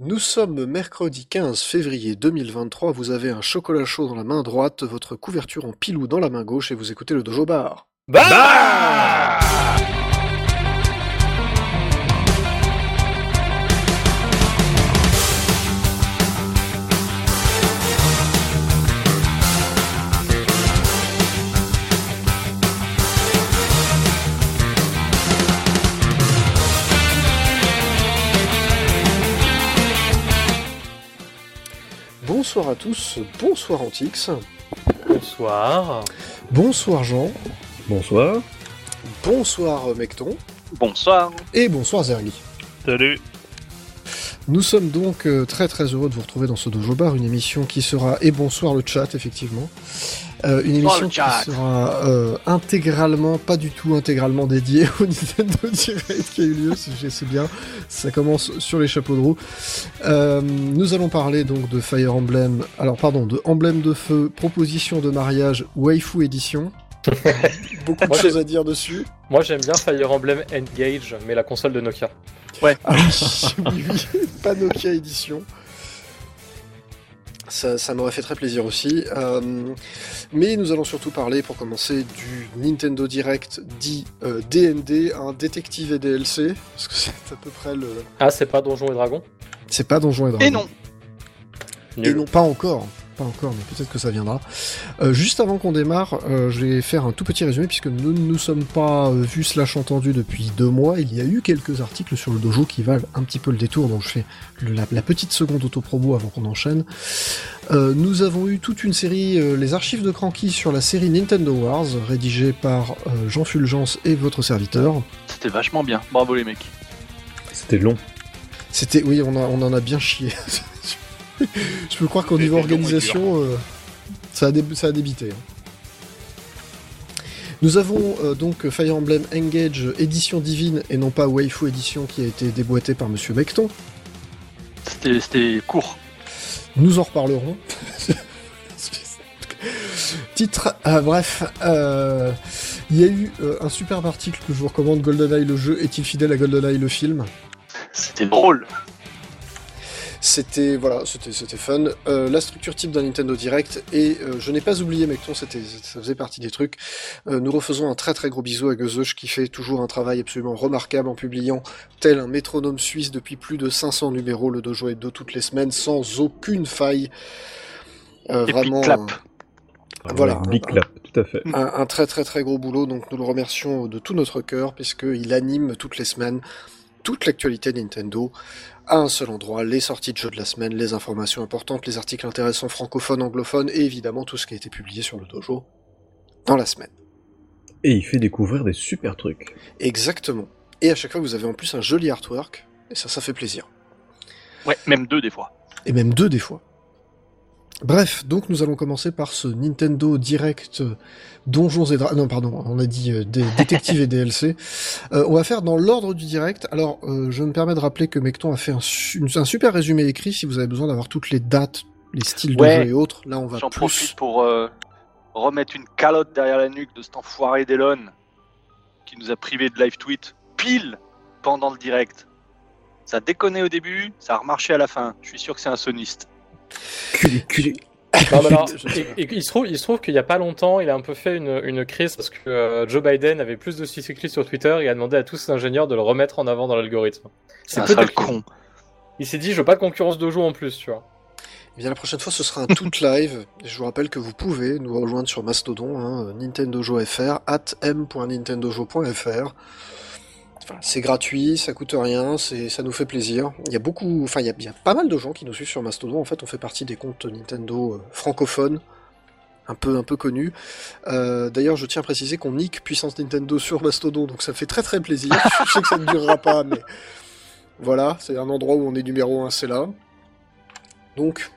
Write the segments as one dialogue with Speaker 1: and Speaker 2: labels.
Speaker 1: Nous sommes mercredi quinze février deux mille vingt-trois, vous avez un chocolat chaud dans la main droite, votre couverture en pilou dans la main gauche et vous écoutez le Dojo Bar.
Speaker 2: Bah,
Speaker 1: Bah Bonsoir à tous, bonsoir Antix,
Speaker 2: Bonsoir.
Speaker 1: bonsoir Jean,
Speaker 3: Bonsoir.
Speaker 1: bonsoir euh, Mecton
Speaker 4: Bonsoir.
Speaker 1: et bonsoir Zerli.
Speaker 2: Salut.
Speaker 1: Nous sommes donc euh, très très heureux de vous retrouver dans ce Dojo Bar, une émission qui sera, et bonsoir le chat effectivement, Euh, une
Speaker 4: Bonsoir, le
Speaker 1: émission
Speaker 4: chat.
Speaker 1: qui sera euh, intégralement, pas du tout intégralement dédiée au Nintendo Direct qui a eu lieu, si je sais bien, ça commence sur les chapeaux de roue. Euh, nous allons parler donc de Fire Emblem, alors pardon, de Emblème de Feu, Proposition de mariage, Waifu Edition. Beaucoup de
Speaker 5: Moi,
Speaker 1: choses à dire dessus.
Speaker 5: Moi j'aime bien Fire Emblem Engage, mais la console de Nokia.
Speaker 1: Ah oui, oui, oui, pas Nokia édition. Ça, ça m'aurait fait très plaisir aussi. Euh, mais nous allons surtout parler, pour commencer, du Nintendo Direct dit euh, DND, un détective et DLC, parce que c'est à peu près le...
Speaker 5: Ah, c'est pas Donjon et Dragon
Speaker 1: C'est pas Donjon et Dragon.
Speaker 4: Et non.
Speaker 1: Et non, pas encore. Pas encore, mais peut-être que ça viendra. Euh, juste avant qu'on démarre, euh, je vais faire un tout petit résumé, puisque nous ne nous sommes pas euh, vus slash entendus depuis deux mois. Il y a eu quelques articles sur le dojo qui valent un petit peu le détour, donc je fais le- la, la petite seconde autopromo avant qu'on enchaîne. Euh, nous avons eu toute une série, euh, les archives de Cranky sur la série Nintendo Wars, rédigée par euh, Jean Fulgence et votre serviteur.
Speaker 4: C'était vachement bien. Bravo les mecs.
Speaker 3: C'était long.
Speaker 1: C'était, oui, on, a- on en a bien chié. Je peux croire qu'au
Speaker 2: C'était
Speaker 1: niveau
Speaker 2: long et
Speaker 1: organisation, euh, ça, a dé- ça a débité. hein. Nous avons euh, donc Fire Emblem Engage euh, édition divine et non pas Waifu édition qui a été déboîtée par Monsieur Becton.
Speaker 4: C'était- C'était court.
Speaker 1: Nous en reparlerons. Titre, ah, bref, euh, il y a eu euh, un superbe article que je vous recommande, GoldenEye le jeu, est-il fidèle à GoldenEye le film
Speaker 4: C'était drôle.
Speaker 1: C'était voilà, c'était c'était fun. Euh, la structure type d'un Nintendo Direct et euh, je n'ai pas oublié Mecton, c'était ça faisait partie des trucs. Euh, nous refaisons un très très gros bisou à Geuzeuch qui fait toujours un travail absolument remarquable en publiant tel un métronome suisse depuis plus de 500 numéros le Dojo Hebdo toutes les semaines sans aucune faille. Euh,
Speaker 4: Et puis clap.
Speaker 1: Voilà.
Speaker 3: Ouais, Big clap, tout à fait.
Speaker 1: un, un très très très gros boulot, donc nous le remercions de tout notre cœur, puisqu'il anime toutes les semaines toute l'actualité Nintendo à un seul endroit, les sorties de jeux de la semaine, les informations importantes, les articles intéressants francophones, anglophones, et évidemment tout ce qui a été publié sur le dojo dans la semaine.
Speaker 3: Et il fait découvrir des super trucs.
Speaker 1: Exactement. Et à chaque fois, vous avez en plus un joli artwork, et ça, ça fait plaisir.
Speaker 4: Ouais, même deux des fois.
Speaker 1: et même deux des fois. Bref, donc nous allons commencer par ce Nintendo Direct euh, Donjons et Dragons. Non, pardon, on a dit euh, des détectives et DLC. Euh, on va faire dans l'ordre du direct. Alors, euh, je me permets de rappeler que Mecton a fait un, su- un super résumé écrit. Si vous avez besoin d'avoir toutes les dates, les styles de
Speaker 4: Ouais.
Speaker 1: jeu et autres, là on va
Speaker 4: J'en
Speaker 1: plus.
Speaker 4: profite pour euh, remettre une calotte derrière la nuque de cet enfoiré d'Elon qui nous a privé de live tweet pile pendant le direct. Ça déconnait au début, ça a remarché à la fin. Je suis sûr que c'est un soniste.
Speaker 3: Culé, culé.
Speaker 5: Non, mais alors,
Speaker 1: Je sais
Speaker 5: et- et- il se trouve, il se trouve qu'il y a pas longtemps, il a un peu fait une, une crise parce que euh, Joe Biden avait plus de cyclistes sur Twitter et a demandé à tous ses ingénieurs de le remettre en avant dans l'algorithme.
Speaker 4: C'est
Speaker 5: C'est
Speaker 4: un
Speaker 5: peut-être-
Speaker 4: Ah, sale con.
Speaker 5: Il s'est dit, je veux pas de concurrence de jeu en plus, tu vois.
Speaker 1: Eh bien, la prochaine fois, ce sera un tout live. Et je vous rappelle que vous pouvez nous rejoindre sur Mastodon, hein, nintendojo.fr, at m.nintendojo.fr. Enfin, c'est gratuit, ça coûte rien, c'est, ça nous fait plaisir. Il y a beaucoup, enfin, il y a, il y a pas mal de gens qui nous suivent sur Mastodon. En fait, on fait partie des comptes Nintendo euh, francophones, un peu, un peu connus. Euh, d'ailleurs, je tiens à préciser qu'on nique Puissance Nintendo sur Mastodon, donc ça fait très très plaisir. je sais que ça ne durera pas, mais voilà, c'est un endroit où on est numéro un, c'est là. Donc,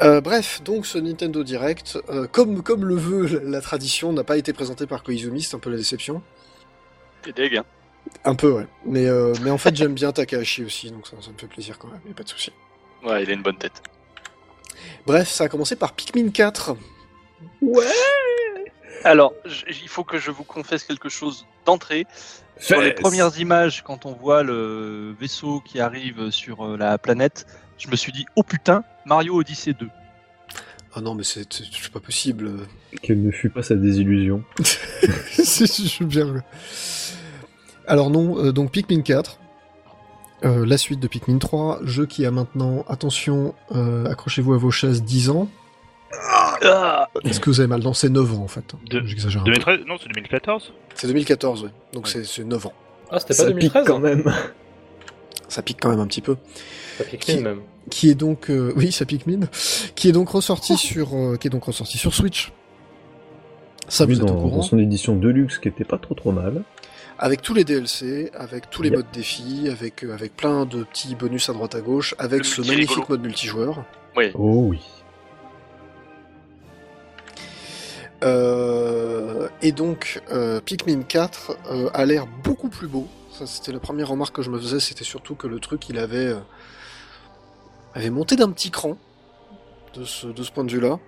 Speaker 1: euh, bref, donc ce Nintendo Direct, euh, comme, comme le veut la- la tradition, n'a pas été présenté par Koizumi, c'est un peu la déception.
Speaker 4: C'est dégueu. hein.
Speaker 1: Un peu, ouais. Mais, euh, mais en fait, j'aime bien Takahashi aussi, donc ça, ça me fait plaisir quand même, y a pas de souci.
Speaker 4: Ouais, il a une bonne tête.
Speaker 1: Bref, ça a commencé par Pikmin 4.
Speaker 3: Ouais
Speaker 4: Alors, j- il faut que je vous confesse quelque chose d'entrée. Sur les
Speaker 3: Fesse.
Speaker 4: premières images, quand on voit le vaisseau qui arrive sur euh, la planète, je me suis dit, oh putain, Mario Odyssey 2.
Speaker 1: Ah non, mais c'est c'est- c'est pas possible.
Speaker 3: Quelle ne fut pas sa désillusion.
Speaker 1: Si, si, je veux bien le- Alors non, euh, donc Pikmin 4, euh, la suite de Pikmin 3, jeu qui a maintenant, attention, euh, accrochez-vous à vos chaises, 10 ans.
Speaker 4: Ah
Speaker 1: Est-ce que vous avez mal Non, c'est 9 ans en fait.
Speaker 2: De-
Speaker 1: J'exagère. un peu.
Speaker 2: 2013 Non, c'est 2014.
Speaker 1: C'est 2014, oui. Donc c'est- c'est 9 ans.
Speaker 5: Ah, c'était
Speaker 3: Ça
Speaker 5: pas
Speaker 3: pique hein.
Speaker 5: 2013
Speaker 3: quand même.
Speaker 1: Ça pique quand même un petit peu.
Speaker 5: Ça pique mine, hein. même.
Speaker 1: Qui est donc, euh, oui, ça pique mine. Qui est donc
Speaker 2: Oh.
Speaker 1: ressorti sur, euh, qui est donc ressorti sur Switch. Ça
Speaker 3: Lui,
Speaker 1: vous êtes au
Speaker 3: dans,
Speaker 1: courant.
Speaker 3: dans son édition Deluxe qui était pas trop trop mal.
Speaker 1: Avec tous les DLC, avec tous les
Speaker 3: Yeah.
Speaker 1: modes défis, avec euh, avec plein de petits bonus à droite à gauche, avec
Speaker 4: Le
Speaker 1: ce
Speaker 4: multi
Speaker 1: magnifique
Speaker 4: rigolo.
Speaker 1: mode multijoueur.
Speaker 3: Oh oui.
Speaker 1: Euh, et donc, euh, Pikmin 4 euh, a l'air beaucoup plus beau. Ça, c'était la première remarque que je me faisais. C'était surtout que le truc, il avait, euh, avait monté d'un petit cran de ce, de ce point de vue-là.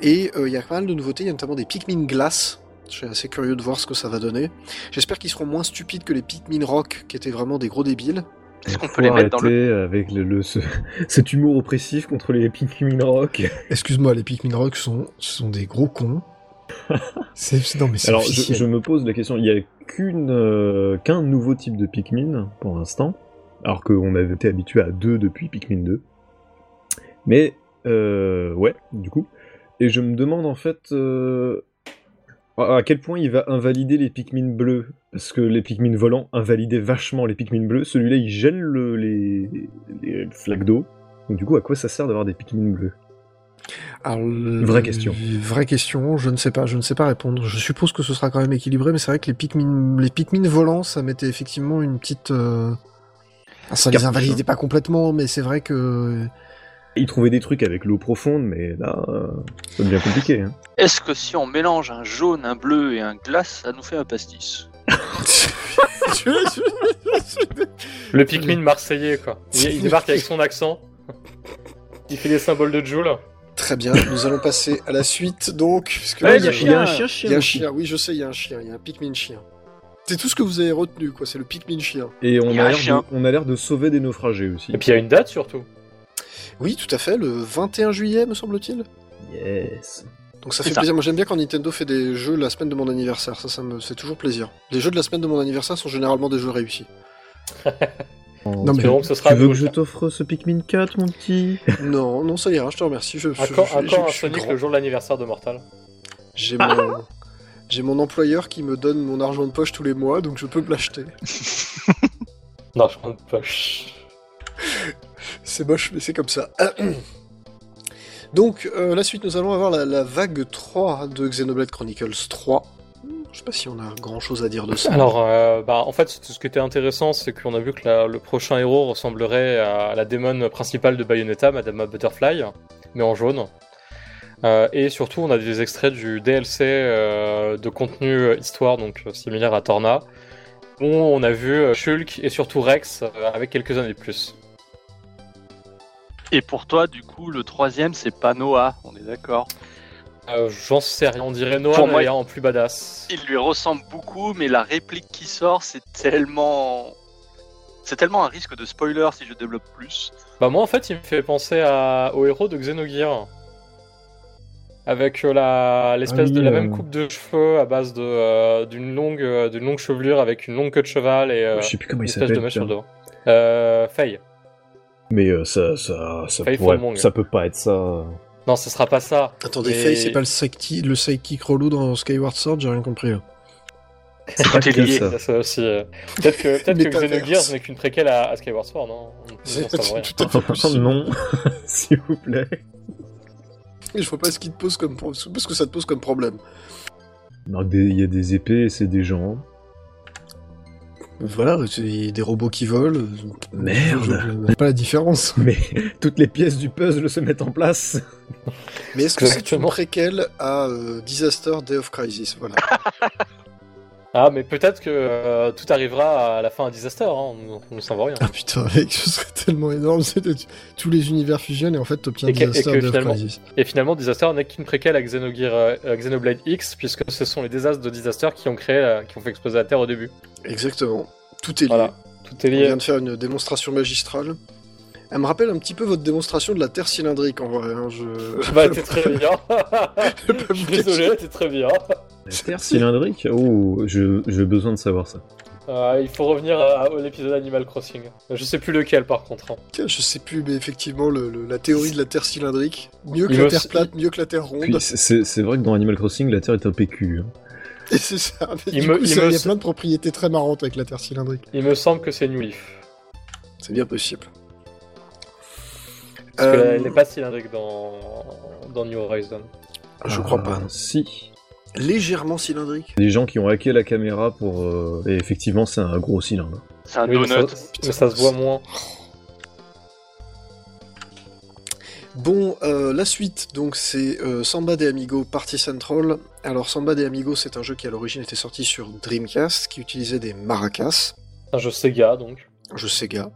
Speaker 1: Et euh, il y a pas mal de nouveautés. Il y a notamment des Pikmin glace. Je suis assez curieux de voir ce que ça va donner. J'espère qu'ils seront moins stupides que les Pikmin rock, qui étaient vraiment des gros débiles.
Speaker 4: Est-ce qu'on
Speaker 3: Faut
Speaker 4: peut les mettre dans le.
Speaker 3: arrêter avec le, le- ce- cet humour oppressif contre les Pikmin Rock.
Speaker 1: Excuse-moi, les Pikmin rock sont, sont des gros cons. c'est, c'est- non, mais c'est
Speaker 3: Alors je,
Speaker 1: officiel.
Speaker 3: je me pose la question, il n'y a qu'une euh, qu'un nouveau type de Pikmin pour l'instant, alors qu'on avait été habitué à deux depuis Pikmin 2. Mais euh, ouais, du coup. Et je me demande en fait euh, à à quel point il va invalider les Pikmin bleus. Parce que les Pikmin volants invalidaient vachement les Pikmin bleus. Celui-là, il gèle le- les, les flaques d'eau. Donc du coup, à quoi ça sert d'avoir des Pikmin bleus
Speaker 1: Alors, le-
Speaker 3: Vraie question.
Speaker 1: le- Vraie question, je ne sais pas, je ne sais pas répondre. Je suppose que ce sera quand même équilibré, mais c'est vrai que les Pikmin, les Pikmin volants, ça mettait effectivement une petite. euh, ah, Ça les
Speaker 3: Cartouche,
Speaker 1: invalidait pas complètement, mais c'est vrai que.
Speaker 3: Il trouvait des trucs avec l'eau profonde, mais là, euh, ça devient compliqué. hein.
Speaker 4: Est-ce que si on mélange un jaune, un bleu et un glace, ça nous fait un pastis
Speaker 5: Le Pikmin marseillais, quoi. Il, il débarque avec son accent. Il fait des symboles de Joule.
Speaker 1: Très bien, nous allons passer à la suite donc. Parce que là,
Speaker 5: Ouais, il y a-
Speaker 1: il
Speaker 5: il y a un
Speaker 3: chien,
Speaker 1: y a un chien, oui, je sais, il y a un chien, il y a un Pikmin chien. C'est tout ce que vous avez retenu, quoi, c'est le Pikmin chien.
Speaker 3: Et on
Speaker 4: Il y a un
Speaker 3: a, l'air de,
Speaker 4: chien.
Speaker 3: on a l'air de sauver des naufragés aussi.
Speaker 5: Et puis il y a une date surtout.
Speaker 1: Oui, tout à fait, le 21 juillet, me semble-t-il.
Speaker 3: Yes.
Speaker 1: Donc ça
Speaker 4: C'est
Speaker 1: fait
Speaker 4: ça.
Speaker 1: plaisir. Moi j'aime bien quand Nintendo fait des jeux la semaine de mon anniversaire. Ça, ça me fait toujours plaisir. Les jeux de la semaine de mon anniversaire sont généralement des jeux réussis. Non, mais-
Speaker 5: Espérons que ce sera
Speaker 3: tu
Speaker 5: à
Speaker 3: veux
Speaker 5: nous,
Speaker 3: que je
Speaker 5: ça.
Speaker 3: t'offre ce Pikmin 4, mon petit
Speaker 1: non, non, ça ira. Je te remercie. Je, je-
Speaker 5: Encore,
Speaker 1: je- je-
Speaker 5: encore
Speaker 1: je
Speaker 5: un
Speaker 1: suis
Speaker 5: Sonic
Speaker 1: grand.
Speaker 5: le jour de l'anniversaire de Mortal.
Speaker 1: J'ai mon, j'ai mon employeur qui me donne mon argent de poche tous les mois, donc je peux me l'acheter.
Speaker 5: Non, je compte pas. Chut.
Speaker 1: C'est moche, mais c'est comme ça. donc euh, la suite, nous allons avoir la, la vague 3 de Xenoblade Chronicles 3. Je sais pas si on a grand chose à dire de ça.
Speaker 5: Alors, euh, bah, en fait, ce ce qui était intéressant, c'est qu'on a vu que la- le prochain héros ressemblerait à la démon principale de Bayonetta, Madame Butterfly, mais en jaune. Euh, et surtout, on a des extraits du DLC euh, de contenu euh, histoire, donc euh, similaire à Torna, où on a vu euh, Shulk et surtout Rex euh, avec quelques années de plus.
Speaker 4: Et pour toi, du coup, le troisième, c'est pas Noah, on est d'accord.
Speaker 5: Euh, J'en sais rien, on dirait Noah,
Speaker 4: Pour
Speaker 5: mais
Speaker 4: moi,
Speaker 5: en plus badass.
Speaker 4: Il lui ressemble beaucoup, mais la réplique qui sort, c'est tellement. C'est tellement un risque de spoiler si je développe plus.
Speaker 5: Bah moi en fait il me fait penser à... au héros de Xenogears. Avec euh, la l'espèce
Speaker 3: Ah oui,
Speaker 5: de la
Speaker 3: euh.
Speaker 5: même coupe de cheveux à base de euh, d'une longue euh, d'une longue chevelure avec une longue queue de cheval et euh,
Speaker 3: Je sais plus comment
Speaker 5: une
Speaker 3: il
Speaker 5: espèce de
Speaker 3: s'appelle.
Speaker 5: mèche
Speaker 3: putain.
Speaker 5: sur le dos. Euh, Faye.
Speaker 3: Mais euh, ça, ça, ça,
Speaker 5: Faithful
Speaker 3: pourrait-
Speaker 5: Monk.
Speaker 3: ça peut pas être ça.
Speaker 5: Non ce sera pas ça.
Speaker 1: Attendez,
Speaker 5: Et-
Speaker 1: Faye, c'est pas le psychic le psychic relou dans Skyward Sword J'ai rien compris. là.
Speaker 4: C'est
Speaker 3: pas que
Speaker 4: lié.
Speaker 3: ça.
Speaker 5: Ça, ça aussi. euh. Peut-être que peut-être que
Speaker 1: Métaverse.
Speaker 5: Xenogears n'est qu'une préquelle à, à Skyward Sword non. On- on n'en saura rien.
Speaker 1: tout à fait possible.
Speaker 3: non, s'il vous plaît.
Speaker 1: Et je vois pas ce qui te pose comme pro- parce que ça te pose comme problème.
Speaker 3: Marc, des- Il y a des épées et c'est des gens.
Speaker 1: Voilà, c'est des robots qui volent.
Speaker 6: euh,
Speaker 3: Merde.
Speaker 1: Je- je- je- pas la différence.
Speaker 3: Mais toutes les pièces du puzzle se mettent en place.
Speaker 1: Mais est-ce que c'est une
Speaker 5: Exactement.
Speaker 1: préquelle à euh, Disaster Day of Crisis Voilà.
Speaker 5: Ah, mais peut-être que euh, tout arrivera à la fin à Disaster, hein, on on ne s'en voit rien.
Speaker 6: Ah putain, mec, ce serait tellement énorme. c'est de- Tous les univers fusionnent et en fait, t'obtiens
Speaker 5: Et que- et
Speaker 6: Disaster
Speaker 5: que
Speaker 6: Death
Speaker 5: finalement-
Speaker 6: Crisis.
Speaker 5: Et finalement, Disaster n'est qu'une préquelle à, Xenogear, euh, à Xenoblade X, puisque ce sont les désastres de Disaster qui ont créé, la- qui ont fait exploser la Terre au début.
Speaker 1: Exactement. Tout est lié.
Speaker 5: Voilà, tout est
Speaker 1: On
Speaker 5: lié.
Speaker 1: vient de faire une démonstration magistrale. Elle me rappelle un petit peu votre démonstration de la Terre cylindrique en vrai. hein, Je...
Speaker 5: Bah, t'es très bien.
Speaker 1: je peux pas vous
Speaker 5: Je suis
Speaker 1: cacher.
Speaker 5: désolé, t'es très bien.
Speaker 3: La Terre cylindrique Oh, je- j'ai besoin de savoir ça.
Speaker 5: Euh, il faut revenir à, à l'épisode Animal Crossing. Euh, Je sais plus lequel par contre. hein.
Speaker 1: Tiens, je sais plus, mais effectivement, le- le- la théorie de la Terre cylindrique, mieux que
Speaker 5: Il
Speaker 1: la
Speaker 5: me-
Speaker 1: Terre plate, mieux que la Terre ronde.
Speaker 3: Puis c'est- c'est c'est vrai que dans Animal Crossing, la Terre est un PQ. hein.
Speaker 1: Et c'est ça. mais
Speaker 5: Il
Speaker 1: du
Speaker 5: me-
Speaker 1: coup,
Speaker 6: Il
Speaker 1: ça-
Speaker 5: me-
Speaker 6: y a plein de propriétés très marrantes avec la Terre cylindrique.
Speaker 5: Il me semble que c'est New Leaf.
Speaker 1: C'est bien possible.
Speaker 5: Parce
Speaker 1: Euh,
Speaker 5: qu'elle n'est pas cylindrique dans, dans New Horizon.
Speaker 1: Je crois
Speaker 3: Ah,
Speaker 1: pas. non.
Speaker 3: Si.
Speaker 1: Légèrement cylindrique.
Speaker 3: Des gens qui ont hacké la caméra pour. euh, Et effectivement, c'est un gros cylindre.
Speaker 4: C'est un
Speaker 5: Oui, mais, ça,
Speaker 4: donut.
Speaker 5: mais ça se voit moins.
Speaker 1: Bon, euh, la suite, donc c'est euh, Samba de Amigo Party Central. Alors, Samba de Amigo, c'est un jeu qui à l'origine était sorti sur Dreamcast, qui utilisait des maracas,
Speaker 5: Un jeu Sega donc.
Speaker 1: un jeu Sega.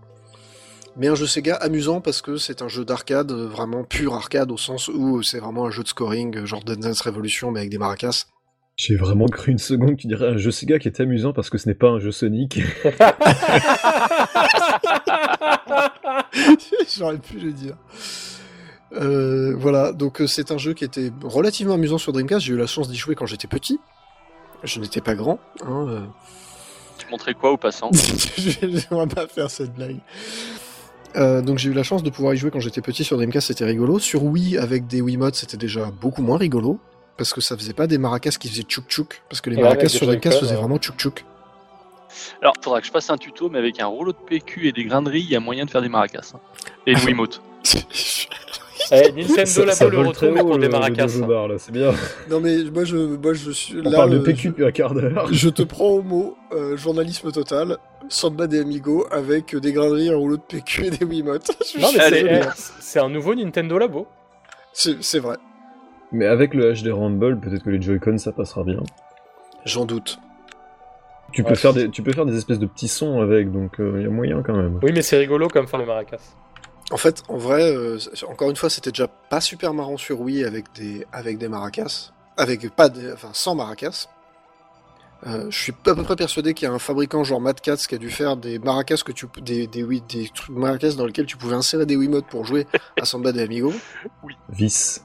Speaker 1: Mais un jeu Sega amusant parce que c'est un jeu d'arcade, euh, vraiment pur arcade, au sens où euh, c'est vraiment un jeu de scoring, euh, genre Dance Dance Revolution, mais avec des maracas.
Speaker 3: J'ai vraiment cru une seconde tu dirais un jeu Sega qui est amusant parce que ce n'est pas un jeu Sonic.
Speaker 6: J'aurais pu le dire.
Speaker 1: Euh, voilà, donc euh, c'est un jeu qui était relativement amusant sur Dreamcast. J'ai eu la chance d'y jouer quand j'étais petit. Je n'étais pas grand. hein, euh,
Speaker 4: Tu montrais quoi aux passants
Speaker 6: Je vais- On va pas faire cette blague.
Speaker 1: Euh, donc j'ai eu la chance de pouvoir y jouer quand j'étais petit sur Dreamcast, c'était rigolo. Sur Wii, avec des Wiimotes, c'était déjà beaucoup moins rigolo. Parce que ça faisait pas des maracas qui faisaient tchouk tchouk. Parce que les
Speaker 5: Ouais,
Speaker 1: maracas
Speaker 5: avec des
Speaker 1: sur Dreamcast
Speaker 5: Joy-Con,
Speaker 1: faisaient
Speaker 5: ouais.
Speaker 1: vraiment tchouk tchouk.
Speaker 4: Alors, faudra que je fasse un tuto, mais avec un rouleau de PQ et des grains de riz, il y a moyen de faire des maracas. hein. Et une Wiimote.
Speaker 5: Eh, Nintendo
Speaker 3: Ça-
Speaker 5: Labo
Speaker 3: ça
Speaker 5: le
Speaker 3: vole
Speaker 5: retrouve
Speaker 3: très
Speaker 5: mais
Speaker 3: haut,
Speaker 5: pour des
Speaker 3: le- le
Speaker 5: maracas.
Speaker 3: dojo bar, là, c'est bien.
Speaker 1: Non mais moi je, moi, je suis
Speaker 3: On
Speaker 1: là.
Speaker 3: parle de
Speaker 1: euh,
Speaker 3: PQ depuis un quart d'heure.
Speaker 1: je, je te prends au mot, euh, journalisme total, Samba des Amigos avec des graineries, un rouleau de PQ et des Wiimotes.
Speaker 5: Non mais
Speaker 4: Allez,
Speaker 5: c'est-
Speaker 4: eh.
Speaker 5: eh, c'est un nouveau Nintendo Labo.
Speaker 1: C'est c'est vrai,
Speaker 3: Mais avec le HD Rumble, peut-être que les Joy-Con ça passera bien.
Speaker 1: j'en doute.
Speaker 3: Tu
Speaker 1: Ah,
Speaker 3: peux,
Speaker 5: Ouais.
Speaker 3: faire des, tu peux faire des espèces de petits sons avec, donc euh, il y a moyen quand même.
Speaker 5: Oui mais c'est rigolo comme faire le maracas.
Speaker 1: En fait, en vrai, euh, c'est- encore une fois, c'était déjà pas super marrant sur Wii avec des, avec des maracas. Avec pas des, enfin, sans maracas. Euh, je suis à peu près persuadé qu'il y a un fabricant genre Mad Catz qui a dû faire des maracas que tu, des, des, Wii- des trucs maracas dans lesquels tu pouvais insérer des Wiimotes pour jouer à Samba des Amigos.
Speaker 3: Vice.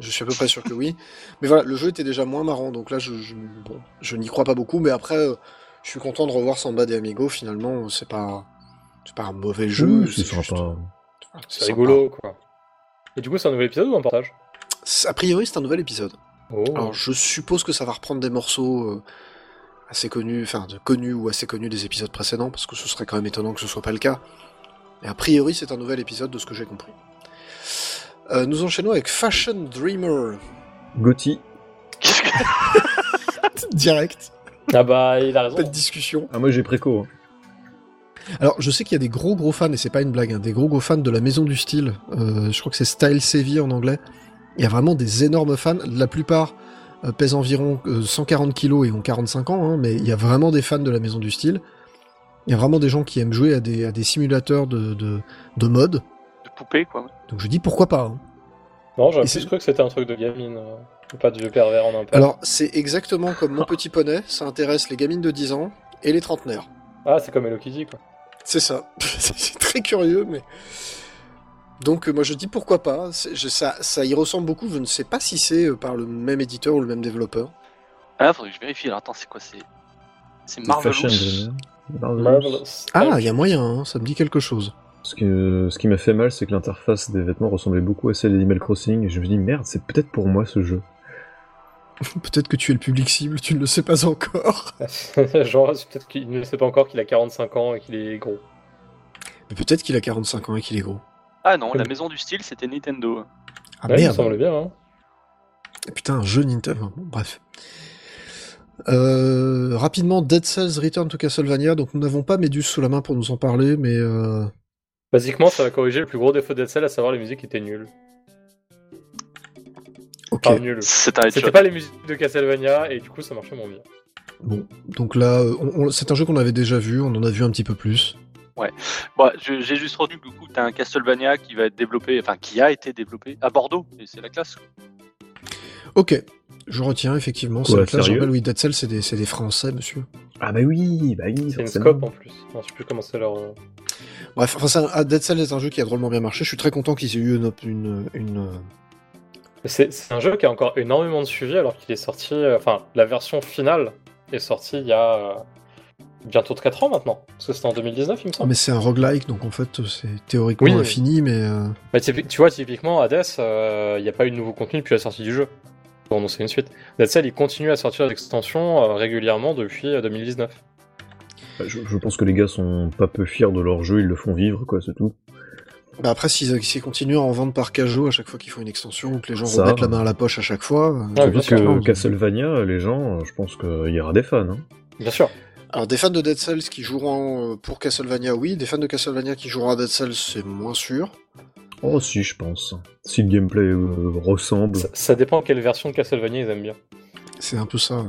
Speaker 1: Je suis à peu près sûr que oui. Mais voilà, le jeu était déjà moins marrant, donc là, je, je, bon, je n'y crois pas beaucoup. Mais après, euh, je suis content de revoir Samba des Amigos. Finalement, c'est pas, c'est pas un mauvais jeu.
Speaker 3: Oui, ce
Speaker 1: c'est
Speaker 3: sera
Speaker 1: juste-
Speaker 3: pas-
Speaker 5: C'est rigolo quoi. Et du coup c'est un nouvel épisode ou un partage
Speaker 1: sympa. A priori, c'est un nouvel épisode.
Speaker 5: Oh.
Speaker 1: Alors je suppose que ça va reprendre des morceaux euh, assez connus, enfin de connus ou assez connus des épisodes précédents, parce que ce serait quand même étonnant que ce soit pas le cas. Mais a priori c'est un nouvel épisode de ce que j'ai compris. Euh, nous enchaînons avec Fashion Dreamer.
Speaker 3: Gotti.
Speaker 4: Qu'est-ce que-
Speaker 6: Direct,
Speaker 5: Ah bah il a raison.
Speaker 6: pas de discussion.
Speaker 3: Ah, moi j'ai préco. hein.
Speaker 6: Alors, je sais qu'il y a des gros gros fans, et c'est pas une blague, hein, des gros gros fans de la maison du style. Euh, je crois que c'est Style Séville en anglais. Il y a vraiment des énormes fans. La plupart euh, pèsent environ euh, 140 kilos et ont 45 ans, hein, mais il y a vraiment des fans de la maison du style. Il y a vraiment des gens qui aiment jouer à des, à des simulateurs de, de, de mode.
Speaker 4: De poupée, quoi.
Speaker 6: Donc je dis pourquoi pas. hein.
Speaker 5: Non j'aurais
Speaker 6: Et c'est-
Speaker 5: plus cru que c'était un truc de gamine. euh, ou Pas de vieux pervers en impact.
Speaker 1: Alors c'est exactement comme Mon Petit Poney, ça intéresse les gamines de 10 ans et les trentenaires.
Speaker 5: Ah c'est comme Hello Kitty quoi.
Speaker 1: C'est ça. c'est très curieux, mais. Donc, euh, moi, je dis pourquoi pas. C'est- je- ça, ça y ressemble beaucoup. Je ne sais pas si c'est euh, par le même éditeur ou le même développeur.
Speaker 4: Ah, là, faudrait que je vérifie. Alors, attends, c'est quoi C'est c'est
Speaker 3: Fashion euh,
Speaker 4: Marvelous.
Speaker 3: Dreamer. Marvelous.
Speaker 5: Marvelous.
Speaker 1: Ah, il y a moyen, hein, ça me dit quelque chose.
Speaker 3: Ce, que- ce qui m'a fait mal, c'est que l'interface des vêtements ressemblait beaucoup à celle d'Animal Crossing. Et je me dis, merde, c'est peut-être pour moi ce jeu.
Speaker 6: Peut-être que tu es le public cible, tu ne le sais pas encore.
Speaker 5: Ah. Genre, c'est peut-être qu'il ne sait pas encore qu'il a 45 ans et qu'il est gros.
Speaker 1: Mais peut-être qu'il a 45 ans et qu'il est gros.
Speaker 4: Ah non, la maison du style, c'était Nintendo.
Speaker 6: Ah
Speaker 5: ouais, il me
Speaker 6: merde.
Speaker 5: semble bien. Hein.
Speaker 1: Eh, Putain, un jeu Nintendo. Bon, bref. Euh, rapidement, Dead Cells Return to Castlevania. Donc, nous n'avons pas Méduse sous la main pour nous en parler, mais euh,
Speaker 5: Basiquement, ça va corriger le plus gros défaut de Dead Cell, à savoir les musiques étaient nulles.
Speaker 1: ok.
Speaker 5: Enfin, nulles.
Speaker 4: C'est un
Speaker 5: C'était
Speaker 4: headshot.
Speaker 5: pas les musiques de Castlevania et du coup ça marchait moins bien.
Speaker 1: Bon, donc là, euh, on- on- c'est un jeu qu'on avait déjà vu, on en a vu un petit peu plus.
Speaker 4: Bon, je- j'ai juste retenu que du coup, t'as un Castlevania qui va être développé, enfin qui a été développé à Bordeaux, et c'est la classe.
Speaker 1: Ok, je retiens effectivement.
Speaker 3: Quoi,
Speaker 1: Cette classe, je
Speaker 3: sérieux
Speaker 1: rappelle, oui, Dead Cell, c'est des, c'est des Français, monsieur.
Speaker 3: Ah bah oui, bah oui,
Speaker 5: C'est une
Speaker 3: forcément.
Speaker 5: scope en plus. Enfin, je sais plus comment c'est leur. euh,
Speaker 1: Bref, enfin, ça- ah, Dead Cell est un jeu qui a drôlement bien marché. Je suis très content qu'ils aient eu une, une, euh, une-
Speaker 5: Mais C'est c'est un jeu qui a encore énormément de suivi alors qu'il est sorti. euh, Enfin, la version finale est sortie il y a euh, bientôt de 4 ans maintenant. Parce que c'était en 2019, il me
Speaker 1: Ah,
Speaker 5: semble.
Speaker 1: mais c'est un roguelike, donc en fait, c'est théoriquement
Speaker 5: Oui.
Speaker 1: infini, mais euh,
Speaker 5: Mais typi- tu vois, typiquement, Hades, euh, il n'y a pas eu de nouveau contenu depuis la sortie du jeu. Pour annoncer une suite. Dead Cell, il continue à sortir des extensions euh, régulièrement depuis euh, 2019.
Speaker 3: Bah, Je, je pense que les gars sont pas peu fiers de leur jeu, ils le font vivre, quoi, c'est tout.
Speaker 1: bah après, s'ils s'ils continuent à en vendre par cajot à chaque fois qu'ils font une extension, ou que les gens
Speaker 3: Ça,
Speaker 1: remettent la
Speaker 3: euh,
Speaker 1: main à la poche à chaque fois. euh,
Speaker 5: Ah,
Speaker 3: Surtout
Speaker 5: bien sûr.
Speaker 3: que
Speaker 1: clairement,
Speaker 3: Castlevania, les gens, je pense qu'il y aura des fans. Hein.
Speaker 5: Bien sûr.
Speaker 1: Alors des fans de Dead Cells qui joueront euh, pour Castlevania, oui. Des fans de Castlevania qui joueront à Dead Cells, c'est moins sûr.
Speaker 3: Oh si, je pense. Si le gameplay euh, ressemble.
Speaker 5: Ça, ça dépend quelle version de Castlevania ils aiment bien.
Speaker 1: C'est un peu ça. euh.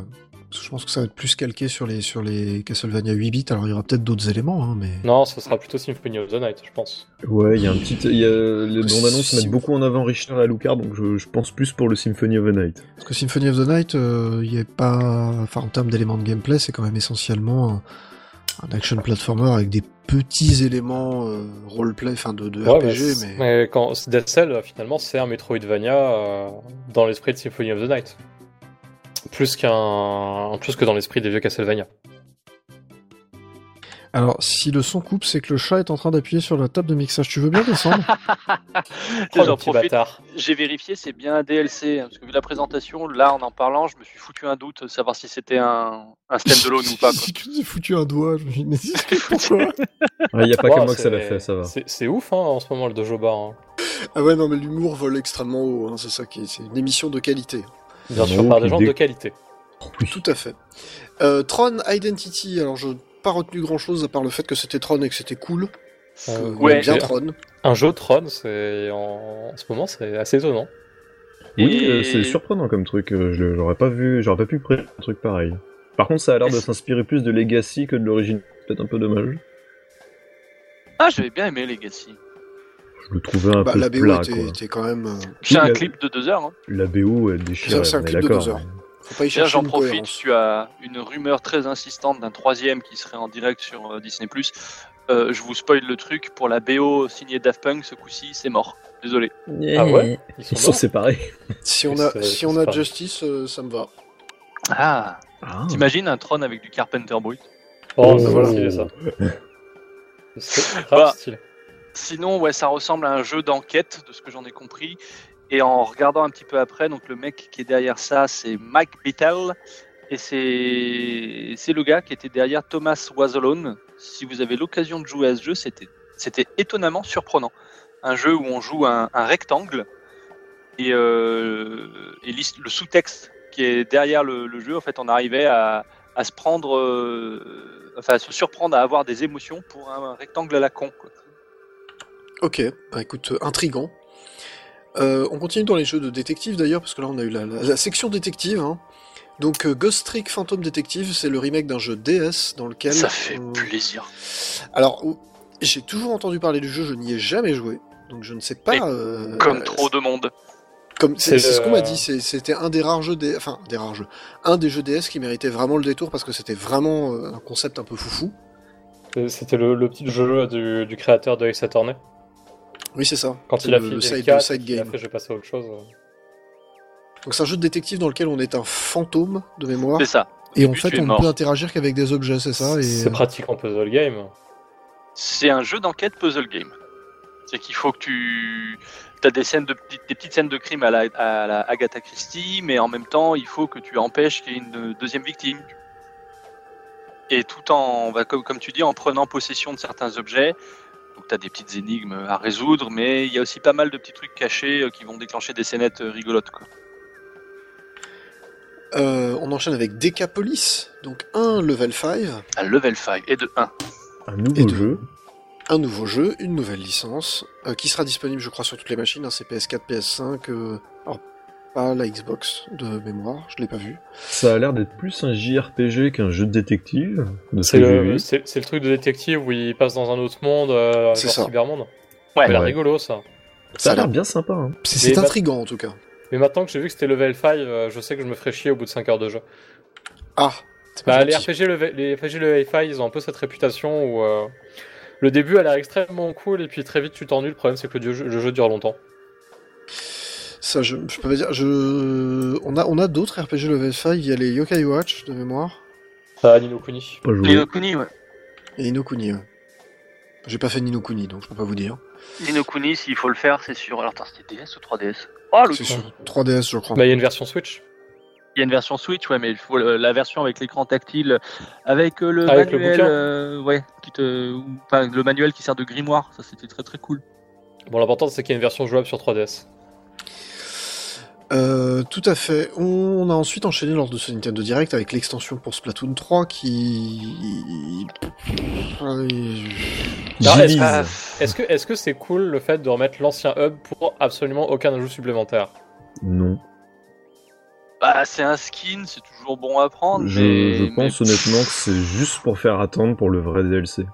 Speaker 1: Parce que Je pense que ça va être plus calqué sur les, sur les Castlevania 8 bits. Alors il y aura peut-être d'autres éléments, hein, mais
Speaker 5: Non, ce sera plutôt Symphony of the Night, je pense.
Speaker 3: Ouais, il y a un petit... il Y a... Les bandes annonces
Speaker 1: Si-
Speaker 3: mettent beaucoup en avant Richard Alucard, donc je, je pense plus pour le Symphony of the Night.
Speaker 1: parce que Symphony of the Night, euh, il y a pas. Enfin en termes d'éléments de gameplay, c'est quand même essentiellement un, un action platformer avec des petits éléments euh, roleplay, enfin de, de
Speaker 5: Ouais, mais
Speaker 1: RPG,
Speaker 5: c'est-
Speaker 1: mais,
Speaker 5: mais quand Dead Cell, euh, finalement, c'est un Metroidvania euh, dans l'esprit de Symphony of the Night. Plus qu'un. Plus que dans l'esprit des vieux Castlevania.
Speaker 1: Alors si le son coupe, c'est que le chat est en train d'appuyer sur la table de mixage. Tu veux bien descendre
Speaker 5: Oh,
Speaker 4: J'en
Speaker 5: le petit
Speaker 4: profite.
Speaker 5: bâtard.
Speaker 4: J'ai vérifié, c'est bien un DLC. hein, parce que vu la présentation, là en en parlant, je me suis foutu un doute, savoir si c'était un, un standalone ou pas. quoi.
Speaker 1: Tu t'es foutu un doigt. Je me suis dit, mais pourquoi
Speaker 3: Ah, Il y a pas
Speaker 5: Wow,
Speaker 3: qu'à moi que ça l'a
Speaker 5: c'est-
Speaker 3: fait, ça va.
Speaker 5: C'est c'est ouf hein, en ce moment le dojo bar. hein.
Speaker 1: Ah ouais, non, mais l'humour vole extrêmement haut, hein, c'est ça qui est, c'est une émission de qualité.
Speaker 5: Bien
Speaker 3: Un
Speaker 5: sûr,
Speaker 3: mot
Speaker 5: par
Speaker 3: qui
Speaker 5: des gens
Speaker 3: dé-
Speaker 5: de qualité.
Speaker 1: Tout à fait. Euh, Tron Identity, alors je n'ai pas retenu grand chose à part le fait que c'était Tron et que c'était cool.
Speaker 5: Euh,
Speaker 1: Euh,
Speaker 4: ouais,
Speaker 1: bien
Speaker 5: j'ai-
Speaker 1: Tron.
Speaker 5: Un jeu Tron, c'est en... en ce moment, c'est assez étonnant.
Speaker 3: Oui,
Speaker 4: Et-
Speaker 3: euh, c'est surprenant comme truc. euh, Je j'aurais pas vu, j'aurais pas pu prédire un truc pareil. Par contre, ça a l'air de s'inspirer plus de Legacy que de l'origine. Peut-être un peu dommage.
Speaker 4: Ah, j'avais bien aimé Legacy.
Speaker 3: Je le trouvais un
Speaker 1: Bah,
Speaker 3: peu
Speaker 1: la BO
Speaker 3: plat,
Speaker 1: était,
Speaker 3: quoi.
Speaker 1: était quand même. euh,
Speaker 4: J'ai
Speaker 3: Oui,
Speaker 4: un
Speaker 3: la-
Speaker 4: clip de deux heures. hein.
Speaker 3: La BO est déchirée,
Speaker 1: C'est un
Speaker 3: on est
Speaker 1: clip de
Speaker 3: d'accord.
Speaker 1: deux heures. Faut pas y
Speaker 4: D'ailleurs,
Speaker 1: chercher
Speaker 4: j'en
Speaker 1: une hein.
Speaker 4: profite,
Speaker 1: cohérence.
Speaker 4: tu as une rumeur très insistante d'un troisième qui serait en direct sur euh, Disney+. Euh, je vous spoil le truc, pour la BO signée Daft Punk, ce coup-ci, c'est mort. Désolé.
Speaker 5: Ah ouais Ils
Speaker 3: Eh, Ils
Speaker 5: sont
Speaker 3: sont
Speaker 5: morts.
Speaker 3: séparés.
Speaker 1: Si on
Speaker 5: C'est-
Speaker 1: a,
Speaker 5: c'est-
Speaker 1: si
Speaker 5: c'est
Speaker 1: on a
Speaker 5: pas-
Speaker 1: Justice, euh, ça me va.
Speaker 4: Ah
Speaker 3: Ah.
Speaker 4: T'imagines un trône avec du Carpenter Brut
Speaker 5: Oh,
Speaker 3: Oh.
Speaker 5: c'est vraiment stylé ça. C'est grave
Speaker 4: Bah.
Speaker 5: stylé.
Speaker 4: Sinon, ouais, ça ressemble à un jeu d'enquête, de ce que j'en ai compris. Et en regardant un petit peu après, donc le mec qui est derrière ça, c'est Mike Bittell. Et c'est c'est le gars qui était derrière Thomas Was Alone. Si vous avez l'occasion de jouer à ce jeu, c'était c'était étonnamment surprenant. Un jeu où on joue un, un rectangle et, euh, et l'hist- le sous-texte qui est derrière le, le jeu, en fait, on arrivait à, à se prendre, euh, enfin, à se surprendre à avoir des émotions pour un rectangle à la con. quoi.
Speaker 1: Ok, bah écoute, euh, intriguant. Euh, on continue dans les jeux de détective d'ailleurs, parce que là on a eu la, la- la section détective. hein. Donc euh, Ghost Trick Phantom Detective, c'est le remake d'un jeu DS dans lequel.
Speaker 4: Ça fait
Speaker 1: on-
Speaker 4: plaisir.
Speaker 1: Alors, ou- j'ai toujours entendu parler du jeu, je n'y ai jamais joué. Donc je ne sais pas.
Speaker 4: Mais
Speaker 1: euh,
Speaker 4: Comme
Speaker 1: euh,
Speaker 4: trop de monde.
Speaker 1: comme- C'est
Speaker 5: C'est
Speaker 1: c'est ce
Speaker 5: le-
Speaker 1: qu'on m'a dit. c'est- C'était un des rares jeux, des, enfin des rares jeux, un des jeux DS qui méritait vraiment le détour parce que c'était vraiment euh, un concept un peu foufou.
Speaker 5: C'est- Euh, C'était le, le petit jeu du, du créateur de Ace Attorney.
Speaker 1: Oui, c'est ça.
Speaker 5: Quand
Speaker 1: C'est
Speaker 5: il a
Speaker 1: le-
Speaker 5: fini
Speaker 1: le side- le
Speaker 5: quatre,
Speaker 1: side
Speaker 5: il a
Speaker 1: game.
Speaker 5: fait, je vais passer à autre chose.
Speaker 1: Donc c'est un jeu de détective dans lequel on est un fantôme de mémoire
Speaker 4: C'est ça. Au
Speaker 1: et en
Speaker 4: début, tu
Speaker 1: fait
Speaker 4: es
Speaker 1: on ne
Speaker 4: mort.
Speaker 1: peut interagir qu'avec des objets, c'est ça. Et... euh,
Speaker 5: C'est pratique en puzzle game.
Speaker 4: C'est un jeu d'enquête puzzle game. C'est qu'il faut que tu as des scènes de petites- des petites scènes de crime à la, à la Agatha Christie, mais en même temps, il faut que tu empêches qu'il y ait une deuxième victime. Et tout en, va- comme, comme tu dis, en prenant possession de certains objets. Donc tu as des petites énigmes à résoudre, mais il y a aussi pas mal de petits trucs cachés euh, qui vont déclencher des scénettes euh, rigolotes. Quoi.
Speaker 1: Euh, on enchaîne avec Decapolis, donc un level 5,
Speaker 4: Un level 5 et de 1.
Speaker 3: Un
Speaker 1: Et
Speaker 3: nouveau
Speaker 1: de-
Speaker 3: jeu.
Speaker 1: un nouveau jeu, une nouvelle licence, euh, qui sera disponible je crois sur toutes les machines, hein, c'est PS4, PS5, euh, alors pas la Xbox de mémoire, je l'ai pas vu.
Speaker 3: Ça a l'air d'être plus un JRPG qu'un jeu de détective. De ce
Speaker 5: C'est
Speaker 3: que j'ai vu.
Speaker 5: le, c'est- c'est le truc de détective où il passe dans un autre monde, euh,
Speaker 1: C'est
Speaker 5: genre
Speaker 1: ça.
Speaker 5: cybermonde. Ça
Speaker 4: Ouais.
Speaker 5: a l'air
Speaker 3: Ouais.
Speaker 5: rigolo ça.
Speaker 3: Ça a l'air
Speaker 1: bien.
Speaker 3: bien sympa. hein.
Speaker 6: C'est- C'est
Speaker 5: Mais-
Speaker 1: bah-
Speaker 6: intriguant en tout cas.
Speaker 5: Mais maintenant que j'ai vu que c'était level 5, euh, je sais que je me ferais chier au bout de 5 heures de jeu.
Speaker 1: Ah, c'est pas
Speaker 5: Bah, les
Speaker 1: gentil.
Speaker 5: RPG, level, les RPG level 5, ils ont un peu cette réputation où euh, le début a l'air extrêmement cool et puis très vite tu t'ennuies. Le problème c'est que le jeu, le jeu dure longtemps.
Speaker 1: Ça, je, je peux pas dire. Je... On a, on a d'autres RPG level 5. Il y a les Yokai Watch de mémoire
Speaker 5: Ça, Nino Kuni.
Speaker 3: Pas joué.
Speaker 4: Ninokuni, ouais.
Speaker 1: et Inokuni. ouais. J'ai pas fait Ninokuni, donc je peux pas vous dire.
Speaker 4: Ninokuni, s'il faut le faire, c'est sur. Alors, attends, c'était DS ou 3DS Oh, le
Speaker 1: C'est sur 3DS, je crois.
Speaker 5: Bah, il y a une version Switch.
Speaker 4: Il y a une version Switch, ouais, mais il faut euh, la version avec l'écran tactile, avec euh, le
Speaker 5: Avec le
Speaker 4: manuel,
Speaker 5: bouquin.
Speaker 4: euh, ouais, qui te, ou- enfin, le manuel qui sert de grimoire. Ça, c'était très très cool.
Speaker 5: Bon, l'important c'est qu'il y a une version jouable sur 3DS.
Speaker 1: Euh, tout à fait. On a ensuite enchaîné lors de ce Nintendo Direct avec l'extension pour Splatoon 3 qui.
Speaker 5: Non, est-ce
Speaker 3: Jilly's.
Speaker 5: que- Est-ce que est-ce que c'est cool le fait de remettre l'ancien hub pour absolument aucun ajout supplémentaire
Speaker 3: Non.
Speaker 4: Bah, c'est un skin, c'est toujours bon à prendre.
Speaker 3: Je,
Speaker 4: mais-
Speaker 3: je pense
Speaker 4: mais-
Speaker 3: honnêtement que c'est juste pour faire attendre pour le vrai DLC.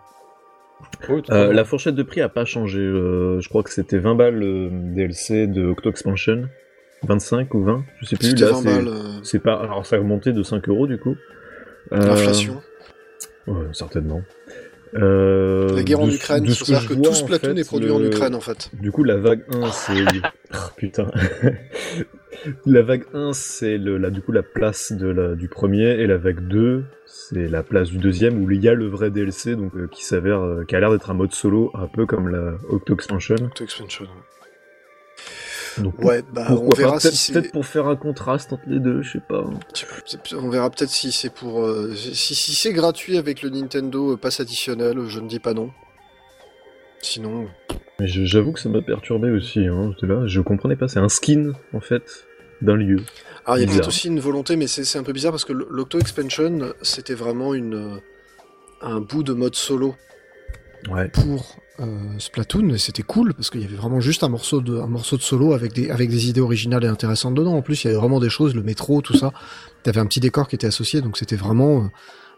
Speaker 5: Oui, tout à
Speaker 3: Euh,
Speaker 5: fait.
Speaker 3: la fourchette de prix a pas changé. euh, je crois que c'était 20 balles euh, le DLC de Octo Expansion. 25 ou 20, je sais plus.
Speaker 1: C'était
Speaker 3: Là,
Speaker 1: 20
Speaker 3: c'est-
Speaker 1: balles. euh,
Speaker 3: c'est pas. Alors ça a remonté de 5 euros du coup. Euh,
Speaker 1: L'inflation.
Speaker 3: ouais, certainement. Euh,
Speaker 1: La guerre en
Speaker 3: de ce-
Speaker 1: Ukraine,
Speaker 3: de
Speaker 1: il
Speaker 3: ce
Speaker 1: faut
Speaker 3: que
Speaker 1: savoir
Speaker 3: je
Speaker 1: que
Speaker 3: vois,
Speaker 1: tout Splatoon
Speaker 3: en fait,
Speaker 1: est produit
Speaker 3: le-
Speaker 1: en Ukraine en fait.
Speaker 3: Du coup, la vague 1, c'est. Ah, putain. la vague 1, c'est le- la, du coup la place de la- du premier, et la vague 2, c'est la place du deuxième où il y a le vrai DLC, donc euh, qui s'avère, euh, qui a l'air d'être un mode solo, un peu comme la Octo Expansion.
Speaker 1: Octo Expansion, ouais.
Speaker 3: Donc,
Speaker 1: Ouais, bah
Speaker 3: pourquoi
Speaker 1: on verra
Speaker 3: pas
Speaker 1: si
Speaker 3: Peut-être
Speaker 1: c'est.
Speaker 3: peut-être pour faire un contraste entre les deux, je sais pas.
Speaker 1: Je sais pas, peut-être- On verra peut-être si c'est pour euh, si, si c'est gratuit avec le Nintendo euh, Pass additionnel, je ne dis pas non. Sinon, euh,
Speaker 3: Mais je- j'avoue que ça m'a perturbé aussi. Hein. J'étais là, je comprenais pas. C'est un skin en fait d'un lieu.
Speaker 1: alors il y a
Speaker 3: Bizarre.
Speaker 1: peut-être aussi une volonté, mais c'est c'est un peu bizarre parce que l- l'Octo Expansion c'était vraiment une euh, un bout de mode solo
Speaker 3: Ouais.
Speaker 6: pour euh, Splatoon, et c'était cool parce qu'il y avait vraiment juste un morceau de, un morceau de solo avec des, avec des idées originales et intéressantes dedans. En plus, il y avait vraiment des choses, le métro, tout ça. T'avais un petit décor qui était associé, donc c'était vraiment euh,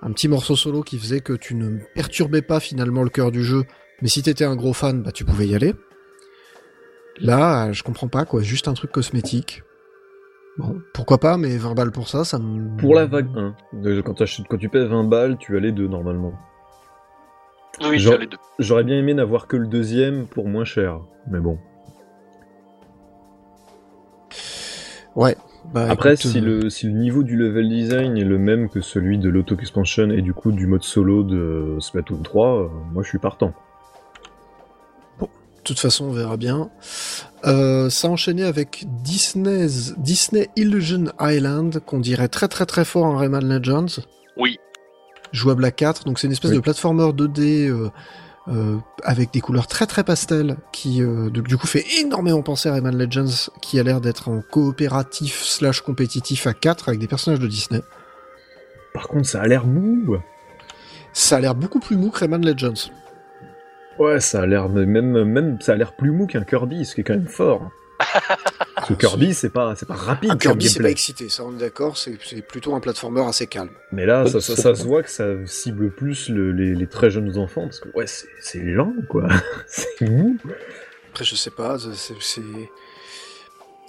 Speaker 6: un petit morceau solo qui faisait que tu ne perturbais pas finalement le cœur du jeu. Mais si t'étais un gros fan, bah tu pouvais y aller. Là, euh, je comprends pas quoi, juste un truc cosmétique. Bon, pourquoi pas, mais 20 balles pour ça, ça me.
Speaker 3: Pour la vague 1, de- quand, t'achètes- quand tu paies 20 balles, tu as les deux normalement.
Speaker 4: Oui,
Speaker 3: Genre-
Speaker 4: tu as les deux.
Speaker 3: J'aurais bien aimé n'avoir que le deuxième pour moins cher, mais bon.
Speaker 6: Ouais. Bah,
Speaker 3: Après,
Speaker 6: écoute,
Speaker 3: si
Speaker 6: euh,
Speaker 3: le, si le niveau du level design est le même que celui de l'auto-expansion et du coup du mode solo de Splatoon 3, euh, moi je suis partant.
Speaker 6: De toute façon, on verra bien. Euh, ça enchaînait avec Disney's, Disney Illusion Island, qu'on dirait très très très fort en Rayman Legends.
Speaker 4: Oui.
Speaker 6: Jouable à 4, donc c'est une espèce
Speaker 3: Oui.
Speaker 6: de platformer 2D euh, euh, avec des couleurs très très pastel qui euh, donc, du coup fait énormément penser à Rayman Legends qui a l'air d'être en coopératif slash compétitif à 4 avec des personnages de Disney.
Speaker 3: Par contre, ça a l'air mou
Speaker 6: Ça a l'air beaucoup plus mou que Rayman Legends.
Speaker 3: Ouais, ça a l'air même, même ça a l'air plus mou qu'un Kirby, ce qui est quand même fort. Parce que Kirby, c'est pas, c'est pas rapide.
Speaker 6: Ah,
Speaker 1: un Ah,
Speaker 3: comme
Speaker 1: Kirby c'est pas
Speaker 3: gameplay.
Speaker 1: excité, ça on est d'accord, c'est c'est plutôt un platformer assez calme.
Speaker 3: Mais là,
Speaker 5: Ouais,
Speaker 3: ça, ça-
Speaker 5: c'est
Speaker 3: ça
Speaker 5: ça.
Speaker 3: se voit que ça cible plus le- les, les très jeunes enfants, parce que ouais, c'est- c'est lent, quoi. c'est mou.
Speaker 1: Après, je sais pas, c'est- c'est. c'est-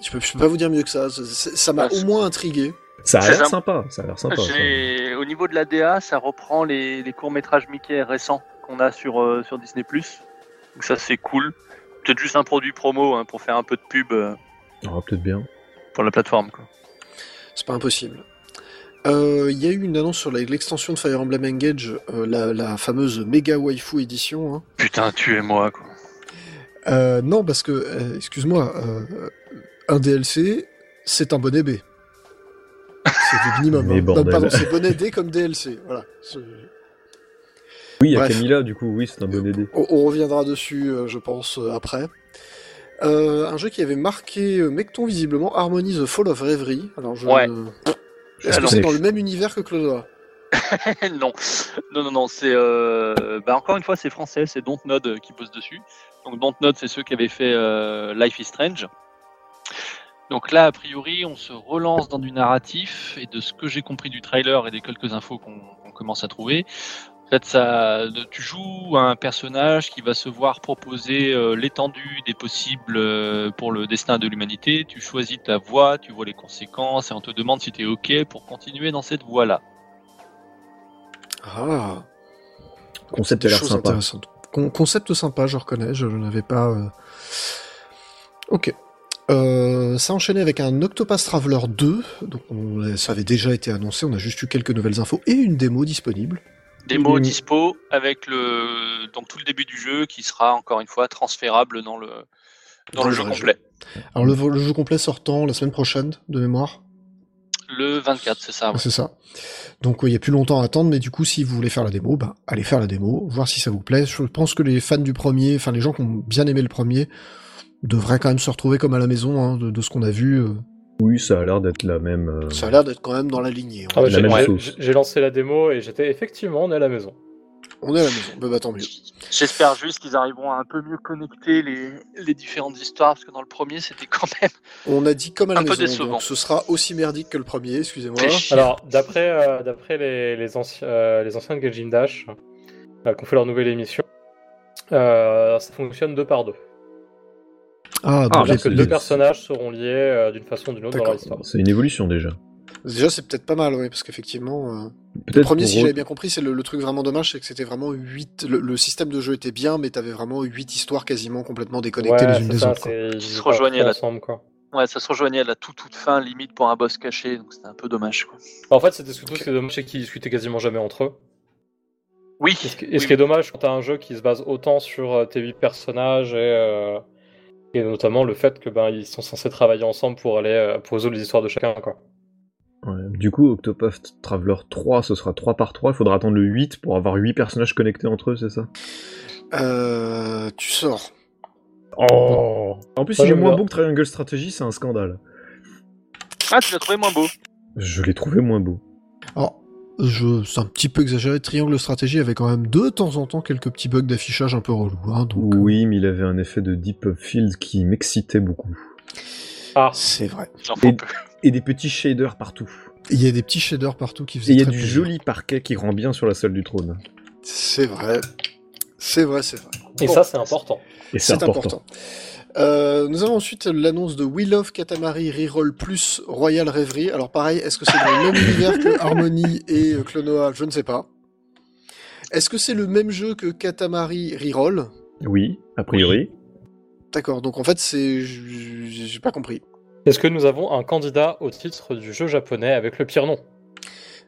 Speaker 1: Je peux, je peux pas vous dire mieux que ça. c'est- c'est- Ça m'a
Speaker 4: Ah, c'est-
Speaker 1: au moins intrigué.
Speaker 3: Ça a
Speaker 4: C'est
Speaker 3: l'air
Speaker 4: ça.
Speaker 3: sympa, ça a l'air sympa. ça.
Speaker 4: J'ai- Au niveau de la DA, ça reprend les, les courts-métrages Mickey récents qu'on a sur, euh, sur Disney+. Donc ça, c'est cool. Peut-être juste un produit promo hein, pour faire un peu de pub euh,
Speaker 3: Ah, peut-être bien.
Speaker 4: pour la plateforme. Quoi.
Speaker 1: C'est pas impossible. Euh, Il y a eu une annonce sur la- l'extension de Fire Emblem Engage, euh, la, la fameuse Mega Waifu Edition. hein.
Speaker 4: Putain, tu et moi. Quoi.
Speaker 6: Euh, non, parce que, euh, excuse-moi, euh, un DLC, c'est un bonnet B. C'est du minimum.
Speaker 3: Mais
Speaker 6: hein. Non,
Speaker 3: bordel.
Speaker 6: pardon, c'est bonnet D comme DLC. Voilà. C'est-
Speaker 3: Oui, il y a
Speaker 1: Bref.
Speaker 3: Camilla, du coup, oui, c'est un bon aidé.
Speaker 1: On, on reviendra dessus, euh, je pense, euh, après. Euh, un jeu qui avait marqué euh, Mecton visiblement Harmony the Fall of Reverie. Alors je.
Speaker 4: Ouais.
Speaker 1: Est-ce que
Speaker 4: Alors-
Speaker 1: c'est dans le même univers que Clodoa
Speaker 4: non, non, non, non, c'est euh, bah encore une fois, c'est français, c'est euh, Dontnod qui bosse dessus. Donc Dontnod, c'est ceux qui avaient fait euh, Life is Strange. Donc là, a priori, on se relance dans du narratif, et de ce que j'ai compris du trailer et des quelques infos qu'on qu'on commence à trouver, en fait, ça, de- tu joues à un personnage qui va se voir proposer euh, l'étendue des possibles euh, pour le destin de l'humanité, tu choisis ta voie, tu vois les conséquences, et on te demande si tu es OK pour continuer dans cette voie-là.
Speaker 1: Ah,
Speaker 3: Concept
Speaker 1: des
Speaker 3: a l'air
Speaker 1: choses
Speaker 3: sympa.
Speaker 1: intéressantes. Con- concept sympa, je reconnais, je n'avais pas. euh, Ok. Euh, ça enchaînait avec un Octopus Traveler 2, donc on- ça avait déjà été annoncé, on a juste eu quelques nouvelles infos et une démo disponible.
Speaker 4: Démo
Speaker 3: Mhm.
Speaker 4: dispo avec le donc tout le début du jeu qui sera encore une fois transférable dans le dans,
Speaker 1: Dans
Speaker 4: le
Speaker 1: le
Speaker 4: jeu
Speaker 1: vrai jeu.
Speaker 4: complet.
Speaker 1: Alors le, vo- le jeu complet sortant la semaine prochaine, de mémoire,
Speaker 4: Le 24, c'est ça. ouais.
Speaker 1: Ah, c'est ça. Donc ouais, il y a plus longtemps à attendre, mais du coup si vous voulez faire la démo, bah, allez faire la démo, voir si ça vous plaît. Je pense que les fans du premier, enfin les gens qui ont bien aimé le premier, devraient quand même se retrouver comme à la maison hein, de, de ce qu'on a vu. euh,
Speaker 3: Oui, ça a l'air d'être la même. euh,
Speaker 1: Ça a l'air d'être quand même dans la lignée. hein. On,
Speaker 5: Ah ouais,
Speaker 3: La
Speaker 5: j'ai-
Speaker 3: même
Speaker 5: j'ai-
Speaker 3: sauce.
Speaker 5: J'ai lancé la démo et j'étais effectivement, on est à la maison.
Speaker 1: on est à la maison. Bah, bah, tant mieux.
Speaker 4: J'espère juste qu'ils arriveront à un peu mieux connecter les, les différentes histoires parce que dans le premier c'était quand même
Speaker 1: On a dit comme à la
Speaker 4: Un peu
Speaker 1: maison.
Speaker 4: décevant.
Speaker 1: Donc ce sera aussi merdique que le premier, excusez-moi.
Speaker 4: très chiant.
Speaker 5: Alors, d'après euh, d'après les, les, anci- euh, les anciens de Gaijin Dash, euh, qui ont fait leur nouvelle émission, euh, ça fonctionne deux par deux.
Speaker 1: Ah, donc
Speaker 3: Ah, là,
Speaker 1: les-
Speaker 5: C'est-à-dire que
Speaker 3: c'est-
Speaker 5: deux personnages seront liés euh, d'une façon ou d'une autre dans leur
Speaker 1: D'accord.
Speaker 5: histoire.
Speaker 3: C'est une évolution déjà.
Speaker 1: déjà c'est peut-être pas mal, oui, parce qu'effectivement, euh, le
Speaker 3: Peut-être
Speaker 1: premier,
Speaker 3: pour
Speaker 1: si
Speaker 3: re-
Speaker 1: j'avais bien compris, c'est le, le truc vraiment dommage, c'est que c'était vraiment huit. Le, le système de jeu était bien, mais t'avais vraiment huit histoires quasiment complètement déconnectées
Speaker 5: Ouais,
Speaker 1: les unes
Speaker 5: c'est
Speaker 1: des
Speaker 5: ça,
Speaker 1: autres. quoi.
Speaker 5: c'est- Ils
Speaker 4: se
Speaker 5: jouent pas
Speaker 4: rejoignent à la-
Speaker 5: ensemble, quoi.
Speaker 4: Ouais, ça se rejoignait à la toute toute fin limite pour un boss caché donc c'était un peu dommage quoi.
Speaker 5: Bah, En fait, c'était surtout
Speaker 1: Ok.
Speaker 5: ce qui est dommage, c'est qu'ils discutaient quasiment jamais entre eux.
Speaker 4: Oui.
Speaker 5: Et ce qui, et ce qui est dommage quand t'as un jeu qui se base autant sur euh, tes huit personnages et, euh, et notamment le fait que ben ils sont censés travailler ensemble pour aller euh, pour résoudre les histoires de chacun, quoi.
Speaker 3: ouais. Du coup, Octopath Traveler 3, ce sera 3 par 3. Il faudra attendre le 8 pour avoir 8 personnages connectés entre eux, c'est ça
Speaker 1: Euh, tu sors.
Speaker 3: Oh En plus,
Speaker 5: Ouais,
Speaker 3: il est
Speaker 5: j'aime
Speaker 3: moins
Speaker 5: bien.
Speaker 3: beau que Triangle Strategy, c'est un scandale.
Speaker 4: Ah tu l'as trouvé moins beau.
Speaker 3: Je l'ai trouvé moins beau.
Speaker 1: Alors, je, c'est un petit peu exagéré. Triangle Stratégie avait quand même de temps en temps quelques petits bugs d'affichage un peu relous. hein, donc,
Speaker 3: Oui, mais il avait un effet de Deep Field qui m'excitait beaucoup.
Speaker 5: Ah,
Speaker 1: c'est vrai.
Speaker 4: J'en fous
Speaker 3: Et-
Speaker 4: peu.
Speaker 3: Et des petits shaders partout.
Speaker 1: Il y a des petits shaders partout qui
Speaker 3: Et
Speaker 1: faisaient
Speaker 3: il y a
Speaker 1: très
Speaker 3: du
Speaker 1: plaisir.
Speaker 3: joli parquet qui rend bien sur la salle du trône.
Speaker 1: C'est vrai. C'est vrai, c'est vrai.
Speaker 5: et
Speaker 1: Bon.
Speaker 5: ça c'est important.
Speaker 3: Et
Speaker 1: C'est important. Euh, nous avons ensuite l'annonce de We Love Katamari Reroll plus Royal Reverie. Alors pareil, est-ce que c'est dans le même univers que Harmony et euh, Clonoa Je ne sais pas. Est-ce que c'est le même jeu que Katamari Reroll
Speaker 3: Oui, a priori.
Speaker 1: D'accord, donc en fait c'est... j- j- J'ai pas compris.
Speaker 5: Est-ce que nous avons un candidat au titre du jeu japonais avec le pire nom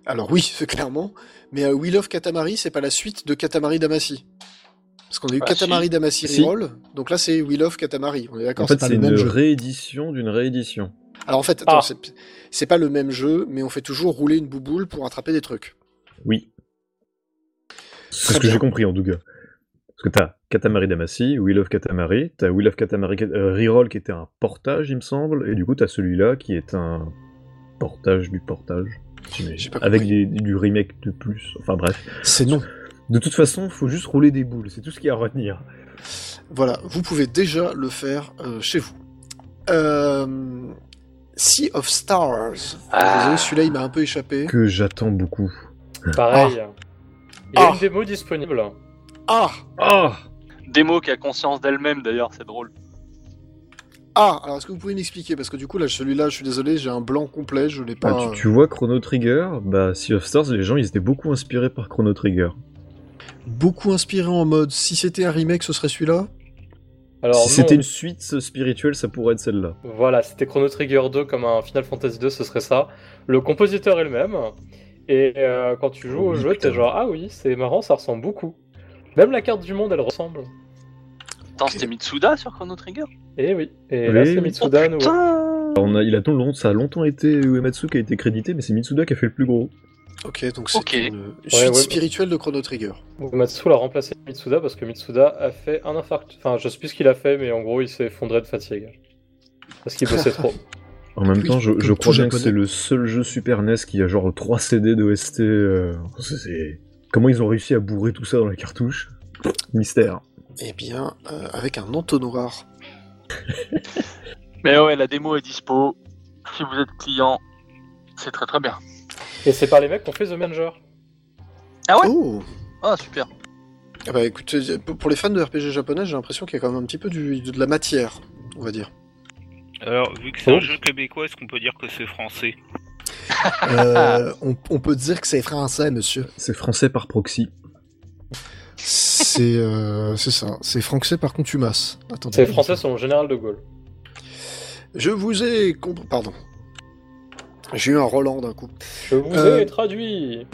Speaker 1: Alors oui, c'est clairement, mais euh, We Love Katamari, c'est pas la suite de Katamari Damacy. Parce qu'on a eu
Speaker 4: Ah,
Speaker 1: Katamari
Speaker 4: si.
Speaker 1: Damacy
Speaker 3: Si.
Speaker 1: Reroll, donc là c'est We Love Katamari. On est d'accord,
Speaker 3: En fait,
Speaker 1: pas
Speaker 3: c'est
Speaker 1: le
Speaker 3: une
Speaker 1: même jeu.
Speaker 3: réédition d'une réédition.
Speaker 1: Alors en fait, attends,
Speaker 5: Ah.
Speaker 1: c'est- c'est pas le même jeu, mais on fait toujours rouler une bouboule pour attraper des trucs.
Speaker 3: Oui.
Speaker 1: Très
Speaker 3: C'est ce que
Speaker 1: bien.
Speaker 3: j'ai compris en tout cas. Parce que t'as Katamari Damacy, We Love Katamari, t'as We Love Katamari euh, Reroll qui était un portage, il me semble, et du coup t'as celui-là qui est un portage du portage. j'imagine.
Speaker 1: J'ai pas compris.
Speaker 3: Avec des- du remake de plus. Enfin bref.
Speaker 1: C'est non.
Speaker 3: De toute façon, faut juste rouler des boules, c'est tout ce qu'il y a à retenir.
Speaker 1: Voilà, vous pouvez déjà le faire euh, chez vous. Euh, Sea of Stars.
Speaker 4: Ah.
Speaker 1: Désolé, celui-là il m'a un peu échappé.
Speaker 3: Que j'attends beaucoup. Ah.
Speaker 5: Pareil. Il y a
Speaker 1: Ah.
Speaker 5: une démo disponible.
Speaker 1: Ah
Speaker 3: Ah
Speaker 4: Démo qui a conscience d'elle-même d'ailleurs, c'est drôle.
Speaker 1: Ah Alors est-ce que vous pouvez m'expliquer Parce que du coup là, celui-là, je suis désolé, j'ai un blanc complet, je l'ai pas.
Speaker 3: Ah, tu, tu vois Chrono Trigger, bah Sea of Stars, les gens ils étaient beaucoup inspirés par Chrono Trigger.
Speaker 1: Beaucoup inspiré en mode si c'était un remake, ce serait celui-là
Speaker 5: Alors
Speaker 3: si c'était
Speaker 5: non.
Speaker 3: une suite spirituelle, ça pourrait être celle-là.
Speaker 5: Voilà, c'était Chrono Trigger 2 comme un Final Fantasy 2, ce serait ça. Le compositeur est le même. Et euh, quand tu joues
Speaker 3: Oh
Speaker 5: au
Speaker 3: oui,
Speaker 5: jeu,
Speaker 3: putain.
Speaker 5: t'es genre ah oui, c'est marrant, ça ressemble beaucoup. Même la carte du monde, elle ressemble.
Speaker 4: Attends, c'était Mitsuda sur Chrono Trigger
Speaker 5: Et Eh oui. Et
Speaker 3: Oui.
Speaker 5: là, c'est
Speaker 4: Oh
Speaker 5: Mitsuda à nouveau.
Speaker 4: putain
Speaker 3: Alors, on a- il a tant long- ça a longtemps été Uematsu qui a été crédité, mais c'est Mitsuda qui a fait le plus gros.
Speaker 1: Ok, donc c'est
Speaker 4: Ok.
Speaker 1: une une suite
Speaker 5: ouais.
Speaker 1: spirituelle de Chrono Trigger.
Speaker 5: Matsu l'a remplacé par Mitsuda parce que Mitsuda a fait un infarct. Enfin, je sais plus ce qu'il a fait, mais en gros, il s'est effondré de fatigue. Parce qu'il bossait trop.
Speaker 3: En même
Speaker 1: Oui,
Speaker 3: temps, je,
Speaker 1: comme
Speaker 3: je
Speaker 1: tout
Speaker 3: crois bien que
Speaker 1: japonais.
Speaker 3: c'est le seul jeu Super NES qui a genre 3 CD d'OST. euh, c'est- c'est- Comment ils ont réussi à bourrer tout ça dans la cartouche Mystère.
Speaker 1: Eh bien, euh, avec un entonnoir.
Speaker 4: Mais ouais, la démo est dispo. Si vous êtes client, c'est très très bien.
Speaker 5: Et c'est par les mecs qu'on fait The Manager.
Speaker 4: Ouais.
Speaker 1: Oh
Speaker 4: Ah, super.
Speaker 1: Ah bah écoute, euh, pour pour les fans de RPG japonais, j'ai l'impression qu'il y a quand même un petit peu du- de la matière, on va dire.
Speaker 2: Alors, vu que c'est
Speaker 5: Oh.
Speaker 2: un jeu québécois, est-ce qu'on peut dire que c'est français
Speaker 6: Euh,
Speaker 1: on, on peut dire que c'est français, monsieur.
Speaker 3: C'est français par proxy.
Speaker 6: c'est euh, c'est ça. C'est français par contumace. Attendez.
Speaker 5: C'est français selon le général de Gaulle.
Speaker 1: Je vous ai compris. Pardon. J'ai eu un Roland d'un coup.
Speaker 5: Je vous
Speaker 1: Euh,
Speaker 5: ai traduit.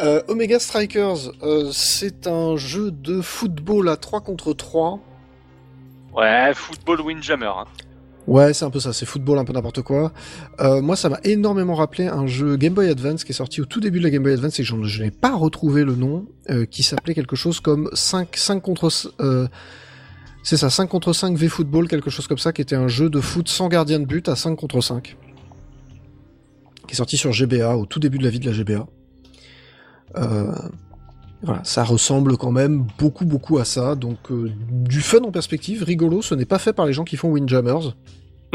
Speaker 1: Euh, Omega Strikers, euh, c'est un jeu de football à 3 contre 3.
Speaker 4: Ouais, football windjammer. hein.
Speaker 6: Ouais, c'est un peu ça, c'est football, un peu n'importe quoi.
Speaker 1: Euh, moi, ça m'a énormément rappelé un jeu Game Boy Advance qui est sorti au tout début de la Game Boy Advance et que j'en- je n'ai pas retrouvé le nom, euh, qui s'appelait quelque chose comme 5, 5 contre... c- euh, c'est ça, 5 contre 5 V Football, quelque chose comme ça, qui était un jeu de foot sans gardien de but à 5 contre 5. Qui est sorti sur GBA, au tout début de la vie de la GBA. Euh, voilà, ça ressemble quand même beaucoup beaucoup à ça, donc euh, du fun en perspective, rigolo, ce n'est pas fait par les gens qui font Windjammers.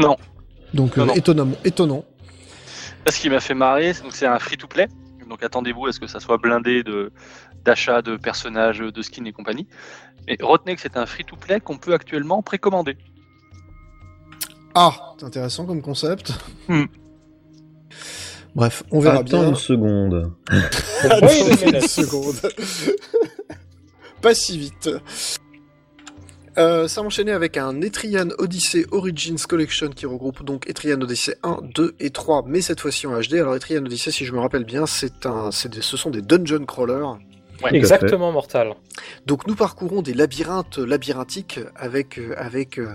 Speaker 4: Non.
Speaker 1: Donc euh,
Speaker 4: Non, non.
Speaker 1: étonnamment, étonnant.
Speaker 4: Là, ce qui m'a fait marrer, c'est- donc c'est un free-to-play. Donc attendez-vous à ce que ça soit blindé de d'achats de personnages, de skins et compagnie. Mais retenez que c'est un free-to-play qu'on peut actuellement précommander.
Speaker 1: Ah, c'est intéressant comme concept.
Speaker 4: Hmm.
Speaker 1: Bref, on verra
Speaker 3: Attends
Speaker 1: bien.
Speaker 3: une seconde.
Speaker 5: Pourquoi il est
Speaker 1: Une
Speaker 5: menace
Speaker 1: seconde. Pas si vite. Euh, ça enchaîné avec un Etrian Odyssey Origins Collection qui regroupe donc Etrian Odyssey 1, 2 et 3, mais cette fois-ci en HD. Alors Etrian Odyssey, si je me rappelle bien, c'est un, c'est des- ce sont des dungeon crawlers.
Speaker 4: Ouais.
Speaker 3: Tout à
Speaker 5: Exactement mortal.
Speaker 1: Donc nous parcourons des labyrinthes euh, labyrinthiques avec, euh, avec euh,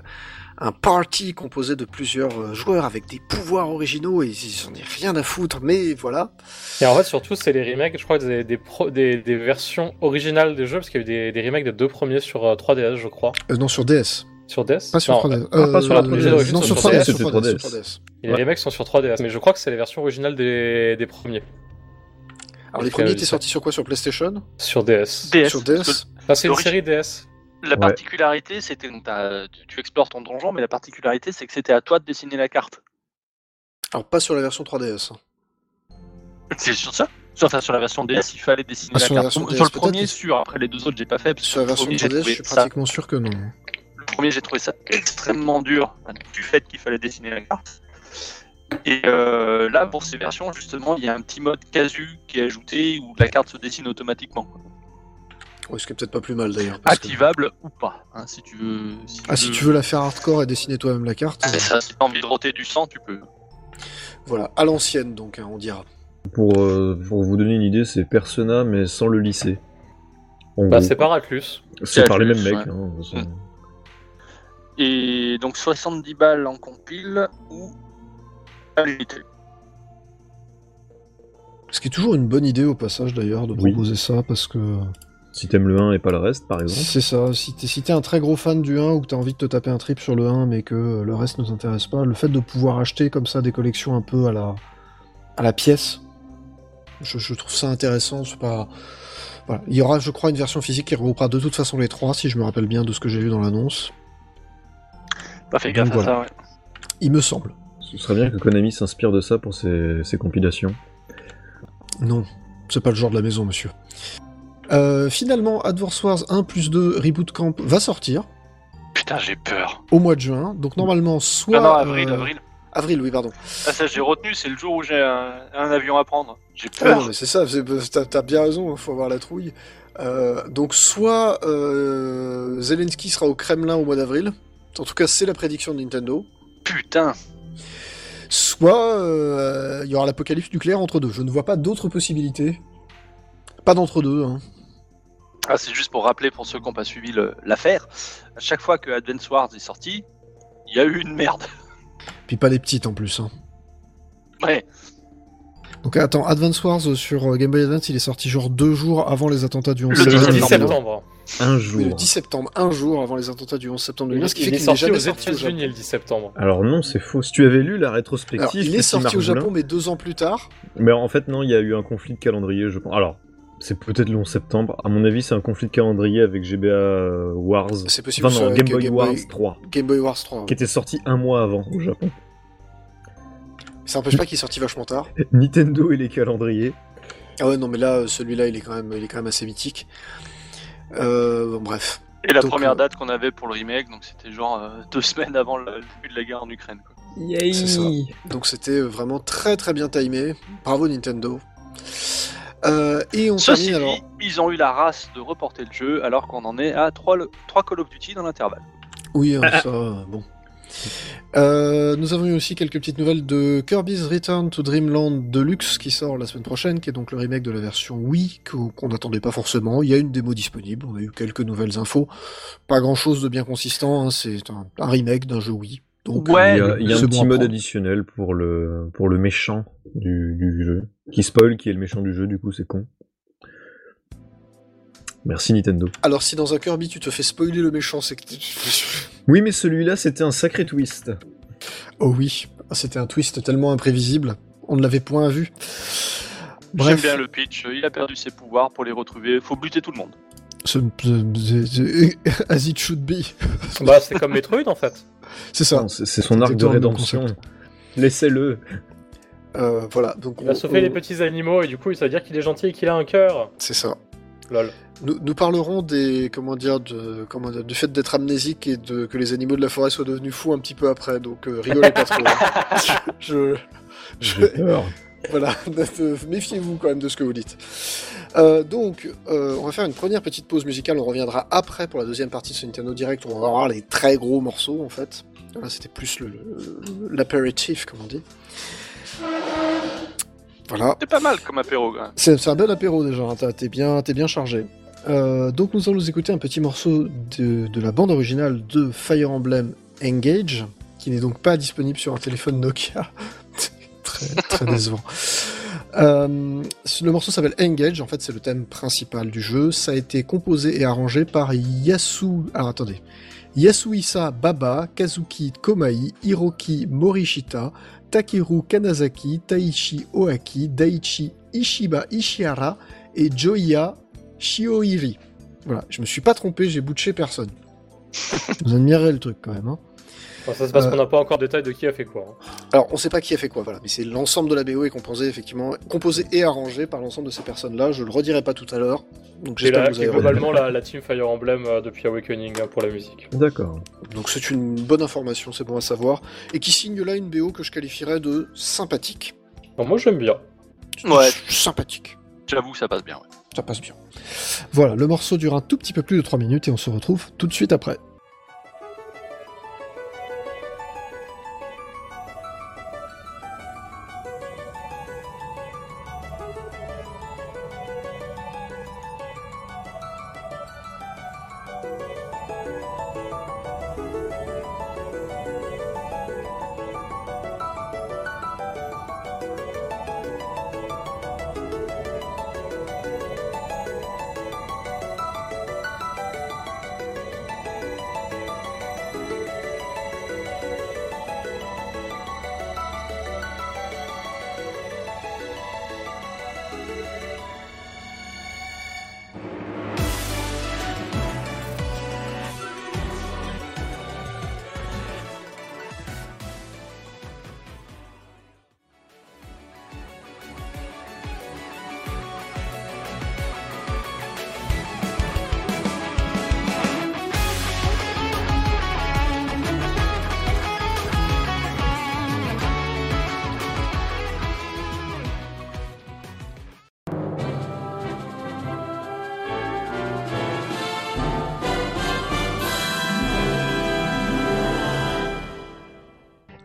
Speaker 1: un party composé de plusieurs euh, joueurs avec des pouvoirs originaux et ils en ai rien à foutre, mais voilà.
Speaker 5: Et en fait, surtout, c'est les remakes. Je crois que des, des, pro- des, des versions originales des jeux, parce qu'il y a eu des, des remakes des deux premiers sur euh, 3DS, je crois.
Speaker 6: Euh, non, sur DS.
Speaker 5: Sur DS
Speaker 6: Pas sur
Speaker 5: Non,
Speaker 6: 3DS.
Speaker 3: ah, pas sur la
Speaker 6: Euh,
Speaker 5: première d'origine,
Speaker 6: Non,
Speaker 5: sur
Speaker 6: sur
Speaker 5: 3DS,
Speaker 6: 3DS. sur
Speaker 3: c'était
Speaker 6: 3DS.
Speaker 1: 3DS.
Speaker 5: Et les remakes sont sur 3DS, mais je crois que c'est les versions originales des, des premiers
Speaker 1: Alors les
Speaker 5: Et puis, euh,
Speaker 1: premiers étaient
Speaker 5: ça-
Speaker 1: sortis sur quoi Sur PlayStation
Speaker 5: sur DS.
Speaker 4: DS,
Speaker 1: Sur
Speaker 4: parce que
Speaker 1: DS
Speaker 5: Ah, c'est une
Speaker 4: L'origi-
Speaker 5: série DS.
Speaker 4: La
Speaker 3: Ouais.
Speaker 4: particularité, c'était donc, t'as- tu- tu explores ton donjon, mais la particularité, c'est que c'était à toi de dessiner la carte.
Speaker 1: Alors pas sur la version 3DS. hein.
Speaker 4: C'est sur ça sur, enfin, sur la version DS, il fallait dessiner
Speaker 1: Ah,
Speaker 4: la
Speaker 1: sur la
Speaker 4: carte.
Speaker 1: version
Speaker 4: sur le
Speaker 1: DS,
Speaker 4: premier,
Speaker 1: peut-être.
Speaker 4: sûr. Après, les deux autres, j'ai pas fait. parce que
Speaker 1: Sur la
Speaker 4: le
Speaker 1: version
Speaker 4: premier, j'ai
Speaker 1: 3DS, je
Speaker 4: trouvé
Speaker 1: suis
Speaker 4: ça-
Speaker 1: pratiquement sûr que non.
Speaker 4: Le premier, j'ai trouvé ça extrêmement dur hein, du fait qu'il fallait dessiner la carte. Et euh, là, pour ces versions, justement, il y a un petit mode casu qui est ajouté où la carte se dessine automatiquement. quoi.
Speaker 1: Ouais, ce qui est peut-être pas plus mal d'ailleurs. parce que-
Speaker 4: Activable ou pas, hein, si tu veux. Si tu
Speaker 1: Ah si tu veux la faire hardcore et dessiner toi-même la carte,
Speaker 4: Ah, c'est ça, si t'as envie de roter du sang, tu peux.
Speaker 1: voilà, à l'ancienne donc, hein, on dira.
Speaker 3: Pour, euh, pour vous donner une idée, c'est Persona, mais sans le lycée.
Speaker 6: Mmh.
Speaker 3: En
Speaker 5: Bah,
Speaker 3: gros.
Speaker 5: c'est par Atlus.
Speaker 3: C'est par les mêmes
Speaker 4: Atlus,
Speaker 3: mecs.
Speaker 4: ouais.
Speaker 3: hein, de toute façon.
Speaker 4: Et donc 70 balles en compile ou à l'unité.
Speaker 1: Ce qui est toujours une bonne idée au passage d'ailleurs de
Speaker 3: Oui.
Speaker 1: proposer ça parce que
Speaker 3: Si t'aimes le 1 et pas le reste, par exemple.
Speaker 1: C'est ça, si t'es si t'es un très gros fan du 1 ou que t'as envie de te taper un trip sur le 1 mais que euh, le reste ne t'intéresse pas, le fait de pouvoir acheter comme ça des collections un peu à la, à la pièce, je, je trouve ça intéressant. C'est pas... voilà. Il y aura, je crois, une version physique qui regroupera de toute façon les trois, si je me rappelle bien de ce que j'ai vu dans l'annonce,
Speaker 4: Pas fait
Speaker 1: Donc
Speaker 4: gaffe à ça, ouais.
Speaker 1: il me semble.
Speaker 3: Ce serait bien que Konami s'inspire de ça pour ses, ses compilations.
Speaker 1: Non, c'est pas le genre de la maison, monsieur. Euh, finalement, Advance Wars 1 plus 2 Reboot Camp va sortir
Speaker 4: Putain, j'ai peur.
Speaker 1: au mois de juin, donc normalement soit...
Speaker 4: Ah non, avril,
Speaker 1: euh,
Speaker 4: avril.
Speaker 1: avril, oui, pardon.
Speaker 4: Ah, ça, j'ai retenu, c'est le jour où j'ai un, un avion à prendre. J'ai
Speaker 1: Ah
Speaker 4: peur.
Speaker 1: non, mais c'est ça, c'est- t'as t'as bien raison, hein, faut avoir la trouille. Euh, donc, soit euh, Zelensky sera au Kremlin au mois d'avril, en tout cas, c'est la prédiction de Nintendo,
Speaker 4: Putain.
Speaker 1: soit euh, il y aura l'apocalypse nucléaire entre deux. Je ne vois pas d'autres possibilités. Pas d'entre deux, hein.
Speaker 4: Ah, c'est juste pour rappeler pour ceux qui n'ont pas suivi le- l'affaire. À chaque fois que Advance Wars est sorti, il y a eu une merde.
Speaker 1: Puis pas des petites en plus. hein.
Speaker 4: Ouais.
Speaker 1: Donc, attends, Advance Wars euh, sur euh, Game Boy Advance, il est sorti genre deux jours avant les attentats du 11
Speaker 4: Le
Speaker 5: Le
Speaker 1: septembre.
Speaker 5: 10
Speaker 4: septembre.
Speaker 5: septembre.
Speaker 3: Un
Speaker 1: Oui,
Speaker 3: jour.
Speaker 1: le 10 septembre, un jour avant les attentats du 11 septembre
Speaker 5: Il,
Speaker 1: 2001, ce qui fait
Speaker 5: il est
Speaker 1: qu'il n'est
Speaker 5: sorti aux
Speaker 1: jamais sorti au Japon.
Speaker 5: États-Unis le 10 septembre.
Speaker 3: Alors non, c'est faux. Si tu avais lu la rétrospective,
Speaker 1: Alors, il est
Speaker 3: petit
Speaker 1: sorti au
Speaker 3: Margoulin-
Speaker 1: Japon, mais deux ans plus tard.
Speaker 3: Mais en fait, non, il y a eu un conflit de calendrier, je pense. Alors, C'est peut-être le 11 septembre. À mon avis, c'est un conflit de calendrier avec GBA euh, Wars.
Speaker 1: C'est possible.
Speaker 3: Enfin, non,
Speaker 1: ça,
Speaker 3: Game
Speaker 1: que
Speaker 3: Boy Wars 3,
Speaker 1: Game Boy Wars 3. ouais.
Speaker 3: qui était sorti un mois avant au Japon.
Speaker 1: Ça n'empêche pas qu'il est sorti vachement tard.
Speaker 3: Nintendo et les calendriers.
Speaker 1: Ah ouais, non, mais là, euh, celui-là, il est quand même, il est quand même assez mythique. Euh, bon, bref.
Speaker 4: Et la
Speaker 1: Donc, euh,
Speaker 4: première date qu'on avait pour le remake, donc c'était genre euh, deux semaines avant le début de la guerre en Ukraine. quoi.
Speaker 1: C'est ça. Donc c'était vraiment très très bien timé. Bravo Nintendo. Euh, et on
Speaker 4: Ceci
Speaker 1: termine
Speaker 4: dit,
Speaker 1: alors.
Speaker 4: ils ont eu la race de reporter le jeu alors qu'on en est à 3, Call of Duty dans l'intervalle.
Speaker 1: Oui, hein, ça, euh, bon. Euh, nous avons eu aussi quelques petites nouvelles de Kirby's Return to Dreamland Deluxe qui sort la semaine prochaine, qui est donc le remake de la version Wii qu'au- qu'on n'attendait pas forcément. Il y a une démo disponible, on a eu quelques nouvelles infos. Pas grand chose de bien consistant, hein, c'est un, un remake d'un jeu Wii. Donc,
Speaker 4: Ouais,
Speaker 3: il y a, il y a un
Speaker 1: c'est
Speaker 3: petit
Speaker 1: bon à
Speaker 3: mode
Speaker 1: prendre.
Speaker 3: additionnel pour le, pour le méchant du, du jeu. Qui spoil, qui est le méchant du jeu, du coup, c'est con. Merci Nintendo.
Speaker 1: Alors si dans un Kirby tu te fais spoiler le méchant, c'est que...
Speaker 3: Oui, mais celui-là, c'était un sacré twist.
Speaker 1: Oh oui, c'était un twist tellement imprévisible, on ne l'avait point vu.
Speaker 4: J'aime
Speaker 1: Bref,
Speaker 4: bien le pitch, il a perdu ses pouvoirs pour les retrouver, faut buter tout le monde.
Speaker 1: ce- ce- ce- ce- as it should be,
Speaker 5: Bah, c'est comme Metroid en fait.
Speaker 1: c'est ça.
Speaker 3: Non, C'est c'est son arc de
Speaker 1: exactement le même
Speaker 3: rédemption. Laissez-le.
Speaker 1: Euh, voilà, donc
Speaker 5: Il va
Speaker 1: on-
Speaker 5: sauver
Speaker 1: on-
Speaker 5: les petits animaux et du coup, ça veut dire qu'il est gentil et qu'il a un cœur.
Speaker 1: C'est ça.
Speaker 5: Lol.
Speaker 1: Nous, nous parlerons des comment dire de comment dire, du fait d'être amnésique et de que les animaux de la forêt soient devenus fous un petit peu après. Donc euh, rigolez pas trop. je, je-
Speaker 3: J'ai peur.
Speaker 1: voilà, ne- méfiez-vous quand même de ce que vous dites. Euh, donc, euh, on va faire une première petite pause musicale. On reviendra après pour la deuxième partie de ce Nintendo Direct. où On va voir les très gros morceaux en fait. Là, c'était plus le- le- l'apéritif, comme on dit. Voilà.
Speaker 4: C'est pas mal comme apéro. hein.
Speaker 1: C'est c'est un bel apéro déjà, hein, t'as- t'es bien, t'es bien chargé. Euh, donc nous allons écouter un petit morceau de, de la bande originale de Fire Emblem Engage, qui n'est donc pas disponible sur un téléphone Nokia. très, très décevant. Euh, le morceau s'appelle Engage, en fait c'est le thème principal du jeu. Ça a été composé et arrangé par Yasu... Alors attendez. Yasuhisa Baba, Kazuki Komai, Hiroki Morishita, Takeru Kanazaki, Taichi Oaki, Daichi Ishiba Ishihara et Joya Shioiri. Voilà, je me suis pas trompé, j'ai bouché personne. Vous admirez le truc quand même. hein.
Speaker 5: Enfin, ça se passe
Speaker 1: Euh.
Speaker 5: qu'on n'a pas encore de détail de qui a fait quoi. hein.
Speaker 1: Alors, on sait pas qui a fait quoi, voilà, mais c'est l'ensemble de la BO est composé effectivement, composé et arrangé par l'ensemble de ces personnes-là. Je le redirai pas tout à l'heure, donc
Speaker 5: Qui est
Speaker 1: j'espère
Speaker 5: la-
Speaker 1: que vous
Speaker 5: qui est
Speaker 1: avez. retenu.
Speaker 5: globalement la, la team Fire Emblem euh, depuis Awakening hein, pour la musique.
Speaker 3: D'accord.
Speaker 1: Donc c'est une bonne information, c'est bon à savoir, et qui signe là une BO que je qualifierais de sympathique.
Speaker 5: Donc, moi, j'aime bien.
Speaker 4: Ouais.
Speaker 1: Sympathique.
Speaker 4: J'avoue, ça passe bien. ouais.
Speaker 1: Ça passe bien. Voilà, le morceau dure un tout petit peu plus de 3 minutes et on se retrouve tout de suite après.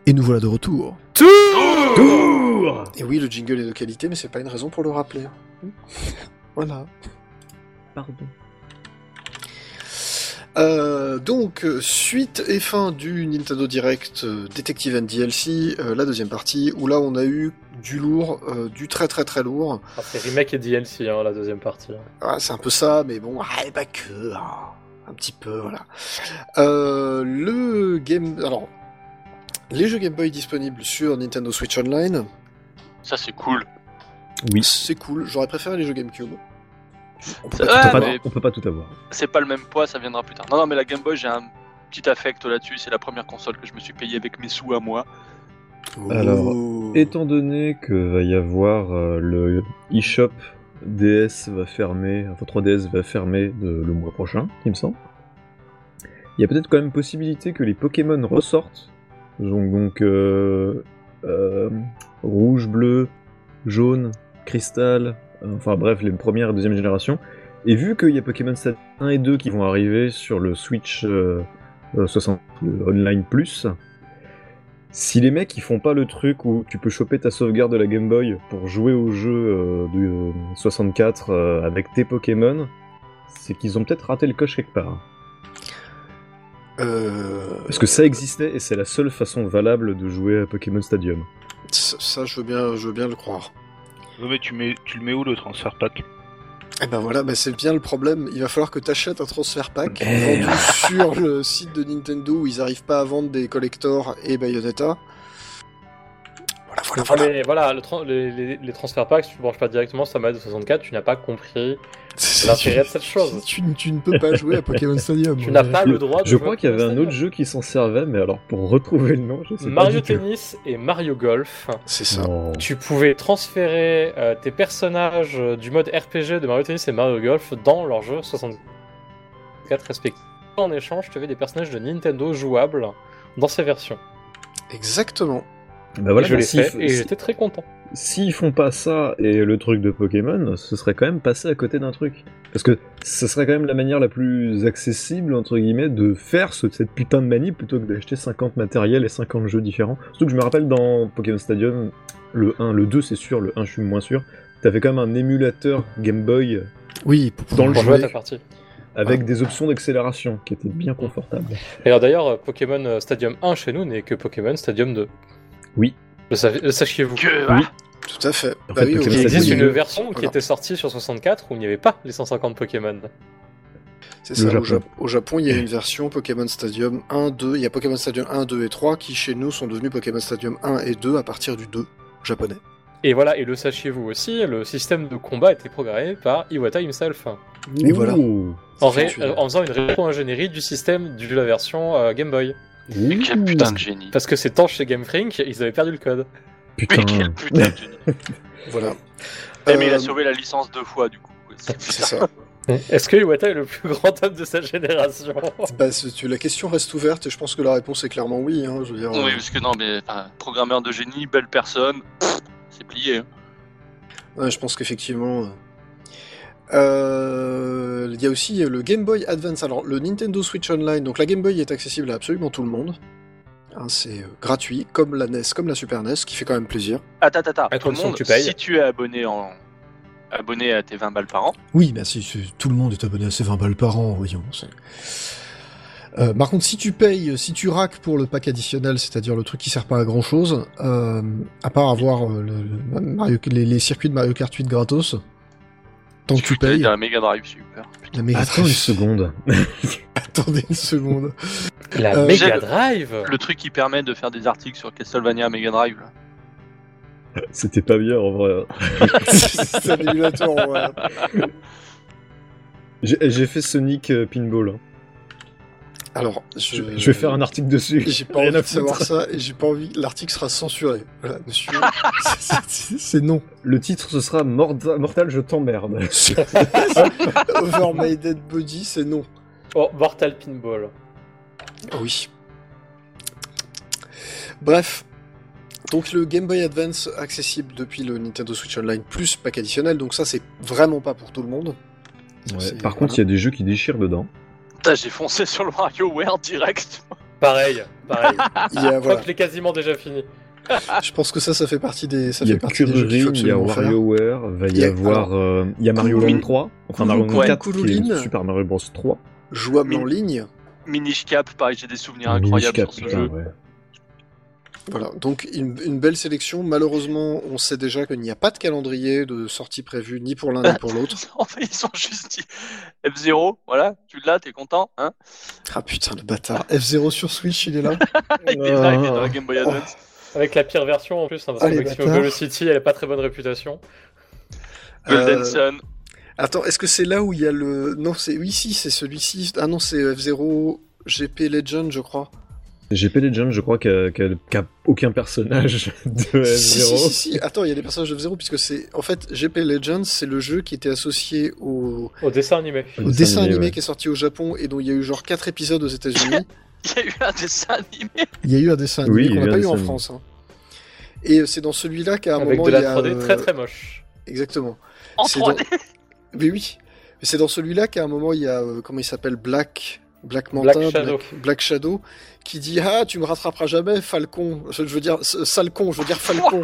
Speaker 1: Et nous voilà de retour.
Speaker 2: Oh,
Speaker 3: Tour
Speaker 1: Et oui, le jingle est de qualité, mais c'est pas une raison pour le rappeler. voilà.
Speaker 3: Pardon.
Speaker 1: Euh, donc, euh, suite et fin du Nintendo Direct euh, Detective and DLC, euh, la deuxième partie, où là on a eu du lourd, euh, du très très très lourd.
Speaker 5: Ah, c'est remake et DLC, hein, la deuxième partie. hein.
Speaker 1: Ah, c'est un peu ça, mais bon, ah, et pas que. hein. un petit peu, voilà. Euh, le game. Alors. Les jeux Game Boy disponibles sur Nintendo Switch Online,
Speaker 4: Ça, c'est cool.
Speaker 3: Oui.
Speaker 1: c'est cool. J'aurais préféré les jeux GameCube. On peut
Speaker 4: Ça-
Speaker 1: pas tout
Speaker 4: ouais,
Speaker 1: avoir.
Speaker 3: Pas-
Speaker 4: mais-
Speaker 3: On peut pas tout avoir.
Speaker 4: C'est pas le même poids, ça viendra plus tard. Non, non, mais la Game Boy, j'ai un petit affect là-dessus. C'est la première console que je me suis payée avec mes sous à moi.
Speaker 3: Alors,
Speaker 1: Oh.
Speaker 3: Étant donné que va y avoir euh, le eShop DS va fermer, enfin 3DS va fermer euh, le mois prochain, il me semble, il y a peut-être quand même possibilité que les Pokémon ressortent. Donc, donc, euh, euh, rouge, bleu, jaune, cristal, euh, enfin bref, les premières et deuxième générations. Et vu qu'il y a Pokémon Stadium 1 et 2 qui vont arriver sur le Switch euh, euh, 60 le Online Plus, si les mecs ils font pas le truc où tu peux choper ta sauvegarde de la Game Boy pour jouer au jeu euh, du euh, 64 euh, avec tes Pokémon, c'est qu'ils ont peut-être raté le coche quelque part. hein.
Speaker 1: Euh,
Speaker 3: Parce que ça existait et c'est la seule façon valable de jouer à Pokémon Stadium.
Speaker 1: ça, ça, je veux bien, je veux bien le croire.
Speaker 2: Non, mais tu, mets, tu le mets où le transfert pack
Speaker 1: Et ben voilà, ben c'est bien le problème. Il va falloir que t'achètes un transfert pack
Speaker 3: Merde.
Speaker 1: vendu sur le site de Nintendo où ils arrivent pas à vendre des collectors et Bayonetta. Voilà, voilà,
Speaker 5: Ah,
Speaker 1: voilà.
Speaker 5: mais voilà, le tran- les, les- les transferts packs, si tu ne branches pas directement sur ta manette de 64, tu n'as pas compris l'intérêt de cette chose.
Speaker 6: Tu, tu ne peux pas jouer à Pokémon Stadium.
Speaker 5: Tu n'as
Speaker 6: mais-
Speaker 5: pas Ah, le droit de
Speaker 3: Je
Speaker 5: jouer
Speaker 3: crois
Speaker 5: à
Speaker 3: qu'il y avait un
Speaker 5: Pokémon
Speaker 3: autre jeu qui s'en servait, mais alors pour retrouver le nom, je sais
Speaker 5: Mario
Speaker 3: pas. du tout.
Speaker 5: Tennis et Mario Golf.
Speaker 1: C'est ça.
Speaker 3: Non.
Speaker 5: Tu pouvais transférer euh, tes personnages euh, du mode RPG de Mario Tennis et Mario Golf dans leurs jeux 64 respectifs. En échange, tu avais des personnages de Nintendo jouables dans ces versions.
Speaker 1: Exactement.
Speaker 3: Bah voilà,
Speaker 5: je l'ai
Speaker 3: bah, s'ils
Speaker 5: fait
Speaker 3: f-
Speaker 5: et
Speaker 3: s-
Speaker 5: j'étais très content.
Speaker 3: S'ils font pas ça et le truc de Pokémon, ce serait quand même passé à côté d'un truc. Parce que ce serait quand même la manière la plus accessible, entre guillemets, de faire ce- cette putain de manie plutôt que d'acheter 50 matériels et 50 jeux différents. Surtout que je me rappelle dans Pokémon Stadium, le 1, le 2 c'est sûr, le 1 je suis moins sûr, t'avais quand même un émulateur Game Boy
Speaker 6: Oui, pour,
Speaker 3: Dans le
Speaker 5: Pour
Speaker 3: jeu.
Speaker 5: jouer à
Speaker 6: jouer.
Speaker 5: ta partie.
Speaker 1: Ah.
Speaker 3: avec des options d'accélération qui étaient bien confortables.
Speaker 5: Et alors d'ailleurs, euh, Pokémon euh, Stadium 1 chez nous n'est que Pokémon Stadium 2.
Speaker 3: Oui.
Speaker 5: Le, sa- le sachiez-vous.
Speaker 4: Que
Speaker 3: Oui.
Speaker 1: Tout à fait. Bah
Speaker 3: En fait, Pokémon
Speaker 5: Il
Speaker 1: aujourd'hui,
Speaker 3: Stadium,
Speaker 5: existe
Speaker 3: oui.
Speaker 5: une version qui
Speaker 1: Voilà.
Speaker 5: était sortie sur 64 où il n'y avait pas les 150 Pokémon.
Speaker 1: C'est
Speaker 3: Le
Speaker 1: ça, au,
Speaker 3: Japon.
Speaker 1: Jap- au Japon, il y a une version Pokémon Stadium 1, 2. Il y a Pokémon Stadium 1, 2 et 3 qui, chez nous, sont devenus Pokémon Stadium 1 et 2 à partir du 2 japonais.
Speaker 5: Et voilà, et le sachiez-vous aussi, le système de combat était programmé par Iwata himself.
Speaker 1: Et voilà.
Speaker 3: Ouh.
Speaker 5: En, ré-
Speaker 1: Fortuné.
Speaker 5: euh, en faisant une rétro-ingénierie du système de la version euh, Game Boy.
Speaker 4: Mais quel putain de
Speaker 3: Ouh.
Speaker 4: génie.
Speaker 5: Parce que ces temps chez Game Freak, ils avaient perdu le code.
Speaker 4: Mais
Speaker 3: Putain.
Speaker 4: quel putain de génie.
Speaker 1: Voilà.
Speaker 4: Eh, mais il a
Speaker 1: Euh,
Speaker 4: sauvé la licence deux fois, du coup. C'est
Speaker 1: C'est
Speaker 4: putain.
Speaker 1: ça.
Speaker 5: Est-ce que Iwata est le plus grand homme de sa génération
Speaker 1: Bah, c'est- tu- la question reste ouverte et je pense que la réponse est clairement oui. hein, je veux dire,
Speaker 4: Oui, parce que non, mais enfin, programmeur de génie, belle personne, pff, c'est plié. hein.
Speaker 1: euh, ouais, je pense qu'effectivement. euh, euh, Il y a aussi le Game Boy Advance. Alors, le Nintendo Switch Online. Donc, la Game Boy est accessible à absolument tout le monde. Hein, c'est euh, gratuit, comme la NES, comme la Super NES, ce qui fait quand même plaisir.
Speaker 4: Attends, attends, attends.
Speaker 5: À
Speaker 4: Tout le
Speaker 5: condition
Speaker 4: monde,
Speaker 5: que tu payes.
Speaker 4: si tu es abonné en abonné à tes 20 balles par an,
Speaker 6: Oui, bah si, si, tout le monde est abonné à ses 20 balles par an, voyons. c'est- Euh, par contre, si tu payes, si tu raques pour le pack additionnel, c'est-à-dire le truc qui sert pas à grand chose, à part avoir euh, le- le Mario- les, les circuits de Mario Kart 8 gratos, tant que tu
Speaker 4: putain, il
Speaker 6: payes,
Speaker 4: y a un Mega Drive super.
Speaker 6: la méga
Speaker 3: Attends une
Speaker 6: drive-
Speaker 3: seconde.
Speaker 6: attendez une seconde.
Speaker 5: La
Speaker 6: Euh,
Speaker 5: Mega
Speaker 4: j'ai-
Speaker 5: Drive
Speaker 4: Le truc qui permet de faire des articles sur Castlevania Mega Drive. là.
Speaker 3: C'était pas bien en vrai.
Speaker 1: c'est un émulateur. ouais.
Speaker 3: J'ai j'ai fait Sonic euh, Pinball. hein.
Speaker 1: Alors,
Speaker 3: Je,
Speaker 1: je,
Speaker 3: je vais faire un article dessus.
Speaker 1: J'ai pas
Speaker 3: Rien
Speaker 1: envie
Speaker 3: à
Speaker 1: de savoir
Speaker 3: foutre.
Speaker 1: ça et j'ai pas envie. L'article sera censuré. Voilà, monsieur.
Speaker 6: C'est- C'est c'est non.
Speaker 3: Le titre, ce sera Morda- Mortal, je t'emmerde.
Speaker 1: Over my dead body, c'est non.
Speaker 5: Oh, Mortal Pinball.
Speaker 1: Ah oui. Bref. Donc le Game Boy Advance accessible depuis le Nintendo Switch Online plus pack additionnel, donc ça c'est vraiment pas pour tout le monde.
Speaker 3: Ouais,
Speaker 1: C'est-
Speaker 3: Par contre, il y a des jeux qui déchirent dedans.
Speaker 4: Putain, j'ai foncé sur le WarioWare direct.
Speaker 5: Pareil, pareil.
Speaker 1: il y a,
Speaker 5: Je crois
Speaker 1: voilà,
Speaker 5: que je l'ai quasiment déjà fini.
Speaker 1: je pense que ça ça fait partie des ça
Speaker 3: Il y
Speaker 1: fait
Speaker 3: a
Speaker 1: partie des jeux qu'il faut
Speaker 3: Curie, il y a
Speaker 1: absolument faire.
Speaker 3: WarioWare, va
Speaker 1: Il
Speaker 3: y
Speaker 1: y a-
Speaker 3: avoir. euh, Il y a Mario
Speaker 1: Kouloulin-
Speaker 3: Land 3, enfin Mario Land
Speaker 1: Kouloulin-
Speaker 3: 4, qui est
Speaker 1: Kouloulin.
Speaker 3: Super Mario Bros 3.
Speaker 1: Jouable en
Speaker 4: Min-
Speaker 1: ligne.
Speaker 4: Minish Cap, pareil, j'ai des souvenirs
Speaker 3: Ah, Minish
Speaker 4: incroyables
Speaker 3: Cap,
Speaker 4: sur ce
Speaker 3: putain,
Speaker 4: jeu.
Speaker 3: ouais.
Speaker 1: Voilà, donc une, une belle sélection. Malheureusement, on sait déjà qu'il n'y a pas de calendrier de sortie prévu ni pour l'un ni pour l'autre.
Speaker 4: En fait, ils ont juste dit F0, voilà, tu l'as, t'es content, hein
Speaker 1: Ah putain le bâtard. F0 sur Switch, il est là.
Speaker 4: Avec des lives
Speaker 3: Euh,
Speaker 4: et dans la Game Boy Advance.
Speaker 3: oh,
Speaker 5: Avec la pire version en plus, hein, parce
Speaker 1: Ah,
Speaker 5: que
Speaker 1: les
Speaker 5: Maximo
Speaker 1: bâtards.
Speaker 5: Velocity, elle a pas très bonne réputation.
Speaker 1: Euh,
Speaker 4: Golden Sun.
Speaker 1: Attends, est-ce que c'est là où il y a le. Non, c'est. Oui, si, c'est celui-ci. Ah non, c'est F0 GP Legend, je crois.
Speaker 3: GP Legend, je crois qu'à qu'à- qu'à aucun personnage de
Speaker 1: Si, si, si,
Speaker 3: F0.
Speaker 1: si. Attends, il y a des personnages de F0 puisque c'est. En fait, GP Legends, c'est le jeu qui était associé au,
Speaker 5: Au dessin animé.
Speaker 1: au dessin animé
Speaker 3: ouais.
Speaker 1: qui est sorti au Japon et dont il y a eu genre 4 épisodes aux États-Unis.
Speaker 4: Il y a eu un dessin animé.
Speaker 6: Il y a eu un dessin animé
Speaker 3: Oui, il y
Speaker 6: qu'on
Speaker 3: a
Speaker 6: n'a
Speaker 3: eu un
Speaker 6: pas eu
Speaker 3: dessin
Speaker 6: en
Speaker 3: animé.
Speaker 6: France. hein. Et euh, c'est dans celui-là qu'à un
Speaker 5: Avec
Speaker 1: moment,
Speaker 5: de la
Speaker 1: il y a,
Speaker 5: 3D
Speaker 1: euh,
Speaker 5: très très moche.
Speaker 1: Exactement.
Speaker 4: En
Speaker 1: C'est
Speaker 4: 3D.
Speaker 1: Mais oui. Mais c'est dans celui-là qu'à un moment, il y a. euh, comment il s'appelle Black. Black Manta,
Speaker 5: Black Shadow.
Speaker 1: Black Shadow, qui dit Ah, tu me rattraperas jamais, Falcon. Je veux dire, s- sale con, je veux dire Falcon.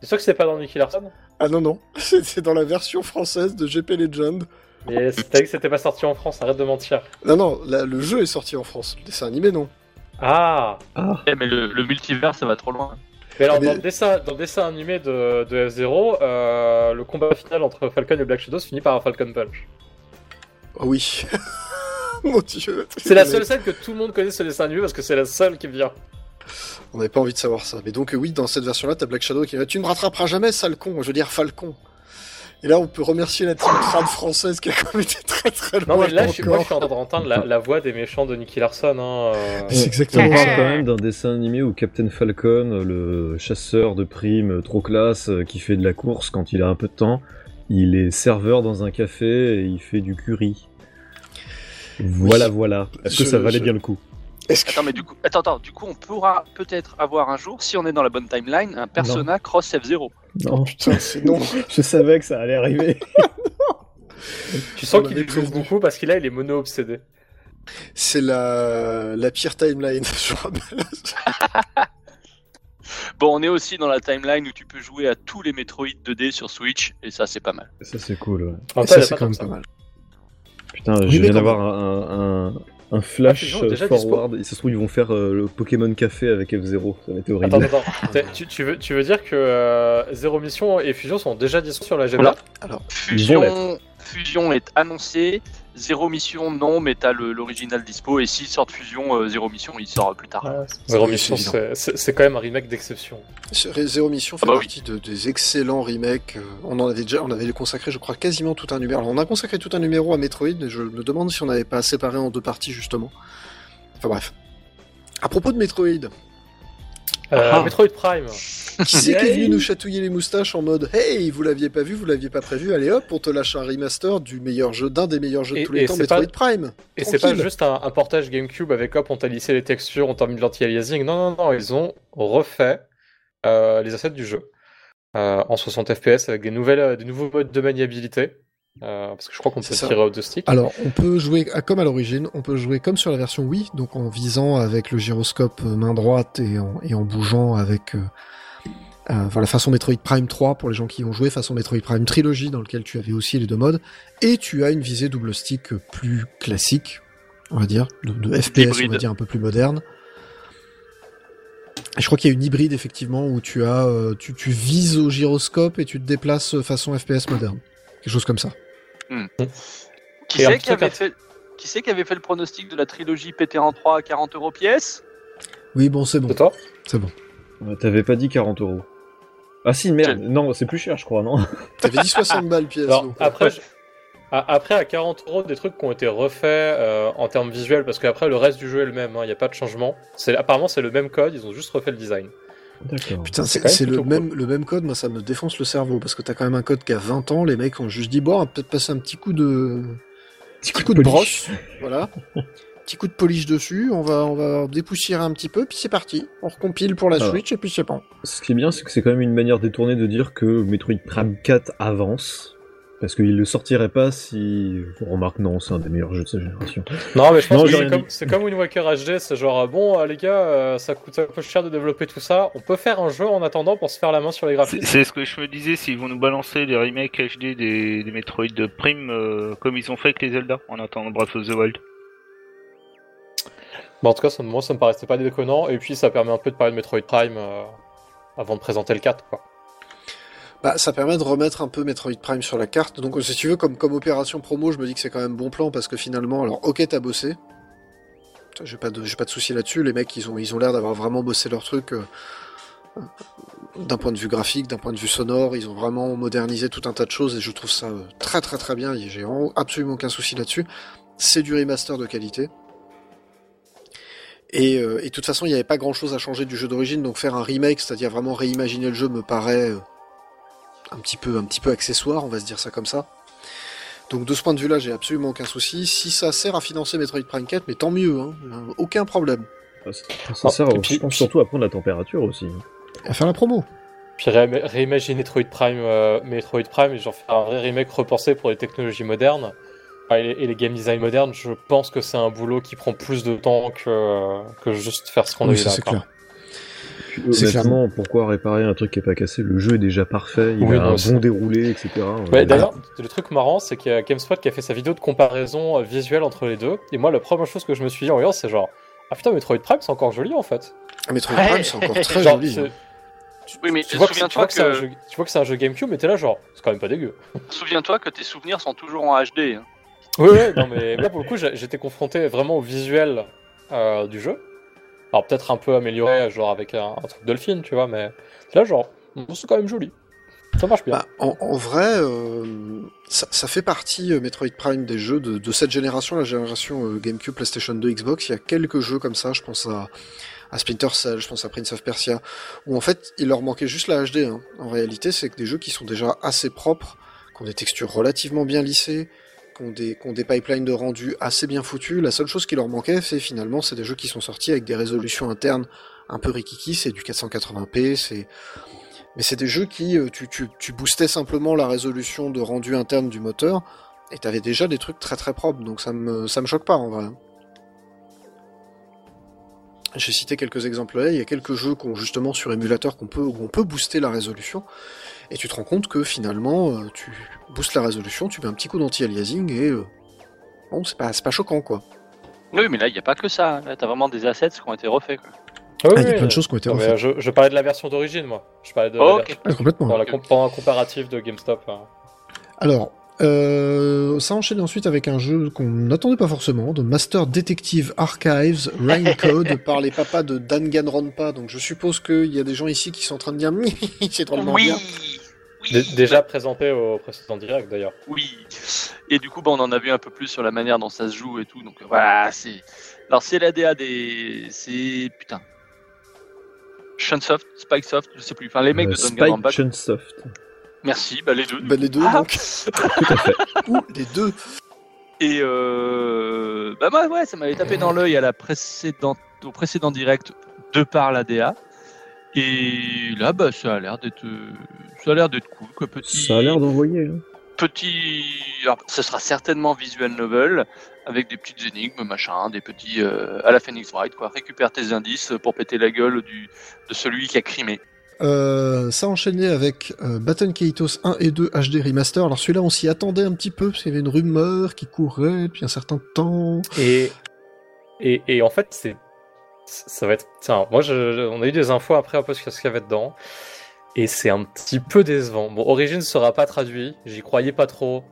Speaker 5: C'est sûr que c'est pas dans Nicky Larson
Speaker 1: ah non, non, c'est c'est dans la version française de GP Legend.
Speaker 5: Mais t'as dit que c'était pas sorti en France, arrête de mentir.
Speaker 1: Non, non, là, le jeu est sorti en France. Le dessin animé, non.
Speaker 5: Ah
Speaker 3: Ah,
Speaker 4: Eh, mais le, le multivers, ça va trop loin.
Speaker 5: Mais alors,
Speaker 1: Mais-
Speaker 5: Dans, le dessin, dans le dessin animé de, de F0, euh, le combat final entre Falcon et Black Shadow se finit par un Falcon Punch.
Speaker 1: Ah oui. Mon dieu.
Speaker 5: C'est la seule scène que tout le monde connaît ce dessin animé parce que c'est la seule qui vient.
Speaker 1: On n'avait pas envie de savoir ça. Mais donc, euh, oui, dans cette version-là, t'as Black Shadow qui dit Tu me rattraperas jamais, sale con. Je veux dire Falcon. Et là, on peut remercier la team trad française qui a quand même été très très loin. euh,
Speaker 5: Non, mais là, je suis, moi, je
Speaker 1: encore.
Speaker 5: suis en train d'entendre la, la voix des méchants de Nicky Larson. Hein, euh.
Speaker 6: C'est
Speaker 3: on
Speaker 6: exactement
Speaker 3: parle
Speaker 6: ça.
Speaker 3: quand même d'un dessin animé où Captain Falcon, le chasseur de primes trop classe euh, qui fait de la course quand il a un peu de temps, il est serveur dans un café et il fait du curry. Voilà, voilà. Est-ce que
Speaker 1: Je-
Speaker 3: ça valait
Speaker 1: je-
Speaker 3: bien le coup
Speaker 1: Est-ce que-
Speaker 4: Attends, mais du coup, attends, attends, du coup, on pourra peut-être avoir un jour, si on est dans la bonne timeline, un Persona Cross F0.
Speaker 3: Non,
Speaker 1: Putain, c'est non.
Speaker 3: je savais que ça allait arriver.
Speaker 5: Tu
Speaker 1: On
Speaker 5: sens qu'il
Speaker 1: l'avait
Speaker 5: y joue
Speaker 1: prévenu.
Speaker 5: beaucoup parce qu'il a, il est mono-obsédé.
Speaker 1: C'est la... la pire timeline, je rappelle.
Speaker 4: Bon, on est aussi dans la timeline où tu peux jouer à tous les Metroid 2D sur Switch, et ça, c'est pas mal.
Speaker 3: Ça, c'est cool, ouais.
Speaker 5: En
Speaker 6: ça,
Speaker 5: il a
Speaker 6: c'est
Speaker 5: pas
Speaker 6: quand même
Speaker 5: tant que Ah, ça.
Speaker 6: pas mal.
Speaker 3: Putain,
Speaker 6: Oui,
Speaker 3: je
Speaker 6: mais
Speaker 3: viens
Speaker 6: comment-
Speaker 3: d'avoir un, un- un
Speaker 5: Ah,
Speaker 3: flash
Speaker 5: c'est bon, déjà
Speaker 3: euh, forward. Il se trouve, ils vont faire euh, le Pokémon Café avec F0. Ça va être horrible.
Speaker 5: Attends, attends. T'es- tu, tu veux, tu veux dire que euh, Zero Mission et Fusion sont déjà dispo sur la GBA
Speaker 4: Voilà.
Speaker 3: Ils vont
Speaker 4: Fusion, Fusion est annoncé. Zéro mission, non, mais t'as le- l'original dispo. Et s'ils sortent Fusion, euh, Zéro mission, il sort plus tard.
Speaker 5: Zero
Speaker 1: Oui,
Speaker 5: Mission,
Speaker 1: c'est
Speaker 5: c'est c'est- c'est quand même un remake d'exception.
Speaker 1: Ce- Zero Mission fait
Speaker 4: Ah bah oui.
Speaker 1: partie de- des excellents remakes. euh, On en avait déjà, on avait consacré, je crois, quasiment tout un numéro. Alors, on a consacré tout un numéro à Metroid, mais je me demande si on n'avait pas séparé en deux parties, justement. Enfin bref. À propos de Metroid,
Speaker 5: Euh,
Speaker 4: Ah.
Speaker 5: Metroid Prime.
Speaker 1: qui c'est qui est venu
Speaker 3: Yay.
Speaker 1: nous chatouiller les moustaches en mode Hey, vous l'aviez pas vu, vous l'aviez pas prévu, allez hop, on te lâche un remaster du meilleur jeu, d'un des meilleurs jeux de
Speaker 5: Et-
Speaker 1: tous les
Speaker 5: et
Speaker 1: temps,
Speaker 5: c'est pas-
Speaker 1: Metroid Prime.
Speaker 5: Et c'est pas
Speaker 1: Tranquille.
Speaker 5: juste un, un portage GameCube avec hop, on t'a lissé les textures, on t'a mis de l'anti-aliasing. Non, non, non, ils ont refait euh, les assets du jeu euh, en 60 FPS avec des, nouvelles, euh, des nouveaux modes de maniabilité. euh, parce que je crois qu'on peut
Speaker 1: C'est ça.
Speaker 5: tirer aux deux sticks.
Speaker 6: Alors, on peut jouer à- comme à l'origine, on peut jouer comme sur la version Wii, donc en visant avec le gyroscope euh, main droite et en, et en bougeant avec. euh, euh, enfin, la façon Metroid Prime 3 pour les gens qui y ont joué, façon Metroid Prime Trilogy dans lequel tu avais aussi les deux modes, et tu as une visée double stick euh, plus classique, on va dire, de, de FPS, on
Speaker 4: Hybride.
Speaker 6: va dire un peu plus moderne. Et je crois qu'il y a une hybride effectivement où tu as, euh, tu, tu vises au gyroscope et tu te déplaces euh, façon FPS moderne, quelque chose comme ça.
Speaker 4: Qui
Speaker 5: Et un
Speaker 4: c'est
Speaker 5: petit
Speaker 4: qui, avait
Speaker 5: truc
Speaker 4: fait... qui, c'est qui avait fait le pronostic de la trilogie PT en 3 à 40 euros pièce
Speaker 6: Oui, bon, c'est bon,
Speaker 5: C'est toi
Speaker 6: c'est bon.
Speaker 3: Ouais, T'avais pas dit 40 euros. Ah si, merde. Non, c'est plus cher, je crois, non
Speaker 1: T'avais dit 60 balles, pièce.
Speaker 5: Alors,
Speaker 1: donc.
Speaker 5: après, je- à, après, à 40 euros, des trucs qui ont été refaits euh, en termes visuels, parce qu'après, le reste du jeu est le même, hein, il n'y a pas de changement. C'est- Apparemment, c'est le même code, ils ont juste refait le design.
Speaker 3: D'accord.
Speaker 1: Putain, c'est
Speaker 5: C'est quand même
Speaker 1: c'est le
Speaker 5: plutôt cool.
Speaker 1: même, le même code, moi ça me défonce le cerveau, parce que t'as quand même un code qui a 20 ans, les mecs ont juste dit, bon, on va peut-être passer un petit coup de... Petit coup de
Speaker 3: polish.
Speaker 1: brosse, voilà. petit coup de polish dessus, on va, on va dépoussiérer un petit peu, puis c'est parti. On recompile pour la
Speaker 3: Ah.
Speaker 1: Switch, et puis c'est bon.
Speaker 3: Ce qui est bien, c'est que c'est quand même une manière détournée de dire que Metroid Prime 4 avance. Parce qu'il le sortirait pas si. On remarque, non, c'est un des meilleurs jeux de sa génération.
Speaker 5: Non, mais je pense
Speaker 3: Non,
Speaker 5: que
Speaker 3: j'ai
Speaker 5: c'est
Speaker 3: rien
Speaker 5: comme,
Speaker 3: dit.
Speaker 5: c'est comme Wind Waker HD, c'est genre, euh, bon, euh, les gars, euh, ça coûte un peu cher de développer tout ça, on peut faire un jeu en attendant pour se faire la main sur les
Speaker 6: Bah,
Speaker 2: C'est
Speaker 5: graphismes.
Speaker 2: c'est ce que je me disais, s'ils vont nous balancer les remakes HD des, des Metroid Prime euh, comme ils ont fait avec les Zelda en attendant Breath of the Wild.
Speaker 5: Mais Bah, en tout cas, ça, moi, ça me paraissait pas déconnant, et puis ça permet un peu de parler de Metroid Prime euh, avant de présenter le 4, quoi.
Speaker 1: Bah, ça permet de remettre un peu Metroid Prime sur la carte. Donc, si tu veux, comme, comme opération promo, je me dis que c'est quand même bon plan parce que finalement, alors, ok, t'as bossé. Ça, J'ai pas de, j'ai pas de souci là-dessus. Les mecs, ils ont, ils ont l'air d'avoir vraiment bossé leur truc. euh, euh, d'un point de vue graphique, d'un point de vue sonore, ils ont vraiment modernisé tout un tas de choses et je trouve ça euh, très très très bien. J'ai vraiment absolument aucun souci là-dessus. C'est du remaster de qualité. Et, euh, et de toute façon, il n'y avait pas grand chose à changer du jeu d'origine, donc faire un remake, c'est-à-dire vraiment réimaginer le jeu, me paraît euh, un petit peu, un petit peu accessoire, on va se dire ça comme ça. Donc de ce point de vue-là, j'ai absolument aucun souci. Si ça sert à financer Metroid Prime 4, mais tant mieux, hein, euh, aucun problème.
Speaker 3: Ça sert,
Speaker 5: et
Speaker 3: je
Speaker 5: puis-
Speaker 3: pense, surtout à prendre la température aussi.
Speaker 6: À faire la promo.
Speaker 5: Puis ré- réimaginer Metroid Prime, euh, Metroid Prime et genre faire un vrai remake repensé pour les technologies modernes enfin, et les, et les game design modernes, je pense que c'est un boulot qui prend plus de temps que, euh, que juste faire ce qu'on a
Speaker 6: Oui,
Speaker 5: eu
Speaker 6: ça
Speaker 5: là.
Speaker 6: c'est
Speaker 5: quoi.
Speaker 6: clair.
Speaker 3: Puis,
Speaker 6: C'est
Speaker 3: Honnêtement, pourquoi réparer un truc qui est pas cassé Le jeu est déjà parfait, il
Speaker 5: Oui,
Speaker 3: a
Speaker 5: non,
Speaker 3: un
Speaker 5: c'est-
Speaker 3: bon déroulé, etc.
Speaker 5: Ouais,
Speaker 3: Euh,
Speaker 5: D'ailleurs, le truc marrant, c'est qu'il y a GameSpot qui a fait sa vidéo de comparaison euh, visuelle entre les deux. Et moi, la première chose que je me suis dit en regardant, c'est genre, ah putain, Metroid Prime, c'est encore joli en fait.
Speaker 1: Ah, Metroid
Speaker 2: Ouais.
Speaker 1: Prime, c'est encore très
Speaker 5: Genre,
Speaker 1: joli.
Speaker 5: c'est-
Speaker 1: hein.
Speaker 4: Oui, mais
Speaker 5: tu, vois que, tu vois
Speaker 4: souviens-toi
Speaker 5: que c'est un
Speaker 4: que,
Speaker 5: jeu- tu vois que c'est un jeu GameCube, mais t'es là genre, c'est quand même pas dégueu.
Speaker 4: souviens-toi que tes souvenirs sont toujours en HD. hein.
Speaker 5: Oui, oui, non, mais là pour le coup, j'ai- j'étais confronté vraiment au visuel euh, du jeu. Alors peut-être un peu amélioré, genre avec un, un truc dolphin, tu vois, mais là, genre, bon, c'est quand même joli. Ça marche bien.
Speaker 1: Bah, en, en vrai, euh, ça, ça fait partie, euh, Metroid Prime, des jeux de, de cette génération, la génération euh, GameCube, PlayStation 2, Xbox. Il y a quelques jeux comme ça, je pense à, à Splinter Cell, je pense à Prince of Persia, où en fait, il leur manquait juste la HD. hein. En réalité, c'est que des jeux qui sont déjà assez propres, qui ont des textures relativement bien lissées, qui ont des, qui ont des pipelines de rendu assez bien foutus. La seule chose qui leur manquait, c'est finalement, c'est des jeux qui sont sortis avec des résolutions internes un peu rikiki, c'est du 480p, c'est... Mais c'est des jeux qui, euh, tu, tu, tu boostais simplement la résolution de rendu interne du moteur, et t'avais déjà des trucs très très propres, donc ça me, ça me choque pas en vrai. J'ai cité quelques exemples là, il y a quelques jeux qu'on justement sur émulateur qu'on peut, où on peut booster la résolution, et tu te rends compte que finalement, euh, tu boostes la résolution, tu mets un petit coup d'anti-aliasing, et euh, bon, c'est pas, c'est pas choquant quoi.
Speaker 4: Oui, mais là, il n'y a pas que ça. hein. Là, t'as vraiment des assets qui ont été refaits. quoi.
Speaker 5: Ah oui,
Speaker 6: Ah, il y a
Speaker 5: oui,
Speaker 6: plein de choses qui ont été
Speaker 5: non, mais
Speaker 6: refaites.
Speaker 5: je, je parlais de la version d'origine, moi. Je parlais de la
Speaker 4: Ok.
Speaker 5: version-
Speaker 6: Ah, complètement.
Speaker 5: dans la comp- dans la comparative de GameStop. hein.
Speaker 6: Alors, euh, ça enchaîne ensuite avec un jeu qu'on n'attendait pas forcément, de Master Detective Archives Raincode.
Speaker 1: Code par les papas de Danganronpa, donc je suppose qu'il y a des gens ici qui sont en train de dire « c'est drôlement bien ».
Speaker 4: oui,
Speaker 5: Dé- Déjà présenté au précédent direct d'ailleurs.
Speaker 4: Oui. Et du coup, bah, on en a vu un peu plus sur la manière dont ça se joue et tout. Donc euh, voilà, c'est. Alors c'est la DA des. C'est. Putain. Shunsoft, Spikesoft, je sais plus. Enfin, les mecs
Speaker 3: euh,
Speaker 4: de
Speaker 3: Spike
Speaker 4: Danganronpa.
Speaker 3: Chunsoft.
Speaker 4: Merci, bah les deux.
Speaker 1: Ben les deux,
Speaker 4: Ah.
Speaker 1: donc. Ou les deux.
Speaker 4: Et euh... bah moi, ouais, ça m'avait tapé dans l'œil à la précédente, au précédent direct de par la DA. Et là, bah ça a l'air d'être, euh, ça a l'air d'être cool, quoi. Petit,
Speaker 3: Ça a l'air d'envoyer. hein.
Speaker 4: petit, alors, ce sera certainement visual novel avec des petites énigmes, machin, des petits euh, à la Phoenix Wright, quoi. Récupère tes indices pour péter la gueule du de celui qui a crimé.
Speaker 6: Euh, ça enchaînait avec euh, Batten Kaitos 1 et 2 HD Remaster. Alors celui-là, on s'y attendait un petit peu, parce qu'il y avait une rumeur qui courait depuis un certain temps.
Speaker 5: Et, et, et en fait, c'est. Ça va être. Tiens, moi, je- je- on a eu des infos après un peu sur ce qu'il y avait dedans. Et c'est un petit peu décevant. Bon, Origin ne sera pas traduit. J'y croyais pas trop.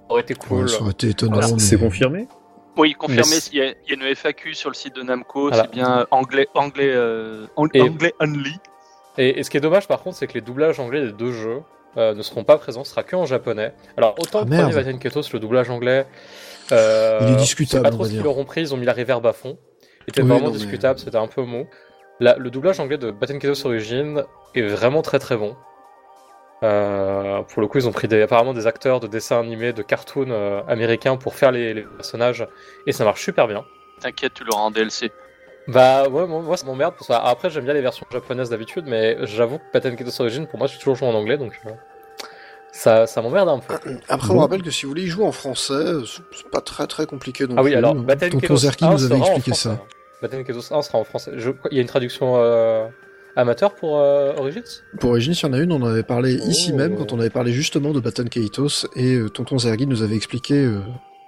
Speaker 5: Ça aurait été cool.
Speaker 6: Ouais, ça aurait été étonnant.
Speaker 3: Alors,
Speaker 6: mais-
Speaker 3: Ah, C'est confirmé
Speaker 4: Oui, confirmé.
Speaker 5: Mais
Speaker 4: Il y, a, il y a une FAQ sur le site de Namco.
Speaker 5: Voilà.
Speaker 4: C'est bien euh, anglais, anglais, euh, ang-
Speaker 5: Et-
Speaker 4: anglais only.
Speaker 5: Et, et ce qui est dommage, par contre, c'est que les doublages anglais des deux jeux euh, ne seront pas présents. Ce sera que en japonais. Alors, autant
Speaker 6: Ah,
Speaker 5: le premier
Speaker 6: merde.
Speaker 5: Vatican Ketos, le doublage anglais. euh,
Speaker 6: Il est discutable,
Speaker 5: c'est pas
Speaker 6: on
Speaker 5: trop
Speaker 6: va
Speaker 5: ce qu'ils
Speaker 6: dire.
Speaker 5: leur ont pris, ils ont mis la reverb à fond. C'était
Speaker 6: Oui,
Speaker 5: vraiment
Speaker 6: non, mais-
Speaker 5: discutable, c'était un peu mou. La- le doublage anglais de Batten Ketos Origin est vraiment très très bon. Euh, pour le coup, ils ont pris des- apparemment des acteurs de dessins animés, de cartoons euh, américains pour faire les, les personnages et ça marche super bien.
Speaker 4: T'inquiète, tu l'auras en DLC.
Speaker 5: Bah ouais, moi, moi, ça m'emmerde parce que après j'aime bien les versions japonaises d'habitude, mais j'avoue que Batten Ketos Origin pour moi, je suis toujours joué en anglais donc euh, ça, ça m'emmerde un peu.
Speaker 1: Après, on rappelle que si vous voulez y jouer en français, euh, c'est c'est pas très très compliqué non
Speaker 5: Ah oui,
Speaker 1: plus.
Speaker 5: alors,
Speaker 6: non.
Speaker 5: Batten
Speaker 6: Tonton
Speaker 5: Kedos
Speaker 6: Zerki
Speaker 5: 1
Speaker 6: nous avait
Speaker 5: sera en
Speaker 6: expliqué
Speaker 5: français,
Speaker 6: ça.
Speaker 5: hein. Batten Kedos 1 sera en français. Je- Il y a une traduction euh, amateur pour euh, Origins
Speaker 6: Pour Origins, il y en a une, on en avait parlé
Speaker 5: Oh.
Speaker 6: ici même, quand on avait parlé justement de Batten Kaitos, et euh, Tonton Zergi nous avait expliqué euh,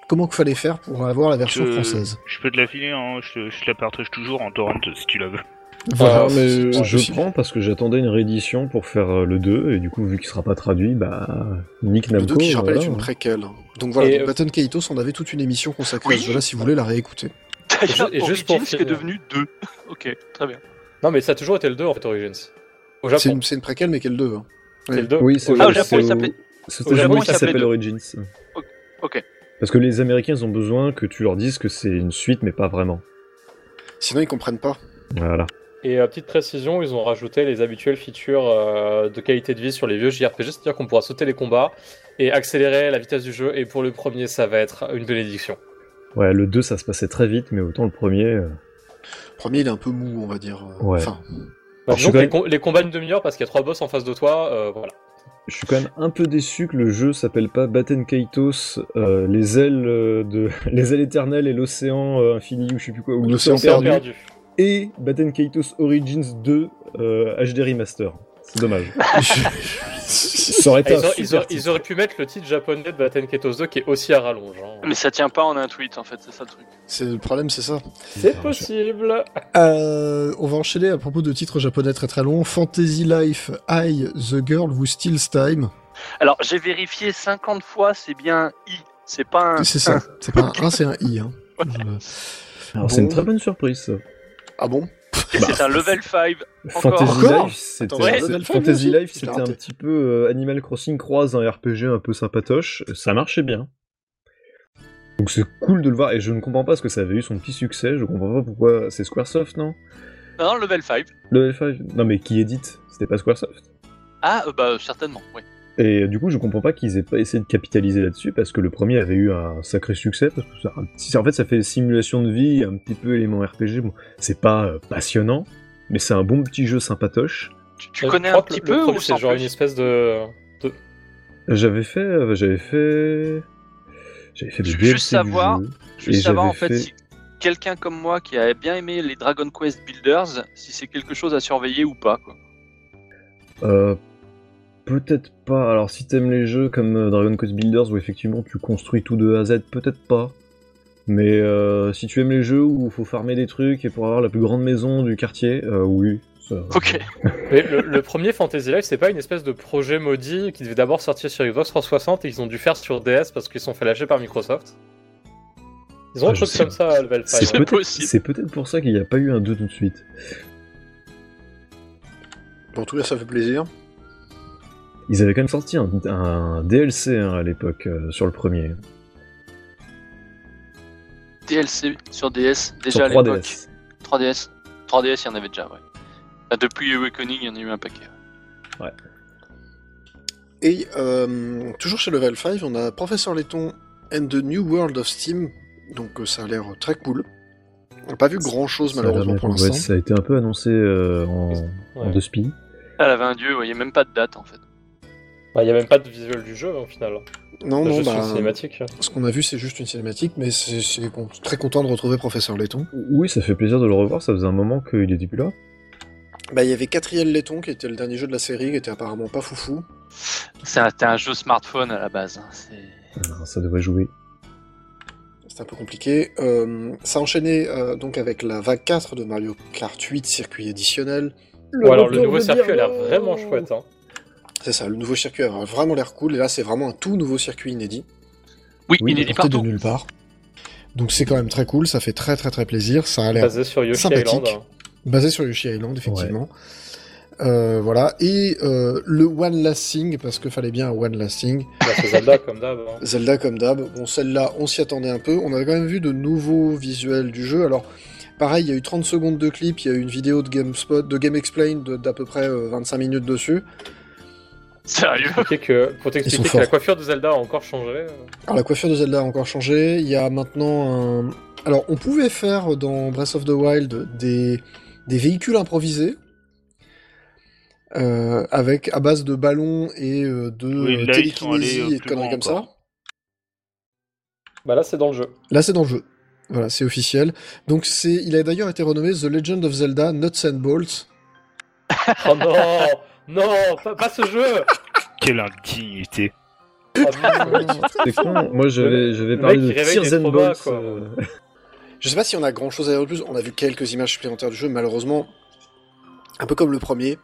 Speaker 6: comment qu'il fallait faire pour avoir la version
Speaker 2: Je-
Speaker 6: française.
Speaker 2: Je peux te la filer, hein, je, te- je te la partage toujours en torrent si tu la veux.
Speaker 5: Voilà,
Speaker 3: Ah, mais
Speaker 6: c'est- c'est
Speaker 3: je
Speaker 6: possible.
Speaker 3: prends parce que j'attendais une réédition pour faire euh, le 2, et du coup, vu qu'il sera pas traduit, bah. Nick
Speaker 1: Le
Speaker 3: Namco.
Speaker 1: 2 qui, je rappelle,
Speaker 3: voilà.
Speaker 1: est une préquelle. Donc voilà,
Speaker 5: Et,
Speaker 1: donc
Speaker 5: euh,
Speaker 1: Batten Kaitos, on avait toute une émission consacrée à
Speaker 4: Oui.
Speaker 1: ce jeu-là, si vous voulez la réécouter.
Speaker 5: ju-
Speaker 4: D'ailleurs,
Speaker 5: et juste pour
Speaker 4: Origins qui est
Speaker 5: finir.
Speaker 4: devenu 2. Ok, très bien.
Speaker 5: Non, mais ça a toujours été le 2 en fait, Origins. Au
Speaker 1: C'est
Speaker 5: Japon.
Speaker 1: une, c'est une préquelle, mais quelle deux. hein.
Speaker 5: C'est le deux.
Speaker 3: Oui, c'est
Speaker 4: Ah, au
Speaker 5: Euh, Japon,
Speaker 3: c'est
Speaker 4: il s'appelait-
Speaker 3: c'est
Speaker 5: au
Speaker 3: au
Speaker 5: Japon,
Speaker 3: Japon
Speaker 5: il
Speaker 3: qui
Speaker 4: s'appelait
Speaker 3: s'appelle
Speaker 4: de-
Speaker 3: Origins.
Speaker 4: Ok.
Speaker 3: Parce que les Américains ils ont besoin que tu leur dises que c'est une suite, mais pas vraiment.
Speaker 1: Sinon, ils comprennent pas.
Speaker 3: Voilà.
Speaker 5: Et euh, petite précision, ils ont rajouté les habituelles features euh, de qualité de vie sur les vieux JRPG, c'est-à-dire qu'on pourra sauter les combats et accélérer la vitesse du jeu. Et pour le premier, ça va être une bénédiction.
Speaker 3: Ouais, le 2, ça se passait très vite, mais autant le premier. euh,
Speaker 1: Le premier, il est un peu mou, on va dire. euh,
Speaker 3: Ouais.
Speaker 1: Enfin,
Speaker 5: Bah,
Speaker 3: Alors, je suis
Speaker 5: disons
Speaker 3: quand
Speaker 5: que les,
Speaker 3: même-
Speaker 5: com- les combats d'une demi-heure parce qu'il y a trois boss en face de toi. euh, voilà.
Speaker 3: Je suis quand même un peu déçu que le jeu s'appelle pas Batten Kaitos, euh, les ailes euh, de les ailes éternelles et l'océan euh, infini ou je sais plus quoi ou
Speaker 1: L'océan
Speaker 3: l'océan
Speaker 5: C'est un
Speaker 3: perdu,
Speaker 5: perdu.
Speaker 3: et Batten Kaitos Origins 2 euh, HD remaster. C'est dommage. Ça aurait
Speaker 5: Ah,
Speaker 3: été
Speaker 5: ils,
Speaker 3: un
Speaker 5: auraient, ils
Speaker 3: super
Speaker 5: auraient- ils
Speaker 3: titre.
Speaker 5: auraient pu mettre le titre japonais de Batten Ketos 2 qui est aussi à rallonge. hein.
Speaker 4: Mais ça tient pas en un tweet en fait, c'est ça le truc.
Speaker 1: c'est le problème, c'est ça.
Speaker 5: C'est possible.
Speaker 6: Euh, on va enchaîner à propos de titres japonais très très longs. Fantasy Life, I, The Girl Who Steals Time.
Speaker 4: Alors j'ai vérifié 50 fois, c'est bien un I, c'est pas
Speaker 5: Ah,
Speaker 4: un.
Speaker 6: C'est ça. C'est pas un A, c'est un I. hein. Je-
Speaker 3: Alors, c'est une
Speaker 1: Bon.
Speaker 3: très bonne surprise. ça.
Speaker 1: Ah bon
Speaker 4: Et c'est un level 5. Encore.
Speaker 3: Fantasy
Speaker 1: Encore
Speaker 3: Life, c'était
Speaker 1: Attends,
Speaker 3: un-
Speaker 1: Red Alpha,
Speaker 3: Fantasy
Speaker 1: bien sûr.
Speaker 3: Life,
Speaker 1: Je l'ai
Speaker 3: c'était un
Speaker 1: raté.
Speaker 3: petit peu euh, Animal Crossing croise un RPG un peu sympatoche, ça marchait bien. Donc c'est cool de le voir et je ne comprends pas parce que ça avait eu son petit succès, je comprends pas pourquoi c'est Squaresoft non
Speaker 4: Non, level 5.
Speaker 3: Le F5 Non mais qui édite C'était pas Squaresoft.
Speaker 4: Ah, euh, bah certainement, oui.
Speaker 3: Et euh, du coup, je comprends pas qu'ils aient pas essayé de capitaliser là-dessus parce que le premier avait eu un sacré succès parce que ça, un petit- en fait, ça fait simulation de vie, un petit peu élément RPG. Bon, c'est pas euh, passionnant, mais c'est un bon petit jeu sympatoche.
Speaker 4: Tu,
Speaker 5: Euh,
Speaker 4: tu connais un petit peu ou
Speaker 5: C'est
Speaker 4: sans
Speaker 5: genre
Speaker 4: plus
Speaker 5: une espèce de.
Speaker 3: J'avais fait, euh, j'avais fait, j'avais fait le
Speaker 4: Je veux
Speaker 3: DLC
Speaker 4: juste savoir-
Speaker 3: du jeu.
Speaker 4: Je veux
Speaker 3: Et
Speaker 4: savoir en
Speaker 3: j'avais
Speaker 4: fait,
Speaker 3: fait-
Speaker 4: si quelqu'un comme moi qui a bien aimé les Dragon Quest Builders, si c'est quelque chose à surveiller ou pas. Quoi.
Speaker 3: Euh, peut-être pas. Alors, si t'aimes les jeux comme euh, Dragon Quest Builders où effectivement tu construis tout de A à Z, peut-être pas. Mais euh, si tu aimes les jeux où faut farmer des trucs et pour avoir la plus grande maison du quartier, euh, oui. ça-
Speaker 4: Ok.
Speaker 5: Mais le, le premier Fantasy Life, c'est pas une espèce de projet maudit qui devait d'abord sortir sur Xbox 360 et qu'ils ont dû faire sur DS parce qu'ils se sont fait lâcher par Microsoft. Ils ont
Speaker 3: Ah,
Speaker 5: un
Speaker 3: je
Speaker 5: truc
Speaker 3: sais
Speaker 5: comme ça à Level
Speaker 3: C'est
Speaker 5: 5.
Speaker 4: C'est
Speaker 5: hein.
Speaker 3: peut-être-
Speaker 4: possible.
Speaker 3: C'est peut-être pour ça qu'il n'y a pas eu un 2 tout de suite.
Speaker 1: Bon, en tout cas, ça fait plaisir.
Speaker 3: Ils avaient quand même sorti un, un DLC hein, à l'époque euh, sur le premier.
Speaker 4: DLC sur DS,
Speaker 3: Sur
Speaker 4: déjà à l'époque.
Speaker 3: 3DS.
Speaker 4: 3DS. 3DS, il y en avait déjà, ouais. Ah, Depuis Awakening, il y en a eu un paquet.
Speaker 1: Et euh, toujours chez Level 5, on a Professeur Letton and the New World of Steam. Donc, euh, ça a l'air très cool. On n'a pas vu grand chose,
Speaker 3: Ça a l'air
Speaker 1: malheureusement,
Speaker 3: bien
Speaker 1: pour
Speaker 3: cool. Ouais,
Speaker 1: l'instant.
Speaker 3: ça a été un peu annoncé euh, en, en
Speaker 5: Ouais.
Speaker 3: deux spies.
Speaker 4: Elle avait un dieu, ouais, il n'y a même pas de date en fait.
Speaker 5: Bah, il y a même pas de visuel du jeu au final.
Speaker 1: Non,
Speaker 5: C'est
Speaker 1: non,
Speaker 5: juste
Speaker 1: bah,
Speaker 5: une cinématique.
Speaker 1: ce qu'on a vu, c'est juste une cinématique, mais c'est c'est con- très content de retrouver Professeur Letton.
Speaker 3: Oui, ça fait plaisir de le revoir. Ça faisait un moment qu'il était plus là.
Speaker 1: Bah, il y avait Quatriel Letton, qui était le dernier jeu de la série, qui était apparemment pas foufou.
Speaker 4: C'est un, c'était un jeu smartphone à la base. hein, c'est-
Speaker 3: Ah, Ça devrait jouer.
Speaker 1: C'était un peu compliqué. Euh, ça enchaînait euh, donc avec la vague 4 de Mario Kart 8, circuit additionnel.
Speaker 5: Ou alors le nouveau circuit a l'air vraiment chouette. Hein.
Speaker 1: C'est ça, le nouveau circuit a vraiment l'air cool, et là c'est vraiment un tout nouveau circuit inédit.
Speaker 4: Oui,
Speaker 1: Oui,
Speaker 4: il est dit
Speaker 1: porté de
Speaker 4: partout.
Speaker 1: nulle part. Donc c'est quand même très cool, ça fait très très très plaisir, ça a l'air
Speaker 5: Basé sur Yoshi
Speaker 1: Sympathique.
Speaker 5: Island. hein.
Speaker 1: basé sur Yoshi Island effectivement. Euh, voilà, et euh, le One Last Thing, parce que fallait bien un One Last Thing.
Speaker 5: Bah, c'est Zelda comme d'hab. hein.
Speaker 1: Zelda comme d'hab, bon celle-là on s'y attendait un peu, on avait quand même vu de nouveaux visuels du jeu, alors pareil il y a eu 30 secondes de clip, il y a eu une vidéo de GameSpot, de Game Explain de- d'à peu près euh, 25 minutes dessus.
Speaker 4: Sérieux
Speaker 5: Expliquer que- pour
Speaker 1: Ils sont
Speaker 5: t'expliquer que
Speaker 1: forts.
Speaker 5: la coiffure de Zelda a encore changé. euh,
Speaker 1: Alors la coiffure de Zelda a encore changé. Il y a maintenant un... Alors on pouvait faire dans Breath of the Wild des, des véhicules improvisés. euh, avec à base de ballons et euh, de
Speaker 2: Oui,
Speaker 1: euh,
Speaker 2: là, ils sont allés,
Speaker 1: télékinésie
Speaker 2: euh,
Speaker 1: et de
Speaker 2: plus
Speaker 1: conneries
Speaker 2: loin
Speaker 1: comme ça.
Speaker 2: encore.
Speaker 5: Bah là, c'est dans le jeu.
Speaker 1: Là c'est dans le jeu. Voilà, c'est officiel. Donc c'est, il a d'ailleurs été renommé The Legend of Zelda Nuts and Bolts.
Speaker 5: Oh non Non Pas, pas ce jeu
Speaker 2: Quelle indignité.
Speaker 5: Oh non.
Speaker 3: C'est con. Moi, j'avais j'avais
Speaker 5: Le
Speaker 3: parlé
Speaker 5: mec
Speaker 3: de
Speaker 5: qui réveille
Speaker 3: Tears
Speaker 5: des
Speaker 3: and
Speaker 5: traumas,
Speaker 3: Balls,
Speaker 5: quoi.
Speaker 3: euh,
Speaker 1: Je sais pas si on a grand chose à dire de plus. On a vu quelques images supplémentaires du jeu, malheureusement, un peu comme le premier,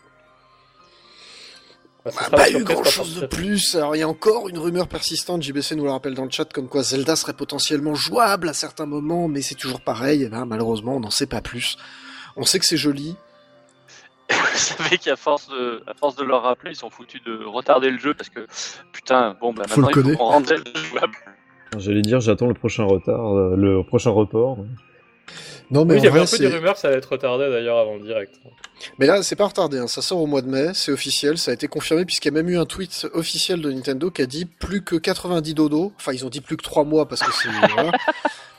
Speaker 5: Bah, ce
Speaker 1: Bah,
Speaker 5: sera la
Speaker 1: pas eu
Speaker 5: surprise
Speaker 1: grand
Speaker 5: quand
Speaker 1: chose de
Speaker 5: sortira.
Speaker 1: plus. Alors, il y a encore une rumeur persistante. JBC nous la rappelle dans le chat comme quoi Zelda serait potentiellement jouable à certains moments, Eh mais c'est toujours pareil. Et ben, malheureusement, on n'en sait pas plus. On sait que c'est joli.
Speaker 4: savais qu'à force de, à force de leur rappeler, ils sont foutus de retarder le jeu parce que putain, bon bah
Speaker 6: Faut le
Speaker 4: maintenant il
Speaker 6: coder.
Speaker 4: faut rendre le jeu jouable.
Speaker 3: J'allais dire, j'attends le prochain retard, euh, le prochain report.
Speaker 6: Non, mais
Speaker 5: Oui,
Speaker 6: en
Speaker 5: il y avait
Speaker 6: vrai,
Speaker 5: un peu
Speaker 6: c'est-
Speaker 5: des rumeurs, ça allait être retardé d'ailleurs avant le direct.
Speaker 1: Mais là, c'est pas retardé, hein. ça sort au mois de mai, c'est officiel, ça a été confirmé, puisqu'il y a même eu un tweet officiel de Nintendo qui a dit plus que 90 dodo, enfin ils ont dit plus que 3 mois parce que c'est... voilà.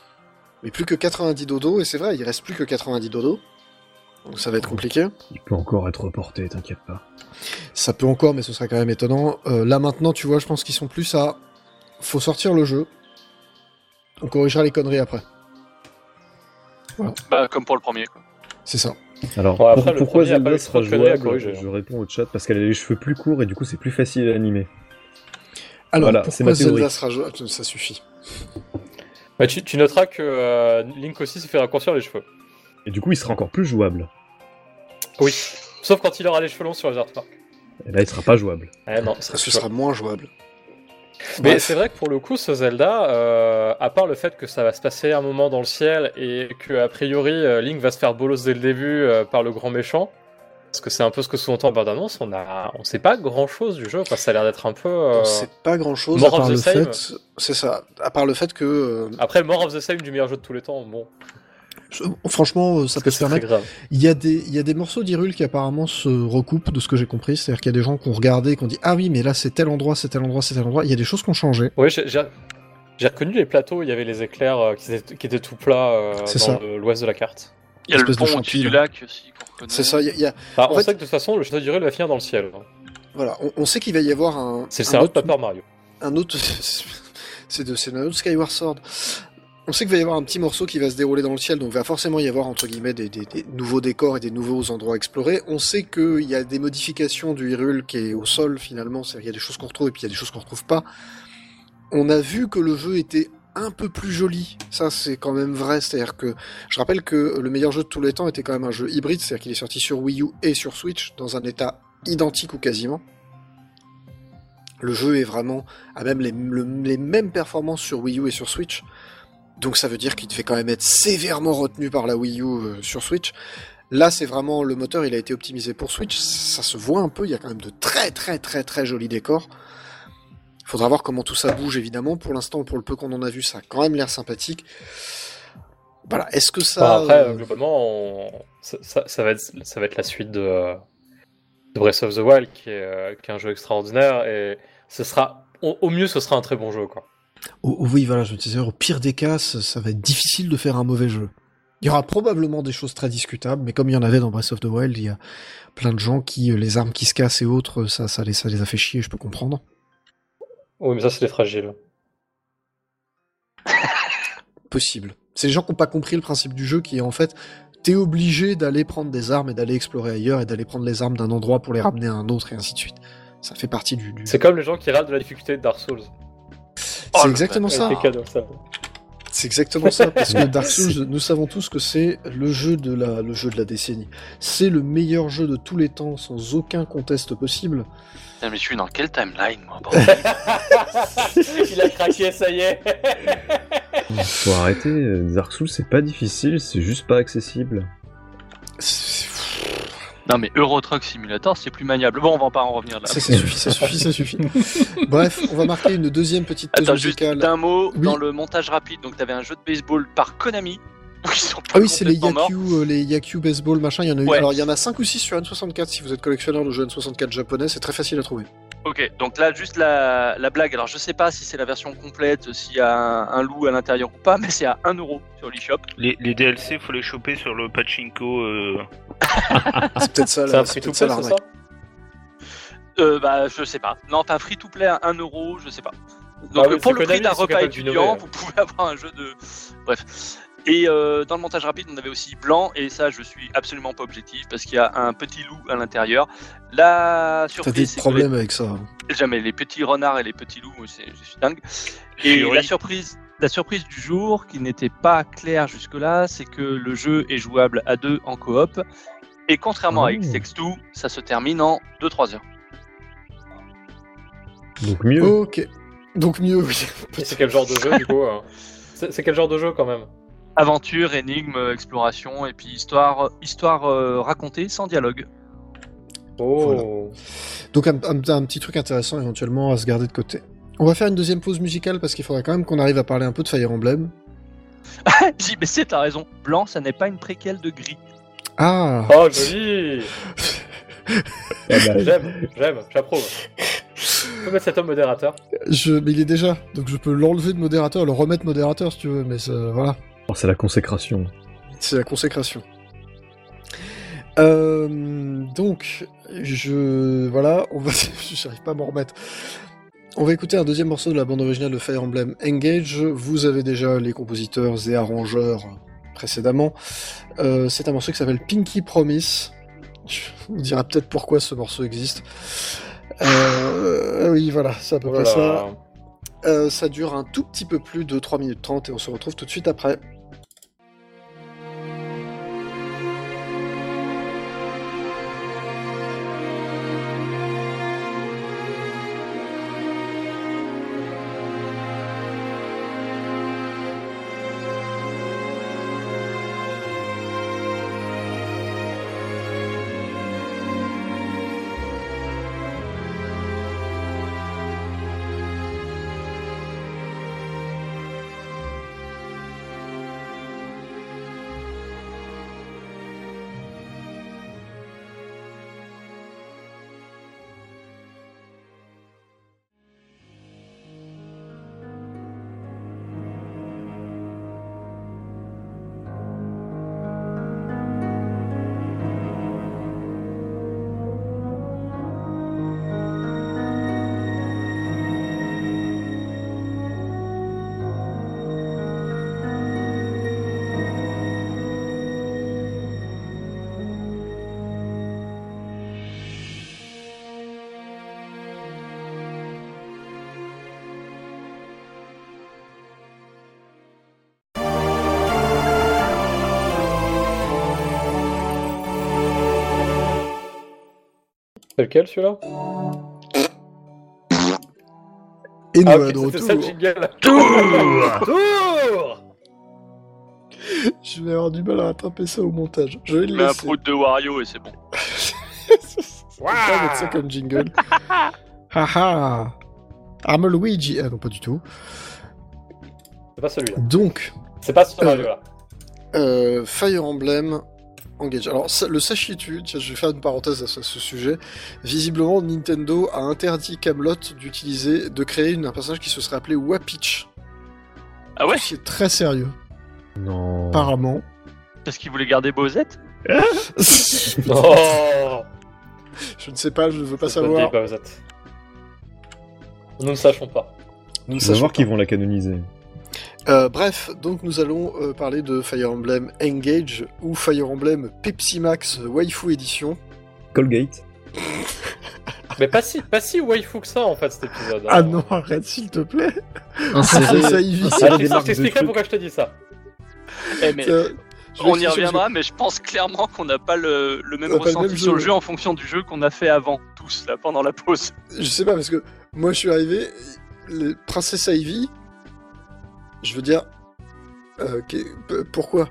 Speaker 1: Mais plus que 90 dodo, et c'est vrai, il reste plus que 90 dodo, donc ça va être compliqué.
Speaker 3: Il peut encore être reporté, t'inquiète pas.
Speaker 6: Ça peut encore, mais ce serait quand même étonnant. Euh, là maintenant, tu vois, je pense qu'ils sont plus à. Faut sortir le jeu. On corrigera les conneries après.
Speaker 4: Bah, comme pour le premier. Quoi.
Speaker 6: C'est ça.
Speaker 3: Alors,
Speaker 5: Ouais, après,
Speaker 3: pour-
Speaker 5: le
Speaker 3: pourquoi
Speaker 5: premier a pas
Speaker 3: Zelda
Speaker 5: le
Speaker 3: sera
Speaker 5: choix de conneries à
Speaker 3: jouable
Speaker 5: corriger.
Speaker 3: Je réponds au chat parce qu'elle a les cheveux plus courts et du coup c'est plus facile à animer.
Speaker 6: Alors,
Speaker 3: Voilà, c'est ma
Speaker 6: pourquoi
Speaker 3: théorie.
Speaker 6: Zelda sera jouable Ça suffit.
Speaker 5: Bah, tu, tu noteras que euh, Link aussi s'est fait raccourcir les cheveux.
Speaker 3: Et du coup il sera encore plus jouable.
Speaker 5: Oui. Sauf quand il aura les cheveux longs sur les artworks.
Speaker 3: Et là il sera pas jouable.
Speaker 5: Eh non, ça,
Speaker 1: Ce
Speaker 5: tu vois.
Speaker 1: sera moins jouable.
Speaker 5: Mais
Speaker 1: Bref.
Speaker 5: c'est vrai que pour le coup, ce Zelda, euh, à part le fait que ça va se passer un moment dans le ciel et que a priori euh, Link va se faire bolos dès le début euh, par le grand méchant, parce que c'est un peu ce que sous-entend bande annonce, on a, on sait pas grand chose du jeu. Quoi. Ça a l'air d'être un peu. euh,
Speaker 1: C'est pas grand-chose,
Speaker 5: Mort
Speaker 1: à part
Speaker 5: of the
Speaker 1: le
Speaker 5: Same.
Speaker 1: fait... C'est ça, à part le fait que... euh,
Speaker 5: Après, Mort of the Same du meilleur jeu de tous les temps, bon,
Speaker 6: Je- Franchement, euh, ça
Speaker 5: parce
Speaker 6: peut
Speaker 5: que
Speaker 6: se
Speaker 5: c'est très
Speaker 6: permettre.
Speaker 5: grave.
Speaker 6: Il y, a des, il y a des morceaux d'Irul qui apparemment se recoupent de ce que j'ai compris. C'est-à-dire qu'il y a des gens qui ont regardé et qui ont dit Ah oui, mais là c'est tel endroit, c'est tel endroit, c'est tel endroit. Il y a des choses qui ont changé.
Speaker 5: Oui, j'ai j'ai- j'ai reconnu les plateaux, il y avait les éclairs euh, qui, étaient, qui étaient tout plats euh,
Speaker 6: C'est
Speaker 5: dans
Speaker 6: ça.
Speaker 5: le- l'ouest de la carte.
Speaker 4: Il y a le
Speaker 6: Espèce de
Speaker 4: pont au-dessus
Speaker 6: champignon.
Speaker 4: du lac aussi qu'on reconnaît.
Speaker 1: C'est ça, il y a- il y a-
Speaker 5: Bah,
Speaker 1: En
Speaker 5: on
Speaker 1: fait-
Speaker 5: sait que de toute façon, le château d'Irule va finir dans le ciel. hein.
Speaker 1: Voilà, on, on sait qu'il va y avoir un...
Speaker 5: C'est le
Speaker 6: Ah,
Speaker 1: un
Speaker 5: scénario de
Speaker 1: autre-
Speaker 5: Paper Mario.
Speaker 1: un autre. c'est de, c'est un autre Skyward Sword. On sait qu'il va y avoir un petit morceau qui va se dérouler dans le ciel, donc il va forcément y avoir entre guillemets des, des- des nouveaux décors et des nouveaux endroits à explorer. On sait qu'il y a des modifications du Hyrule qui est au sol finalement, c'est-à-dire il y a des choses qu'on retrouve et puis il y a des choses qu'on retrouve pas. On a vu que le jeu était un peu plus joli, ça c'est quand même vrai, c'est-à-dire que je rappelle que le meilleur jeu de tous les temps était quand même un jeu hybride, c'est-à-dire qu'il est sorti sur Wii U et sur Switch dans un état identique ou quasiment. Le jeu est vraiment a même les, le- les mêmes performances sur Wii U et sur Switch. Donc ça veut dire qu'il devait quand même être sévèrement retenu par la Wii U euh, sur Switch. Là, c'est vraiment le moteur, il a été optimisé pour Switch. Ça se voit un peu, il y a quand même de très très très très jolis décors. Il faudra voir comment tout ça bouge évidemment. Pour l'instant, pour le peu qu'on en a vu, ça a quand même l'air sympathique. Voilà, est-ce que ça.
Speaker 5: Enfin, après,
Speaker 1: euh,
Speaker 5: euh, globalement, on- ça, ça- ça va être, ça va être la suite de, euh, de Breath of the Wild, qui est, euh, qui est un jeu extraordinaire, et ce sera, au, au mieux, ce sera un très bon jeu. Quoi.
Speaker 6: Oh, oh oui, voilà, je me disais, au pire des cas, ça, ça va être difficile de faire un mauvais jeu. Il y aura probablement des choses très discutables, mais comme il y en avait dans Breath of the Wild, il y a plein de gens qui, euh, les armes qui se cassent et autres, euh, ça, ça, les, ça les a fait chier, je peux comprendre.
Speaker 5: Oui, mais ça, c'est les fragiles.
Speaker 6: Possible. C'est les gens qui n'ont pas compris le principe du jeu qui est en fait, t'es obligé d'aller prendre des armes et d'aller explorer ailleurs et d'aller prendre les armes d'un endroit pour les
Speaker 4: Ah.
Speaker 6: ramener à un autre et ainsi de suite. Ça fait partie du. du-
Speaker 5: C'est comme les gens qui râlent de la difficulté de Dark Souls.
Speaker 4: Oh,
Speaker 6: C'est
Speaker 4: le
Speaker 6: exactement ça.
Speaker 5: C'est cadeau, ça.
Speaker 6: C'est exactement ça, parce que Dark
Speaker 3: C'est-
Speaker 6: Souls, nous savons tous que c'est le jeu de la, le jeu de la décennie. C'est le meilleur jeu de tous les temps, sans aucun conteste possible.
Speaker 4: Putain, mais je suis dans quelle timeline moi bordel
Speaker 5: Il a craqué, ça y est.
Speaker 3: Faut arrêter, euh, Dark Souls c'est pas difficile, c'est juste pas accessible.
Speaker 1: c'est-
Speaker 4: Non mais Euro Truck Simulator c'est plus maniable. Bon on va pas en revenir là.
Speaker 6: Ça, ça suffit, ça suffit, ça suffit. Bref, on va marquer une deuxième petite pause
Speaker 4: Attends juste
Speaker 6: musicale.
Speaker 4: d'un mot
Speaker 6: hein, Oui.
Speaker 4: dans le montage rapide. Donc t'avais un jeu de baseball par Konami. Ils sont pas
Speaker 6: Ah oui, c'est les
Speaker 4: complètement morts.
Speaker 6: Yaku, euh, les Yaku Baseball, machin. Il y en a eu-
Speaker 4: Ouais.
Speaker 6: Alors, il y en a 5 ou 6 sur N64 si vous êtes collectionneur de jeux N64 japonais, c'est très facile à trouver.
Speaker 4: Ok, donc là, juste la, la blague. Alors, je sais pas si c'est la version complète, s'il y a un, un loup à l'intérieur ou pas, mais c'est à 1€ euro sur l'eShop.
Speaker 2: Les, les DLC, faut les choper sur le pachinko. euh,
Speaker 1: c'est peut-être ça,
Speaker 5: C'est un
Speaker 1: la- c'est
Speaker 5: free
Speaker 1: peut-être
Speaker 5: to play,
Speaker 1: ça
Speaker 5: c'est
Speaker 1: l'arnaque.
Speaker 5: ça
Speaker 4: Euh, bah, je sais pas. Non, enfin, free to play à 1€, euro, je sais pas. Donc, euh,
Speaker 5: Ah oui,
Speaker 4: pour
Speaker 5: c'est
Speaker 4: le prix
Speaker 5: Konami,
Speaker 4: d'un
Speaker 5: ils sont
Speaker 4: repas
Speaker 5: capables d'innover,
Speaker 4: étudiant,
Speaker 5: ouais.
Speaker 4: vous pouvez avoir un jeu de. Bref. Et euh, dans le montage rapide, on avait aussi blanc, et ça, je suis absolument pas objectif parce qu'il y a un petit loup à l'intérieur. La
Speaker 6: T'as des
Speaker 4: surprise, c'est que les-
Speaker 6: problèmes avec ça.
Speaker 4: jamais les petits renards et les petits loups, c'est je suis dingue. Et
Speaker 2: Fury.
Speaker 4: la surprise, la surprise du jour, qui n'était pas claire jusque-là, c'est que le jeu est jouable à deux en coop. Et contrairement à
Speaker 3: Oh.
Speaker 4: X-Tex2, ça se termine en 2-3 heures.
Speaker 3: Donc mieux.
Speaker 1: Oh.
Speaker 6: Ok. Donc, mieux, oui.
Speaker 5: Et C'est quel genre de jeu, du coup euh C'est c'est quel genre de jeu, quand même
Speaker 4: Aventure, énigme, exploration, et puis histoire, histoire euh, racontée sans dialogue.
Speaker 5: Oh.
Speaker 1: Donc un, un- un petit truc intéressant éventuellement à se garder de côté. On va faire une deuxième pause musicale parce qu'il faudra quand même qu'on arrive à parler un peu de Fire Emblem.
Speaker 4: J'ai mais c'est t'as raison. Blanc, ça n'est pas une préquelle de gris.
Speaker 1: Ah
Speaker 5: Oh, joli
Speaker 3: Eh ben,
Speaker 5: J'aime, j'aime, j'approuve. On peut mettre cet homme modérateur.
Speaker 1: je, Mais il est déjà, donc je peux l'enlever de modérateur, le remettre modérateur si tu veux, mais ça, voilà,
Speaker 3: alors, oh, c'est la consécration.
Speaker 1: c'est la consécration. Euh, donc, je... Voilà, on va... J'arrive pas à m'en remettre. On va écouter un deuxième morceau de la bande originale de Fire Emblem Engage. Vous avez déjà les compositeurs et arrangeurs précédemment. Euh, c'est un morceau qui s'appelle Pinky Promise. Je vous dira peut-être pourquoi ce morceau existe. Euh, oui, voilà, c'est à peu près ça.
Speaker 5: Voilà.
Speaker 1: Euh, ça dure un tout petit peu plus de 3 minutes 30 et on se retrouve tout de suite après.
Speaker 5: C'est lequel celui-là
Speaker 1: Et nous
Speaker 5: Ah,
Speaker 1: voilà
Speaker 5: ok,
Speaker 1: de
Speaker 5: c'était ça le
Speaker 1: retour.
Speaker 5: jingle. Tour
Speaker 1: Je vais avoir du mal à rattraper ça au montage. Je vais le
Speaker 4: Mais un
Speaker 1: laisser.
Speaker 4: prout de Wario et c'est bon.
Speaker 1: On va mettre ça comme jingle. Haha I'm a Luigi. Ah non, pas du tout.
Speaker 5: C'est pas celui-là.
Speaker 1: Donc,
Speaker 5: C'est pas ce radio-là.
Speaker 1: euh, Fire Emblem Engage. Alors, ça- le sachiez-tu, tiens, je vais faire une parenthèse à ce, ce sujet. Visiblement, Nintendo a interdit Camelot d'utiliser, de créer une- un personnage qui se serait appelé Wapitch.
Speaker 4: Ah ouais
Speaker 1: C'est très sérieux,
Speaker 3: Non.
Speaker 1: apparemment.
Speaker 4: Parce qu'il voulait garder Bosette
Speaker 1: je
Speaker 5: Oh
Speaker 1: ne sais pas, je ne veux pas
Speaker 5: C'est pas
Speaker 1: savoir.
Speaker 5: dit, bah, vous êtes- Nous ne sachons pas.
Speaker 1: Nous ne
Speaker 3: On va
Speaker 1: sachons
Speaker 3: voir
Speaker 1: pas.
Speaker 3: qu'ils vont la canoniser.
Speaker 1: Euh, bref, donc nous allons euh, parler de Fire Emblem Engage ou Fire Emblem Pepsi Max Waifu Edition.
Speaker 3: Colgate.
Speaker 5: Mais pas si, pas si waifu que ça en fait cet épisode. hein.
Speaker 1: Ah non, arrête s'il te plaît.
Speaker 3: Insérer-
Speaker 1: ça, Ivy.
Speaker 5: Ah,
Speaker 3: insérer
Speaker 5: je t'explique- je
Speaker 3: des marques de
Speaker 5: t'expliquerai
Speaker 3: trucs.
Speaker 5: pourquoi je te dis ça.
Speaker 4: Eh, mais
Speaker 1: Euh, je vais
Speaker 4: On y
Speaker 1: expliquer,
Speaker 4: reviendra, mais je pense clairement qu'on n'a pas le, le même
Speaker 1: On n'a pas le
Speaker 4: ressenti
Speaker 1: même
Speaker 4: sur le
Speaker 1: jeu.
Speaker 4: jeu en fonction du jeu qu'on a fait avant, tous, là, pendant la pause.
Speaker 1: parce que- Je sais pas parce que moi je suis arrivé, les Princesse Ivy, je veux dire, euh, qu'est- p- pourquoi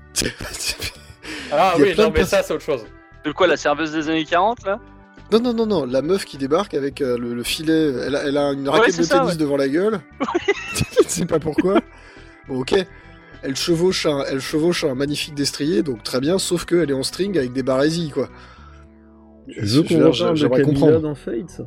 Speaker 5: Ah
Speaker 1: Il y a
Speaker 5: oui,
Speaker 1: plein
Speaker 5: non
Speaker 1: de
Speaker 5: mais ça c'est autre chose.
Speaker 4: De quoi, la serveuse des années 40, là
Speaker 1: Non, non, non, non, la meuf qui débarque avec euh, le, le filet, elle a, elle a une raquette
Speaker 4: c'est
Speaker 1: de
Speaker 4: ça,
Speaker 1: tennis
Speaker 4: ouais.
Speaker 1: devant la gueule. Je ne sais pas pourquoi. Bon, ok. Elle chevauche, un, elle chevauche un magnifique destrier, donc très bien, sauf qu'elle est en string avec des barésies, quoi.
Speaker 3: Tu veux
Speaker 1: Je-
Speaker 3: qu'on
Speaker 1: je-
Speaker 3: reparle de
Speaker 1: j'aimerais
Speaker 3: Camilla
Speaker 1: comprendre.
Speaker 3: dans Fate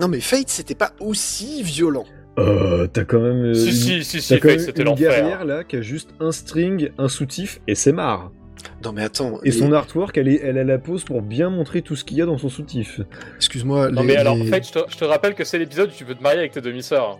Speaker 1: Non, mais Fate, c'était pas aussi violent.
Speaker 3: Euh, t'as quand même. euh,
Speaker 5: Si
Speaker 3: une-
Speaker 5: si si si,
Speaker 3: T'as quand
Speaker 5: Fate,
Speaker 3: même
Speaker 5: c'était
Speaker 3: une
Speaker 5: l'enfer. hein.
Speaker 3: guerrière là qui a juste un string, un soutif et c'est marre.
Speaker 1: Non, mais attends.
Speaker 3: Et
Speaker 1: les-
Speaker 3: son artwork, elle, est, elle a la pose pour bien montrer tout ce qu'il y a dans son soutif.
Speaker 1: Excuse-moi.
Speaker 5: Non
Speaker 1: les-
Speaker 5: mais alors
Speaker 1: les-
Speaker 5: Fate, je te, je te rappelle que c'est l'épisode où tu peux te marier avec tes demi-sœurs.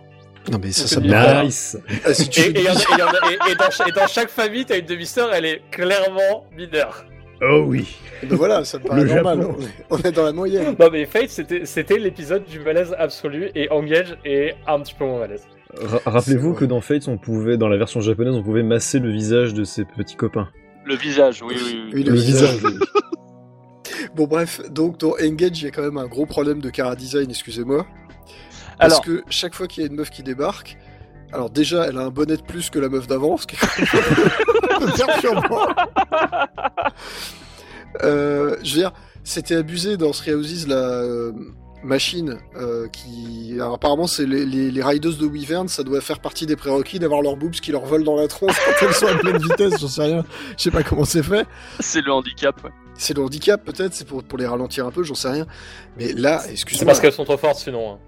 Speaker 1: Non, mais ça,
Speaker 5: on
Speaker 1: ça
Speaker 5: te
Speaker 1: me
Speaker 5: dit-
Speaker 1: paraît-
Speaker 3: Nice
Speaker 1: Ah, si tu
Speaker 5: Et,
Speaker 1: le
Speaker 5: et
Speaker 1: dis-
Speaker 5: y en a- et y en a- et- et dans, ch- et dans chaque famille, t'as une demi-sœur, elle est clairement mineure.
Speaker 3: Oh oui
Speaker 1: Ben voilà, ça me paraît
Speaker 3: Le
Speaker 1: normal.
Speaker 3: Japon.
Speaker 1: On est- On est dans la moyenne.
Speaker 5: Non mais Fate, c'était c'était l'épisode du malaise absolu et Engage est un petit peu moins malaise.
Speaker 3: Ra- Rappelez-vous
Speaker 1: C'est
Speaker 3: que
Speaker 1: vrai.
Speaker 3: dans Fate, on pouvait, dans la version japonaise, on pouvait masser le visage de ses petits copains.
Speaker 4: Le visage, oui, oui, oui.
Speaker 1: Oui, le visage. Bon, bref, donc dans Engage, il y a quand même un gros problème de cara design, excusez-moi. Parce
Speaker 4: Alors,
Speaker 1: que chaque fois qu'il y a une meuf qui débarque, alors déjà, elle a un bonnet de plus que la meuf d'avant, ce qui est quand même perturbant. Euh, je veux dire, C'était abusé dans Three Houses, la euh, machine euh, qui. alors, apparemment, c'est les, les, les rideuses de Wyvern, ça doit faire partie des prérequis d'avoir leurs boobs qui leur volent dans la tronche quand elles sont à pleine vitesse, j'en sais rien. Je sais pas comment c'est fait.
Speaker 4: C'est le handicap, ouais.
Speaker 1: C'est le handicap, peut-être, c'est pour, pour les ralentir un peu, j'en sais rien. Mais là,
Speaker 5: C'est
Speaker 1: excuse-moi,
Speaker 5: parce qu'elles sont trop fortes sinon. hein.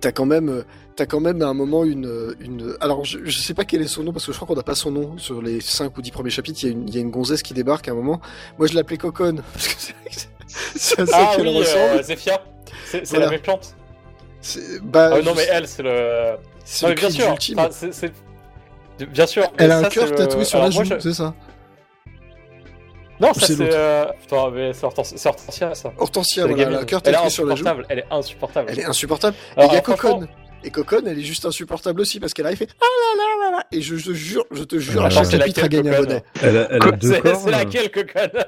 Speaker 1: t'as quand même. euh, T'as quand même à un moment une. euh, une... Alors, je, je sais pas quel est son nom, parce que je crois qu'on n'a pas son nom. Sur les 5 ou 10 premiers chapitres, il y, a une- il y a une gonzesse qui débarque à un moment. Moi, je l'appelais Coconne, parce que c'est- c'est à ça
Speaker 5: Ah
Speaker 1: qu'elle
Speaker 5: oui,
Speaker 1: ressemble.
Speaker 5: euh, Zéphia. C'est c'est
Speaker 1: Voilà.
Speaker 5: la même plante.
Speaker 1: C'est- Bah,
Speaker 5: Ah oui, non,
Speaker 1: je-
Speaker 5: mais elle, c'est le.
Speaker 1: c'est
Speaker 5: Non,
Speaker 1: le
Speaker 5: mais bien
Speaker 1: cri
Speaker 5: sûr.
Speaker 1: ultime.
Speaker 5: enfin, c'est- c'est- Bien sûr.
Speaker 6: Elle
Speaker 5: mais
Speaker 6: a un
Speaker 5: ça,
Speaker 6: cœur
Speaker 5: c'est le-
Speaker 6: tatoué sur la
Speaker 5: Alors,
Speaker 6: joue,
Speaker 5: moi, je-
Speaker 6: c'est ça
Speaker 5: Non,
Speaker 6: c'est
Speaker 5: ça c'est.
Speaker 6: l'autre
Speaker 5: euh, Putain, mais c'est Hortens- c'est Hortensia ça.
Speaker 1: Hortensia,
Speaker 5: C'est la
Speaker 1: voilà, elle a
Speaker 5: gamine.
Speaker 1: un cœur
Speaker 5: elle est
Speaker 1: tatoué sur la joue.
Speaker 5: insupportable. Elle est insupportable.
Speaker 1: Elle est insupportable. Et
Speaker 5: Alors,
Speaker 1: il y a
Speaker 5: alors, Ah, franchement-
Speaker 1: Coconne. Et Coconne, elle est juste insupportable aussi parce qu'elle arrive et fait Ah là là là là Et je te jure, je te jure, à
Speaker 3: Ah,
Speaker 1: chaque
Speaker 3: c'est
Speaker 1: chapitre, elle
Speaker 5: laquelle,
Speaker 1: gagne un
Speaker 5: Coconne
Speaker 1: bonnet.
Speaker 3: Elle a, elle a
Speaker 4: Quoi,
Speaker 3: deux cornes.
Speaker 5: C'est laquelle que conne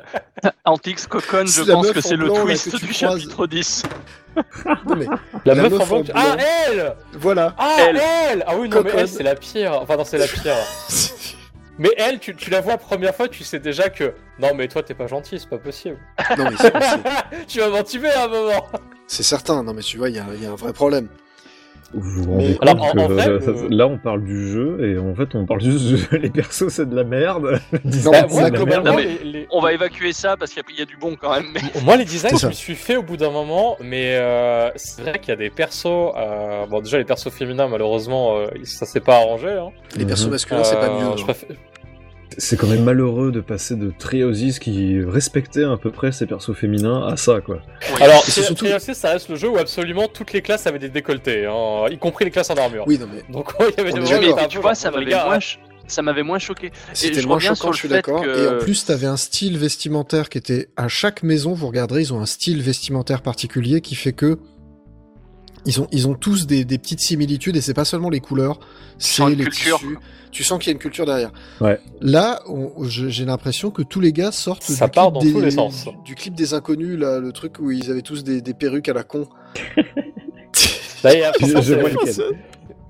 Speaker 4: Antix Cocon, je
Speaker 1: C'est la
Speaker 4: pense
Speaker 1: meuf
Speaker 4: que
Speaker 1: en
Speaker 4: c'est le
Speaker 1: blanc, là,
Speaker 4: twist
Speaker 1: que tu
Speaker 4: du
Speaker 1: croises.
Speaker 4: chapitre 10.
Speaker 1: Non, mais
Speaker 5: La,
Speaker 1: La
Speaker 5: meuf,
Speaker 1: meuf
Speaker 5: en
Speaker 1: en
Speaker 5: blanc. Ah elle
Speaker 1: voilà.
Speaker 5: Ah
Speaker 4: Elle.
Speaker 5: elle, Ah oui non mais
Speaker 1: Coconne.
Speaker 5: elle c'est la pire. Enfin non c'est la pire. mais elle tu, tu la vois la première fois tu sais déjà que non mais toi t'es pas gentil c'est pas possible.
Speaker 1: non, mais c'est- c'est-
Speaker 5: tu vas m'entimer à un moment.
Speaker 1: c'est certain. Non, mais tu vois, il y, a il y a un vrai problème.
Speaker 3: Vous vous rendez
Speaker 1: Mais-
Speaker 3: compte
Speaker 5: Alors, en-
Speaker 3: que
Speaker 5: en fait,
Speaker 3: euh, ça-
Speaker 5: euh,
Speaker 3: là, on parle du jeu, et en fait, on parle juste de... les persos, c'est de la merde. Les designs,
Speaker 5: Bah,
Speaker 1: mais
Speaker 3: c'est
Speaker 5: moi
Speaker 3: de la
Speaker 5: globalement
Speaker 3: merde.
Speaker 4: merde.
Speaker 5: les, les-
Speaker 4: On va évacuer ça parce qu'il y, a- il y a du bon quand même. Mais...
Speaker 5: Moi, les designs,
Speaker 6: C'est
Speaker 5: je
Speaker 6: ça.
Speaker 5: me suis fait au bout d'un moment, mais euh, c'est vrai qu'il y a des persos. euh, bon, déjà, les persos féminins, malheureusement, euh, ça s'est pas arrangé. Hein.
Speaker 1: Les persos
Speaker 3: Mhm.
Speaker 1: masculins, c'est pas
Speaker 5: Euh,
Speaker 1: mieux.
Speaker 5: je
Speaker 1: hein.
Speaker 5: préfère-
Speaker 3: C'est quand même malheureux de passer de Triosis qui respectait à peu près ses persos féminins à ça, quoi.
Speaker 1: Et
Speaker 5: Alors,
Speaker 1: c'est
Speaker 5: c'est
Speaker 1: surtout-
Speaker 5: TLC, ça reste le jeu où absolument toutes les classes avaient des décolletés, hein, y compris les classes en armure.
Speaker 1: Oui, non, mais
Speaker 5: Donc, il y avait
Speaker 1: On
Speaker 5: des
Speaker 1: est
Speaker 5: moments
Speaker 1: d'accord.
Speaker 5: où il était un
Speaker 4: tu
Speaker 5: peu,
Speaker 4: vois,
Speaker 5: genre,
Speaker 4: ça
Speaker 5: bon, les
Speaker 4: m'avait
Speaker 5: gars,
Speaker 4: moins, ch- ça m'avait moins choqué.
Speaker 1: c'était
Speaker 4: je
Speaker 1: moins
Speaker 4: reviens
Speaker 1: choquant,
Speaker 4: sur
Speaker 1: je suis
Speaker 4: le fait
Speaker 1: d'accord.
Speaker 4: que-
Speaker 1: Et en
Speaker 4: Euh,
Speaker 6: Plus, t'avais un style vestimentaire qui était à chaque maison. Vous regarderez, ils ont un style vestimentaire particulier qui fait que ils ont, ils ont tous des, des petites similitudes et c'est pas seulement les couleurs, c'est
Speaker 4: sens une
Speaker 6: les
Speaker 4: culture.
Speaker 6: tissus.
Speaker 1: tu sens qu'il y a une culture derrière.
Speaker 6: Là, on- je- j'ai l'impression que tous les gars sortent
Speaker 5: Ça
Speaker 6: du,
Speaker 5: part
Speaker 6: clip
Speaker 5: dans
Speaker 6: des,
Speaker 5: tous les sens.
Speaker 1: Du, du clip des inconnus, là, le truc où ils avaient tous des, des perruques à la con.
Speaker 5: Là, il y a-
Speaker 3: Je-
Speaker 5: franchement,
Speaker 3: je vois
Speaker 5: c'est-
Speaker 3: lequel.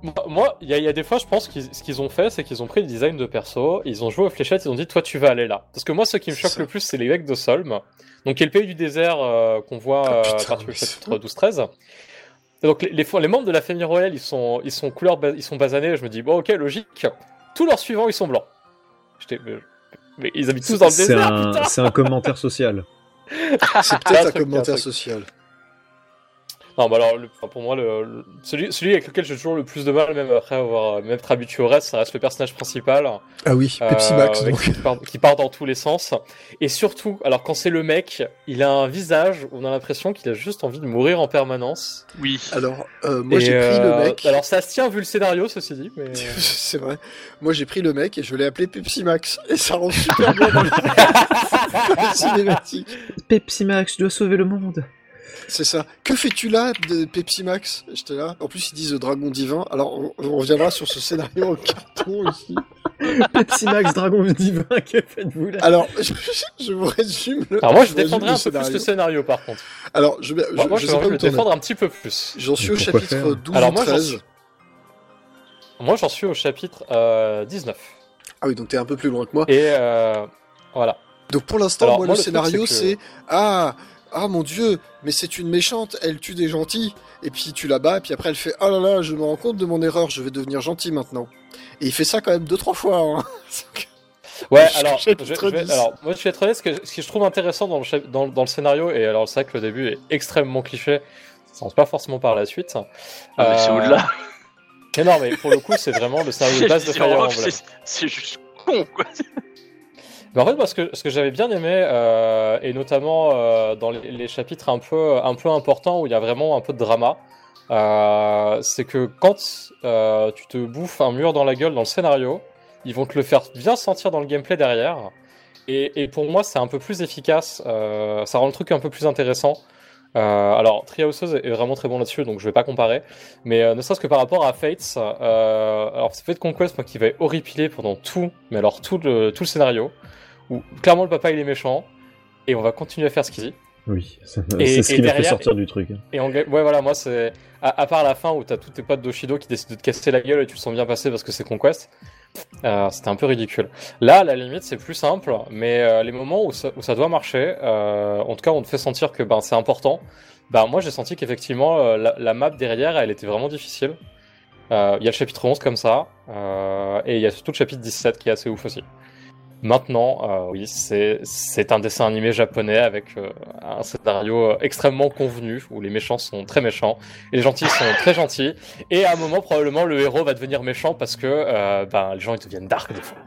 Speaker 5: Moi- Moi, il y, a- il y a des fois, je pense que ce qu'ils ont fait, c'est qu'ils ont pris le design de perso, ils ont joué aux fléchettes, ils ont dit toi tu vas aller là. Parce que moi, ce qui me
Speaker 1: C'est
Speaker 5: choque
Speaker 1: ça.
Speaker 5: le plus, c'est les mecs de Solm, donc qui est le pays du désert euh, qu'on voit
Speaker 1: Ah,
Speaker 5: euh,
Speaker 1: putain,
Speaker 5: à partir
Speaker 1: mais
Speaker 5: du
Speaker 1: c'est-
Speaker 5: chapitre 12-13. Et Donc les, les, fo- les membres de la famille royale, ils sont, ils sont couleur, ba- ils sont basanés. Je me dis bon, ok, logique. Tous leurs suivants, ils sont blancs. J'étais, mais, mais ils habitent tous dans le
Speaker 3: C'est
Speaker 5: désert.
Speaker 3: un,
Speaker 5: putain.
Speaker 3: c'est un commentaire social.
Speaker 1: C'est
Speaker 5: Ah,
Speaker 1: peut-être un
Speaker 5: truc, un
Speaker 1: commentaire
Speaker 5: truc.
Speaker 1: social.
Speaker 5: Non, bah alors, le- enfin, pour moi, le, le- celui, celui avec lequel j'ai toujours le plus de mal, même après avoir même être habitué au reste, ça reste le personnage principal.
Speaker 6: Ah oui, Pepsi
Speaker 5: Euh,
Speaker 6: Max.
Speaker 5: avec-
Speaker 6: donc.
Speaker 5: Qui, part, qui part dans tous les sens. Et surtout, alors quand c'est le mec, il a un visage où on a l'impression qu'il a juste envie de mourir en permanence.
Speaker 4: Oui.
Speaker 1: Alors, euh, moi,
Speaker 5: Et,
Speaker 1: j'ai pris le
Speaker 5: euh,
Speaker 1: mec.
Speaker 5: Alors ça se tient vu le scénario, ceci dit, mais.
Speaker 1: C'est vrai. Moi, j'ai pris le mec et je l'ai appelé Pepsi Max. Et ça rend super bien dans la cinématique.
Speaker 3: Pepsi Max, doit sauver le monde.
Speaker 1: C'est ça. Que fais-tu là, de Pepsi Max J'étais là. En plus, ils disent le dragon divin. Alors, on, on reviendra sur ce scénario en carton aussi.
Speaker 3: Pepsi Max, dragon divin, que faites-vous là
Speaker 5: Ah.
Speaker 1: Alors, je, je vous résume le.
Speaker 5: Alors moi, je
Speaker 1: vous résume
Speaker 5: défendrais
Speaker 1: le
Speaker 5: un peu plus le scénario, par contre.
Speaker 1: Alors, je, je,
Speaker 5: Moi, moi,
Speaker 1: je
Speaker 5: je
Speaker 1: sais
Speaker 5: vais
Speaker 1: pas où
Speaker 5: le
Speaker 1: t'en es.
Speaker 5: défendre un petit peu plus.
Speaker 1: J'en suis
Speaker 3: Mais
Speaker 1: au
Speaker 3: pourquoi
Speaker 1: chapitre
Speaker 3: faire
Speaker 1: 12
Speaker 5: Alors
Speaker 1: ou
Speaker 5: moi, j'en
Speaker 1: 13.
Speaker 5: suis- Moi, j'en suis au chapitre euh, 19.
Speaker 1: Ah oui, donc t'es un peu plus loin que moi.
Speaker 5: Et euh, voilà.
Speaker 1: Donc pour l'instant,
Speaker 5: Alors,
Speaker 1: moi,
Speaker 5: moi,
Speaker 1: le,
Speaker 5: le truc,
Speaker 1: scénario, c'est
Speaker 5: c'est
Speaker 1: Ah, ah mon dieu, mais c'est une méchante, elle tue des gentils. Et puis tu la bats, et puis après elle fait Oh là là, je me rends compte de mon erreur, je vais devenir gentil maintenant. Et il fait ça quand même deux, trois fois. hein.
Speaker 5: Ouais,
Speaker 1: Jusqu'au
Speaker 5: alors, je,
Speaker 1: chapitre
Speaker 5: je vais-
Speaker 1: 10.
Speaker 5: alors, moi je vais être honnête, ce que, ce que je trouve intéressant dans le, chap- dans, dans le scénario, et alors c'est vrai que le début est extrêmement cliché, ça ne pas forcément par la suite.
Speaker 4: Ah, mais c'est
Speaker 5: Euh,
Speaker 4: au-delà.
Speaker 5: Mais non, mais pour le coup, c'est vraiment le scénario de base de
Speaker 4: Je dis en
Speaker 5: Fire
Speaker 4: off,
Speaker 5: Emblem.
Speaker 4: oh, c'est- C'est juste con, quoi.
Speaker 5: Mais en fait, moi, ce que, ce que j'avais bien aimé, euh, et notamment euh, dans les, les chapitres un peu, un peu importants où il y a vraiment un peu de drama, euh, c'est que quand euh, tu te bouffes un mur dans la gueule dans le scénario, ils vont te le faire bien sentir dans le gameplay derrière. Et, et pour moi, c'est un peu plus efficace, euh, ça rend le truc un peu plus intéressant. Euh, alors, Treehouses est vraiment très bon là-dessus, donc je vais pas comparer. Mais euh, ne serait-ce que par rapport à Fates, euh, alors c'est Fate Conquest, moi, qui va horripiler pendant tout, mais alors tout le, tout le scénario où clairement le papa il est méchant et on va continuer à faire ce qu'il dit.
Speaker 3: Oui, c'est
Speaker 5: Et-
Speaker 3: c'est ce
Speaker 5: et
Speaker 3: qui m'a fait
Speaker 5: derrière-
Speaker 3: sortir du truc. hein.
Speaker 5: Et on... ouais voilà moi c'est à, à part la fin où t'as tous tes potes d'Oshido qui décident de te casser la gueule et tu le sens bien passer parce que c'est Conquest. Euh, C'était un peu ridicule. Là, à la limite, c'est plus simple, mais euh, les moments où ça, où ça doit marcher, euh, en tout cas, on te fait sentir que ben, c'est important. Ben, moi, j'ai senti qu'effectivement, euh, la, la map derrière, elle était vraiment difficile. Euh, Il y a le chapitre 11 comme ça, euh, et il y a surtout le chapitre 17 qui est assez ouf aussi. Maintenant, euh, oui, c'est c'est un dessin animé japonais avec euh, un scénario euh, extrêmement convenu, où les méchants sont très méchants, et les gentils sont très gentils, et à un moment, probablement, le héros va devenir méchant parce que euh, ben, les gens, ils deviennent dark des fois.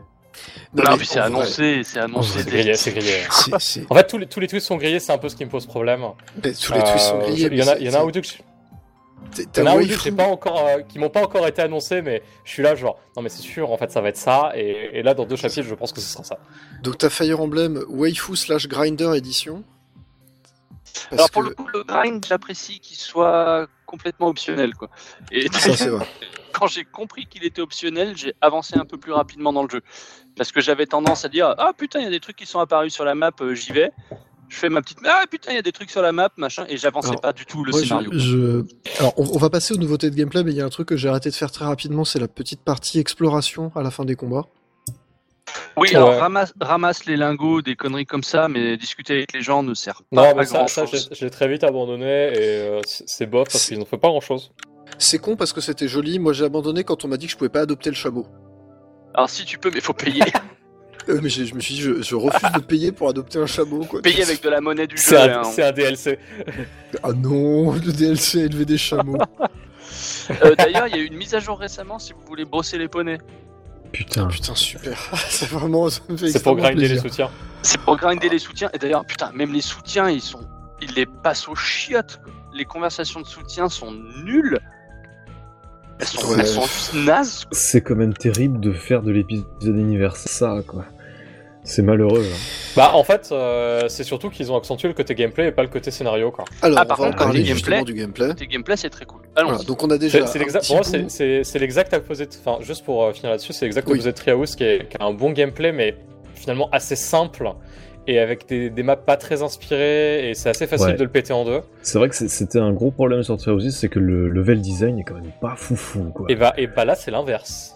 Speaker 4: Non,
Speaker 1: mais
Speaker 4: puis c'est
Speaker 1: en vrai,
Speaker 4: annoncé, c'est annoncé.
Speaker 5: C'est
Speaker 4: dès-
Speaker 5: grillé, c'est grillé.
Speaker 1: c'est- c'est-
Speaker 5: En fait, tous les, tous les tweets sont grillés, c'est un peu ce qui me pose problème.
Speaker 1: mais tous les tweets sont
Speaker 5: Euh,
Speaker 1: grillés.
Speaker 5: Il y en a, il y en a un ou deux que je-
Speaker 1: T'es-
Speaker 5: il
Speaker 1: t'as
Speaker 5: y en a un ou deux que
Speaker 1: Wayfru.
Speaker 5: j'ai pas encore, euh, qui m'ont pas encore été annoncés, mais je suis là genre, non mais c'est sûr, en fait ça va être ça, et, et là dans deux chapitres je pense que ce sera ça.
Speaker 1: Donc t'as Fire Emblem Waifu slash Grinder édition. Parce
Speaker 4: Alors pour
Speaker 1: que-
Speaker 4: le coup, le grind, j'apprécie qu'il soit complètement optionnel. Quoi. Et
Speaker 1: Ça c'est vrai.
Speaker 4: quand j'ai compris qu'il était optionnel, j'ai avancé un peu plus rapidement dans le jeu. Parce que j'avais tendance à dire Ah putain, il y a des trucs qui sont apparus sur la map, euh, j'y vais. Je fais ma petite. Ah putain, il y a des trucs sur la map, machin. Et j'avançais
Speaker 1: Alors,
Speaker 4: pas du tout le
Speaker 6: Moi, je-
Speaker 4: scénario.
Speaker 6: je- Alors, on, on va passer aux nouveautés de gameplay, mais il y a un truc que j'ai arrêté de faire très rapidement, c'est la petite partie exploration à la fin des combats.
Speaker 4: Oui,
Speaker 5: Ouais.
Speaker 4: alors ramasse, ramasse les lingots, des conneries comme ça, mais discuter avec les gens ne sert pas
Speaker 5: Non
Speaker 4: à
Speaker 5: mais ça,
Speaker 4: grand
Speaker 5: ça
Speaker 4: chose.
Speaker 5: j'ai très vite abandonné, et euh, c'est bof parce
Speaker 1: parce
Speaker 5: qu'ils
Speaker 1: qu'ils
Speaker 5: n'ont fait pas grand chose.
Speaker 1: C'est con parce que c'était joli. Moi j'ai abandonné quand on m'a dit que je pouvais pas adopter le chameau.
Speaker 4: Alors si tu peux, mais faut payer.
Speaker 1: Euh, mais j'ai- je me suis dit, je, je refuse de payer pour adopter un chameau. Quoi.
Speaker 4: payer avec de la monnaie du
Speaker 5: C'est
Speaker 4: jeu. là,
Speaker 5: un,
Speaker 4: hein.
Speaker 5: c'est un DLC.
Speaker 1: Ah non, le DLC a élevé des chameaux.
Speaker 4: Euh, D'ailleurs, il y a eu une mise à jour récemment si vous voulez brosser les poneys.
Speaker 6: Putain.
Speaker 1: Putain, super. c'est vraiment. ça me fait
Speaker 5: Ah. C'est pour
Speaker 1: extrêmement
Speaker 5: grinder les
Speaker 1: plaisir.
Speaker 5: soutiens.
Speaker 4: C'est pour grinder les soutiens. Et d'ailleurs, putain, même les soutiens, ils sont, ils les passent aux chiottes. quoi. Les conversations de soutien sont nulles. Elles sont,
Speaker 1: Ouais.
Speaker 4: elles sont juste nazes. quoi.
Speaker 3: C'est quand même terrible de faire de l'épisode anniversaire ça, quoi. C'est malheureux. hein.
Speaker 5: Bah en fait, euh, c'est surtout qu'ils ont accentué le côté gameplay et pas le côté scénario quoi.
Speaker 1: Alors,
Speaker 4: Ah, par
Speaker 1: on va
Speaker 4: contre,
Speaker 1: en parler
Speaker 4: le
Speaker 1: justement
Speaker 4: gameplay-
Speaker 1: du gameplay.
Speaker 4: Tes gameplay, c'est très cool. Allons.
Speaker 1: Voilà, donc on a déjà.
Speaker 5: C'est c'est
Speaker 1: un
Speaker 5: l'exact.
Speaker 1: petit
Speaker 5: pour moi, c'est-
Speaker 1: bout.
Speaker 5: c'est- c'est l'exact opposé. de- Enfin, juste pour euh, finir là-dessus, c'est l'exact
Speaker 1: Oui.
Speaker 5: opposé de Treehouse qui, est- qui a un bon gameplay, mais finalement assez simple et avec des, des maps pas très inspirées et c'est assez facile
Speaker 3: Ouais.
Speaker 5: de le péter en deux.
Speaker 3: C'est vrai que c'est- c'était un gros problème sur Trilogy, c'est que le level design est quand même pas foufou, quoi.
Speaker 5: Et bah, et bah là, c'est l'inverse.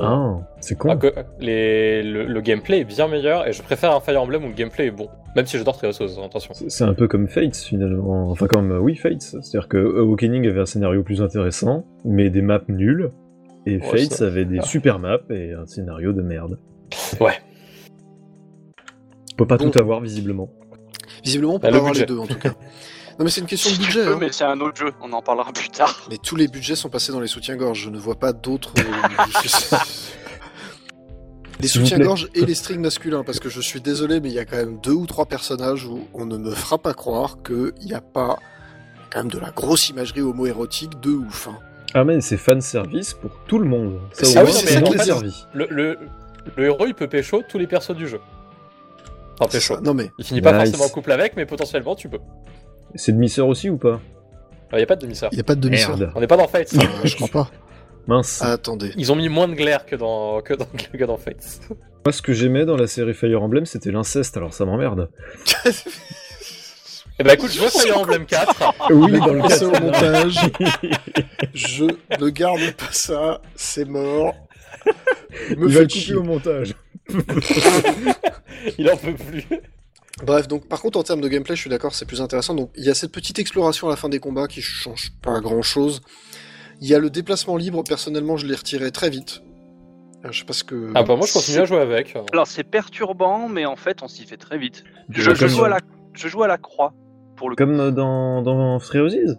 Speaker 3: Ah, c'est con.
Speaker 5: Ah, que les- le, le gameplay est bien meilleur et je préfère un Fire Emblem où le gameplay est bon, même si j'adore Treehouse. Attention.
Speaker 3: C'est c'est un peu comme Fates finalement, enfin comme euh, oui Fates, c'est-à-dire que Awakening avait un scénario plus intéressant, mais des maps nulles, et
Speaker 5: Ouais,
Speaker 3: Fates
Speaker 5: ça-
Speaker 3: avait des
Speaker 5: ah.
Speaker 3: super maps et un scénario de merde.
Speaker 5: Ouais.
Speaker 3: On peut pas
Speaker 1: Bon.
Speaker 3: tout avoir visiblement.
Speaker 1: Visiblement, on peut
Speaker 5: Bah,
Speaker 1: pas
Speaker 5: le
Speaker 1: avoir les
Speaker 5: budget.
Speaker 1: deux en tout cas. Non, mais c'est une question
Speaker 4: Si
Speaker 1: de
Speaker 4: tu
Speaker 1: budget.
Speaker 4: peux,
Speaker 1: hein.
Speaker 4: mais c'est un autre jeu. On en parlera plus tard.
Speaker 1: Mais tous les budgets sont passés dans les soutiens-gorge. Je ne vois pas d'autres. euh, les
Speaker 3: S'il vous plaît.
Speaker 1: soutiens-gorge et les strings masculins, parce que je suis désolé, mais il y a quand même deux ou trois personnages où on ne me fera pas croire qu'il n'y a pas quand même de la grosse imagerie homo-érotique de ouf. hein.
Speaker 3: Ah mais c'est fan service pour tout le monde. Ça
Speaker 1: C'est-
Speaker 3: au
Speaker 5: ah
Speaker 3: moins,
Speaker 5: oui, non, mais
Speaker 3: c'est
Speaker 5: en
Speaker 3: bien
Speaker 5: fait-
Speaker 3: servi.
Speaker 5: Le, le, le héros, il peut pécho tous les persos du jeu. Enfin, pécho.
Speaker 1: Non mais
Speaker 5: Il finit pas
Speaker 3: Nice.
Speaker 5: forcément en couple avec, mais potentiellement, tu peux.
Speaker 3: C'est demi sœur aussi ou pas
Speaker 5: Il n'y a pas de demi-sœur.
Speaker 6: Il n'y a pas de demi-sœur.
Speaker 3: Merde,
Speaker 5: On n'est pas dans Fates.
Speaker 6: Euh, je crois pas.
Speaker 3: mince.
Speaker 1: attendez.
Speaker 5: Ils ont mis moins de glaire que dans, que dans, que dans Fates.
Speaker 3: Moi ce que j'aimais dans la série Fire Emblem c'était l'inceste, alors ça m'emmerde.
Speaker 5: Eh bah écoute, je vois Fire Emblem 4.
Speaker 3: oui,
Speaker 6: On
Speaker 3: dans le
Speaker 6: va passer
Speaker 3: cas
Speaker 6: au montage.
Speaker 1: Je ne garde pas ça, c'est mort. Me
Speaker 3: Il va
Speaker 1: fait
Speaker 3: le
Speaker 1: chier.
Speaker 3: couper au montage.
Speaker 5: Il en peut plus.
Speaker 1: Bref, donc par contre en termes de gameplay, je suis d'accord, c'est plus intéressant. Donc il y a cette petite exploration à la fin des combats qui change pas grand chose. Il y a le déplacement libre, personnellement je l'ai retiré très vite. Euh, Je sais pas ce que.
Speaker 5: Ah bah moi je continue à jouer avec.
Speaker 4: Alors c'est perturbant, mais en fait, on s'y fait très vite.
Speaker 3: Tu
Speaker 4: Je,
Speaker 3: vois,
Speaker 4: je
Speaker 3: comme-
Speaker 4: joue à la, je joue à la croix pour le. coup.
Speaker 3: Comme euh, dans, dans Three Houses.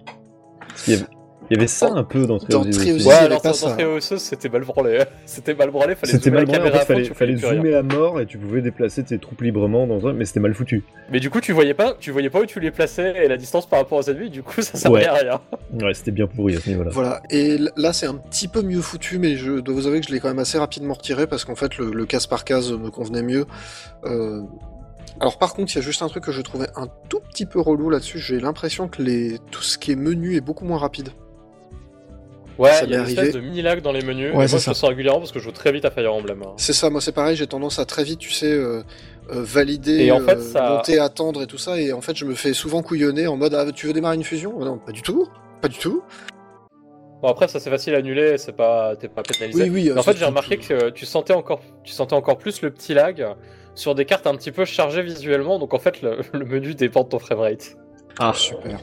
Speaker 3: Parce qu'il y avait- Il y avait ça un peu dans Three
Speaker 1: Dans
Speaker 3: Houses
Speaker 1: Three
Speaker 3: aussi.
Speaker 1: Houses.
Speaker 5: Ouais,
Speaker 1: avait
Speaker 5: alors
Speaker 1: pas
Speaker 5: dans
Speaker 1: ça.
Speaker 5: Trio Osseuse, E, c'était mal branlé. C'était mal branlé, fallait
Speaker 3: C'était
Speaker 5: zoomer
Speaker 3: mal
Speaker 5: la
Speaker 3: branlé, en
Speaker 5: caméra
Speaker 3: fait,
Speaker 5: à fond,
Speaker 3: fallait,
Speaker 5: tu
Speaker 3: fallait
Speaker 5: voyais plus rien.
Speaker 3: zoomer à mort et tu pouvais déplacer tes troupes librement dans un, mais c'était mal foutu.
Speaker 5: Mais du coup, tu voyais pas, tu voyais pas où tu les plaçais et la distance par rapport aux ennemis, du coup, ça servait
Speaker 3: Ouais.
Speaker 5: à rien.
Speaker 3: Ouais, c'était bien pourri à ce niveau-là.
Speaker 1: Voilà, et l- là c'est un petit peu mieux foutu, mais je dois vous avouer que je l'ai quand même assez rapidement retiré parce qu'en fait le, le case par case me convenait mieux. Euh, Alors par contre, il y a juste un truc que je trouvais un tout petit peu relou là-dessus, j'ai l'impression que les... tout ce qui est menu est beaucoup moins rapide.
Speaker 5: Ouais,
Speaker 1: Ça
Speaker 5: il y a une
Speaker 1: m'est
Speaker 5: espèce
Speaker 1: arrivé.
Speaker 5: de mini lag dans les menus.
Speaker 6: Ouais,
Speaker 5: et moi,
Speaker 6: c'est
Speaker 5: je
Speaker 6: ça.
Speaker 5: le sens régulièrement parce que je joue très vite à Fire Emblem. hein.
Speaker 1: C'est ça, moi c'est pareil, j'ai tendance à très vite, tu sais, euh, euh, valider,
Speaker 5: Et en fait,
Speaker 1: euh,
Speaker 5: ça-
Speaker 1: monter, attendre et tout ça, et en Ah fait je me fais souvent couillonner en mode ah, tu veux démarrer une fusion Non, pas du tout, pas du tout.
Speaker 5: Bon, après, ça c'est facile à annuler, c'est pas, t'es pas pénalisé.
Speaker 6: Oui, oui,
Speaker 5: Mais
Speaker 6: euh,
Speaker 5: en fait,
Speaker 6: surtout
Speaker 5: j'ai remarqué que euh, tu sentais, encore, tu sentais encore plus le petit lag sur des cartes un petit peu chargées visuellement, donc en fait, le, le menu dépend de ton framerate.
Speaker 3: Ah,
Speaker 6: Super,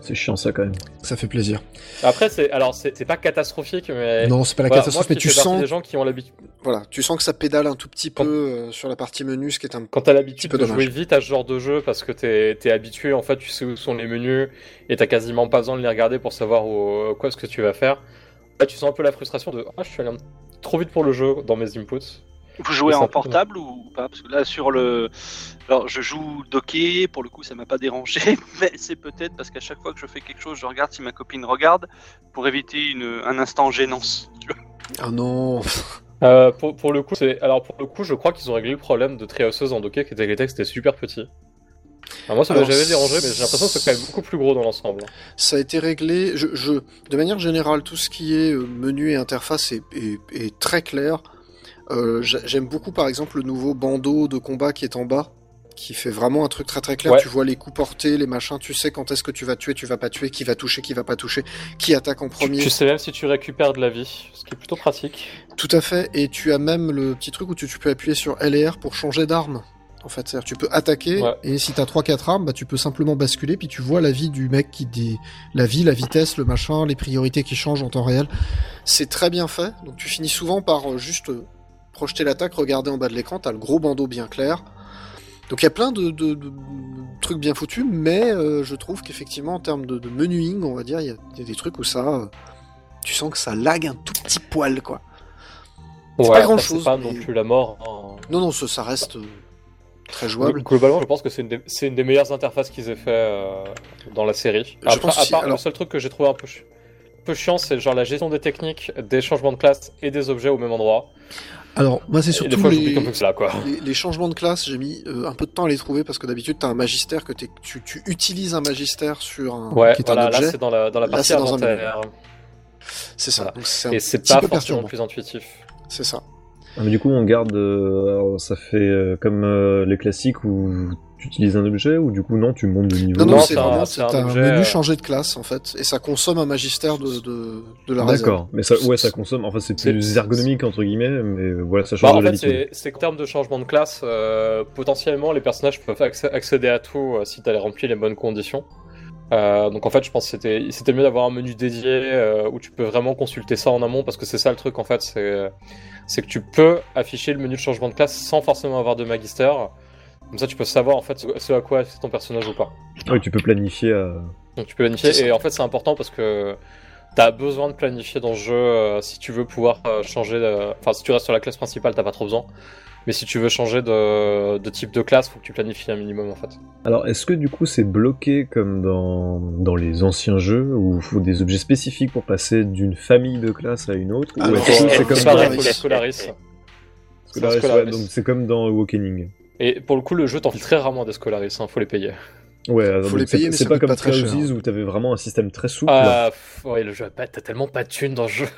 Speaker 3: c'est chiant ça quand même.
Speaker 6: ça fait plaisir.
Speaker 5: Après, c'est, alors, c'est, c'est pas catastrophique, mais.
Speaker 6: Non, c'est pas la
Speaker 5: Eh, Voilà,
Speaker 6: catastrophe, mais
Speaker 5: moi qui
Speaker 6: tu
Speaker 5: fais partie
Speaker 6: sens,
Speaker 5: des gens qui ont l'habitude,
Speaker 1: Voilà, tu sens que ça pédale un tout petit peu euh, sur la partie menu, ce qui est un
Speaker 5: quand t'as l'habitude
Speaker 1: peu
Speaker 5: de
Speaker 1: dommage.
Speaker 5: jouer vite à ce genre de jeu parce que t'es, t'es habitué, en fait, tu sais où sont les menus et t'as quasiment pas besoin de les regarder pour savoir où- quoi ce que tu vas faire. Là, tu sens un peu la frustration de ah, je suis allé un- trop vite pour le jeu dans mes inputs.
Speaker 4: Vous jouez
Speaker 5: Mais ça
Speaker 4: en
Speaker 5: peut-
Speaker 4: portable ou pas Parce que là, sur le. Alors, je joue docké, pour le coup, ça m'a pas dérangé, mais c'est peut-être parce qu'à chaque fois que je fais quelque chose, je regarde si ma copine regarde pour éviter une... un instant gênance. tu vois.
Speaker 1: Ah non
Speaker 5: Euh, pour, pour le coup, c'est alors pour le coup, je crois qu'ils ont réglé le problème de Treehouse en docké, qui était que les textes étaient super petits. Alors moi, ça m'a
Speaker 1: Alors,
Speaker 5: jamais dérangé, mais j'ai l'impression que c'est quand même beaucoup plus gros dans l'ensemble.
Speaker 1: Ça a été réglé. Je, je- de manière générale, tout ce qui est euh, menu et interface est, est- est très clair. Euh, j'a- J'aime beaucoup, par exemple, le nouveau bandeau de combat qui est en bas, qui fait vraiment un truc très très clair.
Speaker 5: Ouais.
Speaker 1: Tu vois les coups portés, les machins. Tu sais quand est-ce que tu vas tuer, tu vas pas tuer, qui va toucher, qui va pas toucher, qui attaque en
Speaker 5: Tu,
Speaker 1: premier.
Speaker 5: tu sais même si tu récupères de la vie, ce qui est plutôt pratique.
Speaker 1: Tout à fait. Et tu as même le petit truc où tu, tu peux appuyer sur L et R pour changer d'arme. En fait, c'est-à-dire tu peux attaquer
Speaker 5: Ouais.
Speaker 1: et si t'as 3-4 armes, bah, tu peux simplement basculer puis tu vois la vie du mec qui dit la vie, la vitesse, le machin, les priorités qui changent en temps réel. C'est très bien fait. Donc tu finis souvent par euh, juste euh, projeter l'attaque, regarder en bas de l'écran, t'as le gros bandeau bien clair. Donc il y a plein de, de- de trucs bien foutus, mais euh, je trouve qu'effectivement en termes de, de menuing, on va dire, il y, a- il y a des trucs où ça, euh, tu sens que ça lague un tout petit poil quoi.
Speaker 5: Ouais,
Speaker 1: pas
Speaker 5: après,
Speaker 1: grand-chose,
Speaker 5: C'est pas
Speaker 1: mais-
Speaker 5: non plus la mort. hein.
Speaker 1: Non, non, ça, ça reste euh, très jouable.
Speaker 5: Globalement, je pense que c'est une, des- c'est une des meilleures interfaces qu'ils aient fait euh, dans la série.
Speaker 1: Je pense
Speaker 5: à
Speaker 1: aussi,
Speaker 5: part le
Speaker 1: alors-
Speaker 5: seul truc que j'ai trouvé un peu, ch- un peu chiant, c'est genre la gestion des techniques, des changements de classe et des objets au même endroit.
Speaker 6: Alors, moi, c'est
Speaker 5: et des
Speaker 6: surtout
Speaker 5: fois,
Speaker 6: les...
Speaker 5: j'oublie comme ça, quoi.
Speaker 1: Les, les changements de classe, j'ai mis euh, un peu de temps à les trouver parce que d'habitude, t'as un magistère que t'es- tu, tu utilises un magistère sur un
Speaker 5: Ouais,
Speaker 1: qui est
Speaker 5: voilà,
Speaker 1: un
Speaker 5: là
Speaker 1: objet.
Speaker 5: c'est dans la, dans la
Speaker 1: Là,
Speaker 5: partie
Speaker 1: c'est dans un
Speaker 5: inventaire.
Speaker 1: C'est ça.
Speaker 5: voilà.
Speaker 1: Donc c'est un
Speaker 5: Et c'est
Speaker 1: petit
Speaker 5: pas
Speaker 1: peu
Speaker 5: forcément
Speaker 1: perturbant.
Speaker 5: plus intuitif.
Speaker 1: C'est ça.
Speaker 3: Ah, mais du coup, on garde. euh, alors, ça fait euh, comme euh, les classiques où tu utilises un objet ou du coup, non, tu montes de niveau.
Speaker 1: Non, non,
Speaker 5: Non,
Speaker 1: c'est
Speaker 5: c'est un-
Speaker 1: vraiment
Speaker 5: c'est
Speaker 1: c'est
Speaker 5: un
Speaker 1: un
Speaker 5: objet,
Speaker 1: menu
Speaker 5: euh,
Speaker 1: changé de classe en fait, et ça consomme un magistère de, de, de la réserve.
Speaker 3: D'accord, mais ça, ouais, ça consomme. Enfin, c'est plus
Speaker 5: C'est-
Speaker 3: ergonomique entre guillemets, mais voilà, ça
Speaker 5: Bah,
Speaker 3: change
Speaker 5: en
Speaker 3: de
Speaker 5: fait,
Speaker 3: l'habitude.
Speaker 5: c'est- c'est qu'en termes de changement de classe, euh, potentiellement les personnages peuvent acc- accéder à tout euh, si tu as rempli les bonnes conditions. Euh, donc en fait, je pense que c'était c'était mieux d'avoir un menu dédié euh, où tu peux vraiment consulter ça en amont parce que c'est ça le truc en fait, c'est c'est que tu peux afficher le menu de changement de classe sans forcément avoir de magister. Comme ça, tu peux savoir en fait ce- ce à quoi est ton personnage ou pas.
Speaker 3: Ah Oui, tu peux planifier. euh,
Speaker 5: Donc tu peux planifier.
Speaker 1: C'est ça.
Speaker 5: Et en fait, c'est important parce que t'as besoin de planifier dans ce jeu euh, si tu veux pouvoir euh, changer. de- Enfin, si tu restes sur la classe principale, t'as pas trop besoin. Mais si tu veux changer de, de type de classe, faut que tu planifies un minimum en fait.
Speaker 3: Alors, est-ce que du coup c'est bloqué comme dans, dans les anciens jeux où il faut des objets spécifiques pour passer d'une famille de classe à une autre
Speaker 1: Ah,
Speaker 3: Ou
Speaker 1: non,
Speaker 3: est-ce que
Speaker 1: c'est-
Speaker 3: c'est
Speaker 1: c'est
Speaker 3: comme
Speaker 1: pas
Speaker 3: dans-
Speaker 1: vrai.
Speaker 5: Polaris.
Speaker 3: parce
Speaker 5: Polaris.
Speaker 3: que là,
Speaker 5: c'est
Speaker 3: ouais,
Speaker 5: Solaris.
Speaker 3: donc c'est comme dans Awakening.
Speaker 5: Et pour le coup, le jeu t'en file très rarement des Scolaris, hein, faut les payer.
Speaker 3: Ouais, alors,
Speaker 1: les
Speaker 3: donc, c'est-
Speaker 1: payer, mais ça
Speaker 3: c'est pas
Speaker 1: coûte
Speaker 3: comme
Speaker 1: pas très cher.
Speaker 3: Clousies où t'avais vraiment un système très souple.
Speaker 5: Ah, pff, ouais, le jeu, a pas- t'as tellement pas de thunes dans le jeu.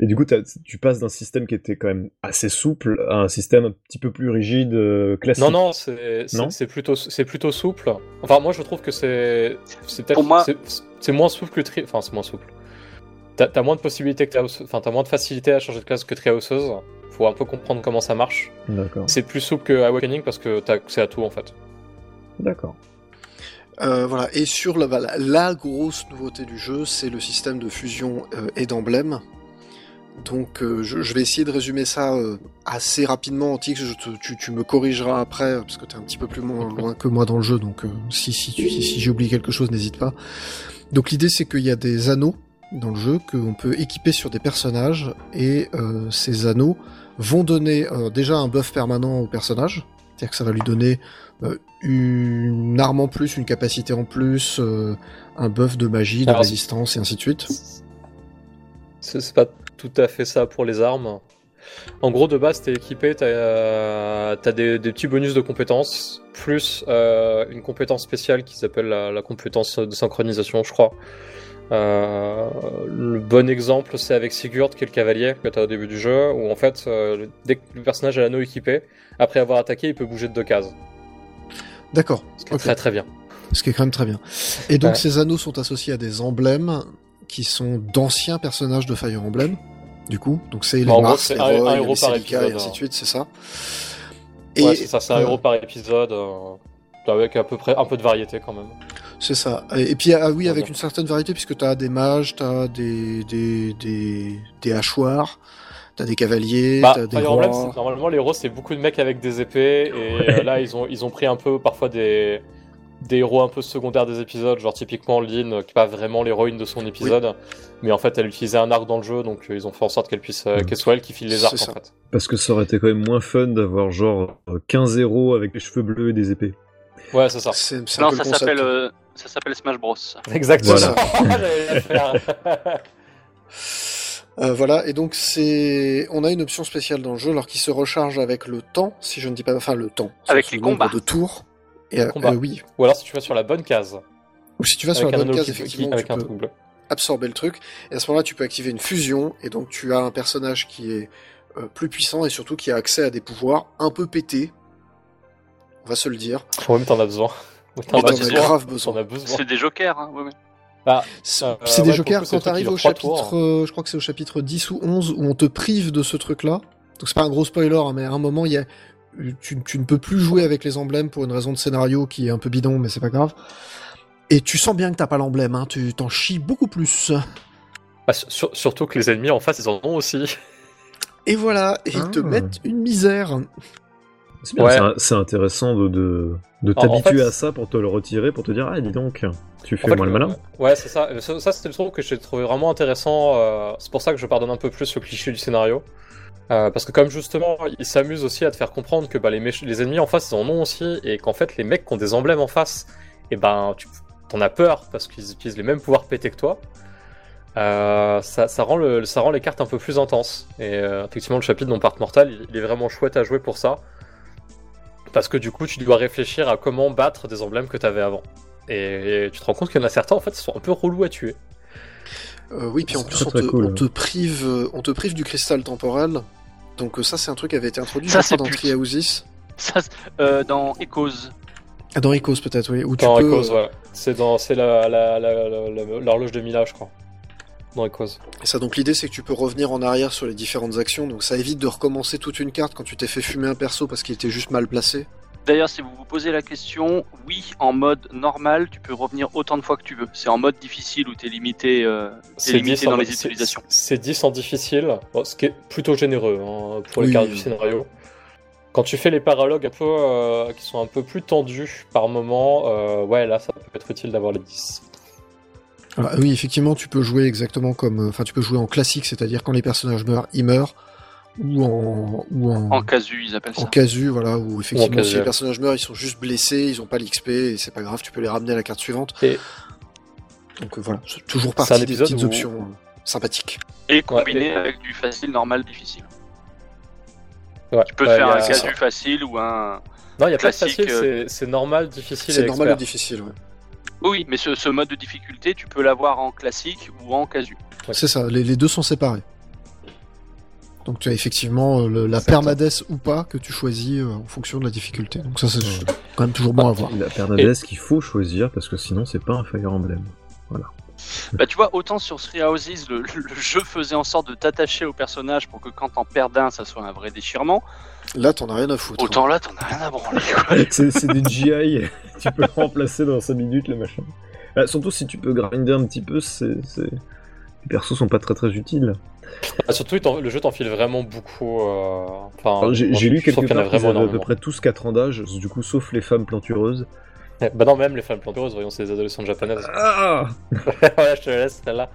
Speaker 3: Et du coup, t'as- tu passes d'un système qui était quand même assez souple à un système un petit peu plus rigide, euh, classique.
Speaker 5: Non, non, c'est c'est-
Speaker 3: Non
Speaker 5: c'est plutôt, c'est plutôt souple. Enfin, moi, je trouve que c'est c'est peut-être
Speaker 4: Pour moi-
Speaker 5: c'est- c'est moins souple que tri... enfin c'est moins souple. T'as t'as moins de possibilités que Treehouse- enfin t'as moins de facilité à changer de classe que Treehouseuse. Faut un peu comprendre comment ça marche.
Speaker 3: D'accord.
Speaker 5: C'est plus souple que Awakening parce que t'as accès à tout en fait.
Speaker 3: D'accord.
Speaker 1: Euh, voilà. Et sur la, la, la grosse nouveauté du jeu, c'est le système de fusion euh, et d'emblème. Donc euh, je, je vais essayer de résumer ça euh, assez rapidement, Antix, je te- tu, tu me corrigeras après, parce que tu es un petit peu plus loin, loin que moi dans le jeu, donc euh, si, si, tu- si, si j'ai oublié quelque chose, n'hésite pas. Donc l'idée c'est qu'il y a des anneaux dans le jeu qu'on peut équiper sur des personnages, et euh, ces anneaux vont donner euh, déjà un buff permanent au personnage, c'est-à-dire que ça va lui donner euh, une arme en plus, une capacité en plus, euh, un buff de magie, de
Speaker 5: Alors,
Speaker 1: résistance et ainsi de suite.
Speaker 5: C'est c'est pas tout à fait ça pour les armes. En gros, de base, t'es équipé, t'as euh, t'as des, des petits bonus de compétences, plus euh, une compétence spéciale qui s'appelle la, la compétence de synchronisation, je crois. Euh, le bon exemple, c'est avec Sigurd, qui est le cavalier que t'as au début du jeu, où en fait, euh, dès que le personnage a l'anneau équipé, après avoir attaqué, il peut bouger de deux cases.
Speaker 6: D'accord,
Speaker 5: Ce qui est
Speaker 6: Ok.
Speaker 5: très très bien.
Speaker 6: ce qui est quand même très bien. Et donc
Speaker 5: Ouais.
Speaker 6: ces anneaux sont associés à des emblèmes,
Speaker 1: qui sont d'anciens personnages de Fire Emblem, du coup. Donc c'est les
Speaker 5: Bah, en gros,
Speaker 1: Mars,
Speaker 5: c'est
Speaker 1: les
Speaker 5: un- un
Speaker 1: Roy,
Speaker 5: héros
Speaker 1: les
Speaker 5: par
Speaker 1: Celica, et
Speaker 5: épisode,
Speaker 1: ainsi de
Speaker 5: hein.
Speaker 1: suite, c'est ça.
Speaker 5: Ouais, c'est ça, c'est un
Speaker 1: euh,
Speaker 5: héros par épisode, euh, avec à peu près un peu de variété quand même.
Speaker 1: C'est ça. Et et puis, ah oui, avec
Speaker 5: Ouais.
Speaker 1: une certaine variété, puisque t'as des mages, t'as des, des, des, des hachoirs, t'as des cavaliers,
Speaker 5: Bah,
Speaker 1: t'as des
Speaker 5: Fire
Speaker 1: rois.
Speaker 5: Emblem, c'est- normalement, les héros, c'est beaucoup de mecs avec des épées, et euh, là, ils ont, ils ont pris un peu parfois des, des héros un peu secondaires des épisodes, genre typiquement Lynn, euh, qui n'est pas vraiment l'héroïne de son épisode, mais en fait, elle utilisait un arc dans le jeu, donc euh, ils ont fait en sorte qu'elle puisse, euh,
Speaker 3: Mhm.
Speaker 5: qu'elle soit elle qui file les arcs
Speaker 1: Mm. C'est ça.
Speaker 5: en fait.
Speaker 3: Parce que ça aurait été quand même moins fun d'avoir genre euh, 15 héros avec les cheveux bleus et des épées.
Speaker 5: Ouais, c'est ça.
Speaker 1: C'est c'est un
Speaker 4: Non,
Speaker 1: peu le
Speaker 4: ça
Speaker 1: concept.
Speaker 4: s'appelle euh, ça s'appelle Smash Bros.
Speaker 5: Exactement.
Speaker 3: Voilà.
Speaker 5: J'allais le faire.
Speaker 1: Euh, voilà, et donc c'est, on a une option spéciale dans le jeu, alors qui se recharge avec le temps, si je ne dis pas, enfin le temps,
Speaker 4: Avec
Speaker 1: c'est
Speaker 4: les
Speaker 1: le nombre
Speaker 4: combats.
Speaker 1: de tours. Et, euh,
Speaker 5: Combats.
Speaker 1: euh, oui.
Speaker 5: Ou alors, si tu vas sur la bonne case,
Speaker 1: Ou si tu vas sur
Speaker 5: avec
Speaker 1: la
Speaker 5: un
Speaker 1: bonne
Speaker 5: anneau
Speaker 1: case,
Speaker 5: qui- qui-
Speaker 1: effectivement, tu
Speaker 5: avec un
Speaker 1: peux
Speaker 5: double.
Speaker 1: absorber le truc. Et à ce moment-là, tu peux activer une fusion, et donc tu as un personnage qui est euh, plus puissant et surtout qui a accès à des pouvoirs un peu pétés. On va se le dire.
Speaker 5: Ouais, mais t'en as besoin. Ouais, T'en
Speaker 4: Oh, bah,
Speaker 5: as
Speaker 4: c'est
Speaker 1: T'en as
Speaker 5: besoin.
Speaker 1: grave
Speaker 5: T'en
Speaker 1: besoin.
Speaker 5: as besoin.
Speaker 4: C'est des jokers, hein, ouais, ouais.
Speaker 1: C'est
Speaker 5: Euh,
Speaker 1: c'est des
Speaker 5: ouais, pour le
Speaker 1: jokers
Speaker 5: coup, c'est
Speaker 1: quand
Speaker 5: le truc,
Speaker 1: t'arrives
Speaker 5: il
Speaker 1: au
Speaker 5: a trois tours,
Speaker 1: chapitre, euh, je crois que c'est au chapitre 10 ou 11 où on te prive de ce truc-là. Donc c'est pas un gros spoiler, hein, mais à un moment, il y a, tu, tu ne peux plus jouer avec les emblèmes pour une raison de scénario qui est un peu bidon, mais c'est pas grave. Et tu sens bien que t'as pas l'emblème, hein, tu t'en chies beaucoup plus.
Speaker 5: Bah, sur- surtout que les ennemis en face, ils en ont aussi.
Speaker 1: Et voilà, et ils te
Speaker 3: Ah.
Speaker 1: mettent une misère.
Speaker 3: C'est bien,
Speaker 5: Ouais.
Speaker 3: c'est un- c'est intéressant de, de, de
Speaker 5: En- en
Speaker 3: t'habituer
Speaker 5: fait-
Speaker 3: à ça pour te le retirer, pour te dire Ah, dis donc, tu fais
Speaker 5: En fait,
Speaker 3: moins le malin.
Speaker 5: Ouais, c'est ça. Euh, Ça, ça, c'était le truc que j'ai trouvé vraiment intéressant. euh, c'est pour ça que je pardonne un peu plus le cliché du scénario. Euh, parce que comme justement, ils s'amusent aussi à te faire comprendre que bah, les, méch- les ennemis en face, ils en ont aussi, et qu'en fait, les mecs qui ont des emblèmes en face, et ben, tu t'en as peur parce qu'ils utilisent les mêmes pouvoirs pétés que toi. Euh, ça, ça rend le, ça rend les cartes un peu plus intenses. Et euh, effectivement, le chapitre dont Part Mortal, il, il est vraiment chouette à jouer pour ça. Parce que du coup, tu dois réfléchir à comment battre des emblèmes que t'avais avant. Et tu te rends compte qu'il y en a certains, en fait, qui sont un peu relous à tuer.
Speaker 1: Euh, oui, puis en
Speaker 3: C'est
Speaker 1: plus,
Speaker 3: très,
Speaker 1: on,
Speaker 3: très
Speaker 1: te,
Speaker 3: cool,
Speaker 1: on
Speaker 3: hein.
Speaker 1: te prive, euh, on te prive du cristal temporel. Donc euh, ça, c'est un truc qui avait été introduit
Speaker 4: Ça,
Speaker 1: je crois,
Speaker 4: c'est
Speaker 1: dans
Speaker 4: pute.
Speaker 1: Triaousis.
Speaker 4: Ça, c'est- euh, dans Echoes.
Speaker 1: Ah, dans Echoes peut-être, oui. Où tu
Speaker 5: Dans
Speaker 1: peux,
Speaker 5: Echoes,
Speaker 1: euh,
Speaker 5: voilà. C'est dans, c'est la, la- la- la- la- l'horloge de Mila, je crois. Dans Echoes.
Speaker 1: Et ça, donc l'idée, c'est que tu peux revenir en arrière sur les différentes actions, donc ça évite de recommencer toute une carte quand tu t'es fait fumer un perso parce qu'il était juste mal placé.
Speaker 4: D'ailleurs, si vous vous posez la question, oui, en mode normal, tu peux revenir autant de fois que tu veux. C'est en mode difficile où t'es limité. euh, C'est limité
Speaker 5: 10
Speaker 4: dans
Speaker 5: en-
Speaker 4: les
Speaker 5: c'est-
Speaker 4: utilisations.
Speaker 5: C'est 10 en difficile, bon, ce qui est plutôt généreux hein, pour les
Speaker 1: Oui.
Speaker 5: cartes du scénario. Quand tu fais les paralogues un peu, euh, qui sont un peu plus tendus par moment, euh, ouais, là, ça peut être utile d'avoir les 10.
Speaker 1: Alors, Bah, oui, effectivement, tu peux jouer exactement comme, euh, enfin, tu peux jouer en classique, c'est-à-dire quand les personnages meurent, ils meurent, ou en, ou en,
Speaker 4: En casu, ils appellent
Speaker 1: en
Speaker 4: ça.
Speaker 1: casu, voilà, où effectivement,
Speaker 5: casu,
Speaker 1: si les
Speaker 5: ouais.
Speaker 1: personnages meurent, ils sont juste blessés, ils ont pas l'XP, et c'est pas grave, tu peux les ramener à la carte suivante.
Speaker 5: Et-
Speaker 1: Donc euh, voilà, c'est toujours
Speaker 5: C'est un
Speaker 1: partie des
Speaker 5: épisode
Speaker 1: petites
Speaker 5: où-
Speaker 1: options euh, sympathiques.
Speaker 4: Et combiné
Speaker 5: Ouais, et-
Speaker 4: avec du facile, normal, difficile.
Speaker 5: Ouais,
Speaker 4: Tu peux
Speaker 5: ouais,
Speaker 4: faire
Speaker 5: y a-
Speaker 4: un casu facile ou un.
Speaker 5: Non, il n'y a pas de
Speaker 4: classique,
Speaker 5: facile,
Speaker 4: euh,
Speaker 5: c'est- c'est normal, difficile
Speaker 1: C'est
Speaker 5: et
Speaker 1: normal ou
Speaker 5: expert.
Speaker 1: difficile, ouais.
Speaker 4: Oui, mais ce, ce mode de difficulté, tu peux l'avoir en classique ou en casu.
Speaker 5: Ouais.
Speaker 1: C'est ça, les, les deux sont séparés. Donc tu as effectivement euh, le- la
Speaker 5: Exactement.
Speaker 1: permadesse ou pas que tu choisis euh, en fonction de la difficulté. Donc ça c'est quand même toujours bon à voir.
Speaker 3: La Bernadette qu'il faut choisir parce que sinon, c'est pas un Fire Emblem.
Speaker 4: Bah tu vois, autant sur Three Houses, le, le jeu faisait en sorte de t'attacher au personnage pour que quand t'en perds un, ça soit un vrai déchirement.
Speaker 1: Là t'en as rien à foutre.
Speaker 4: Autant là, t'en as rien à branler. quoi.
Speaker 3: c'est c'est des GI, tu peux le remplacer dans 5 minutes, le machin. Bah, surtout si tu peux grinder un petit peu, c'est. c'est- Les persos sont pas très très utiles.
Speaker 5: Ah, surtout, il t'en- le jeu t'enfile vraiment beaucoup. euh, Enfin,
Speaker 3: Alors, J'ai
Speaker 5: moi,
Speaker 3: j'ai
Speaker 5: je
Speaker 3: lu
Speaker 5: trouve
Speaker 3: quelque
Speaker 5: qu'il y en a
Speaker 3: part qu'ils
Speaker 5: vraiment
Speaker 3: avaient à peu
Speaker 5: énormément.
Speaker 3: près tous 4 ans d'âge, du coup, sauf les femmes plantureuses.
Speaker 5: Bah non, même les femmes planteuses, voyons, c'est des adolescentes japonaises.
Speaker 3: Ah
Speaker 5: voilà, je te la laisse celle-là.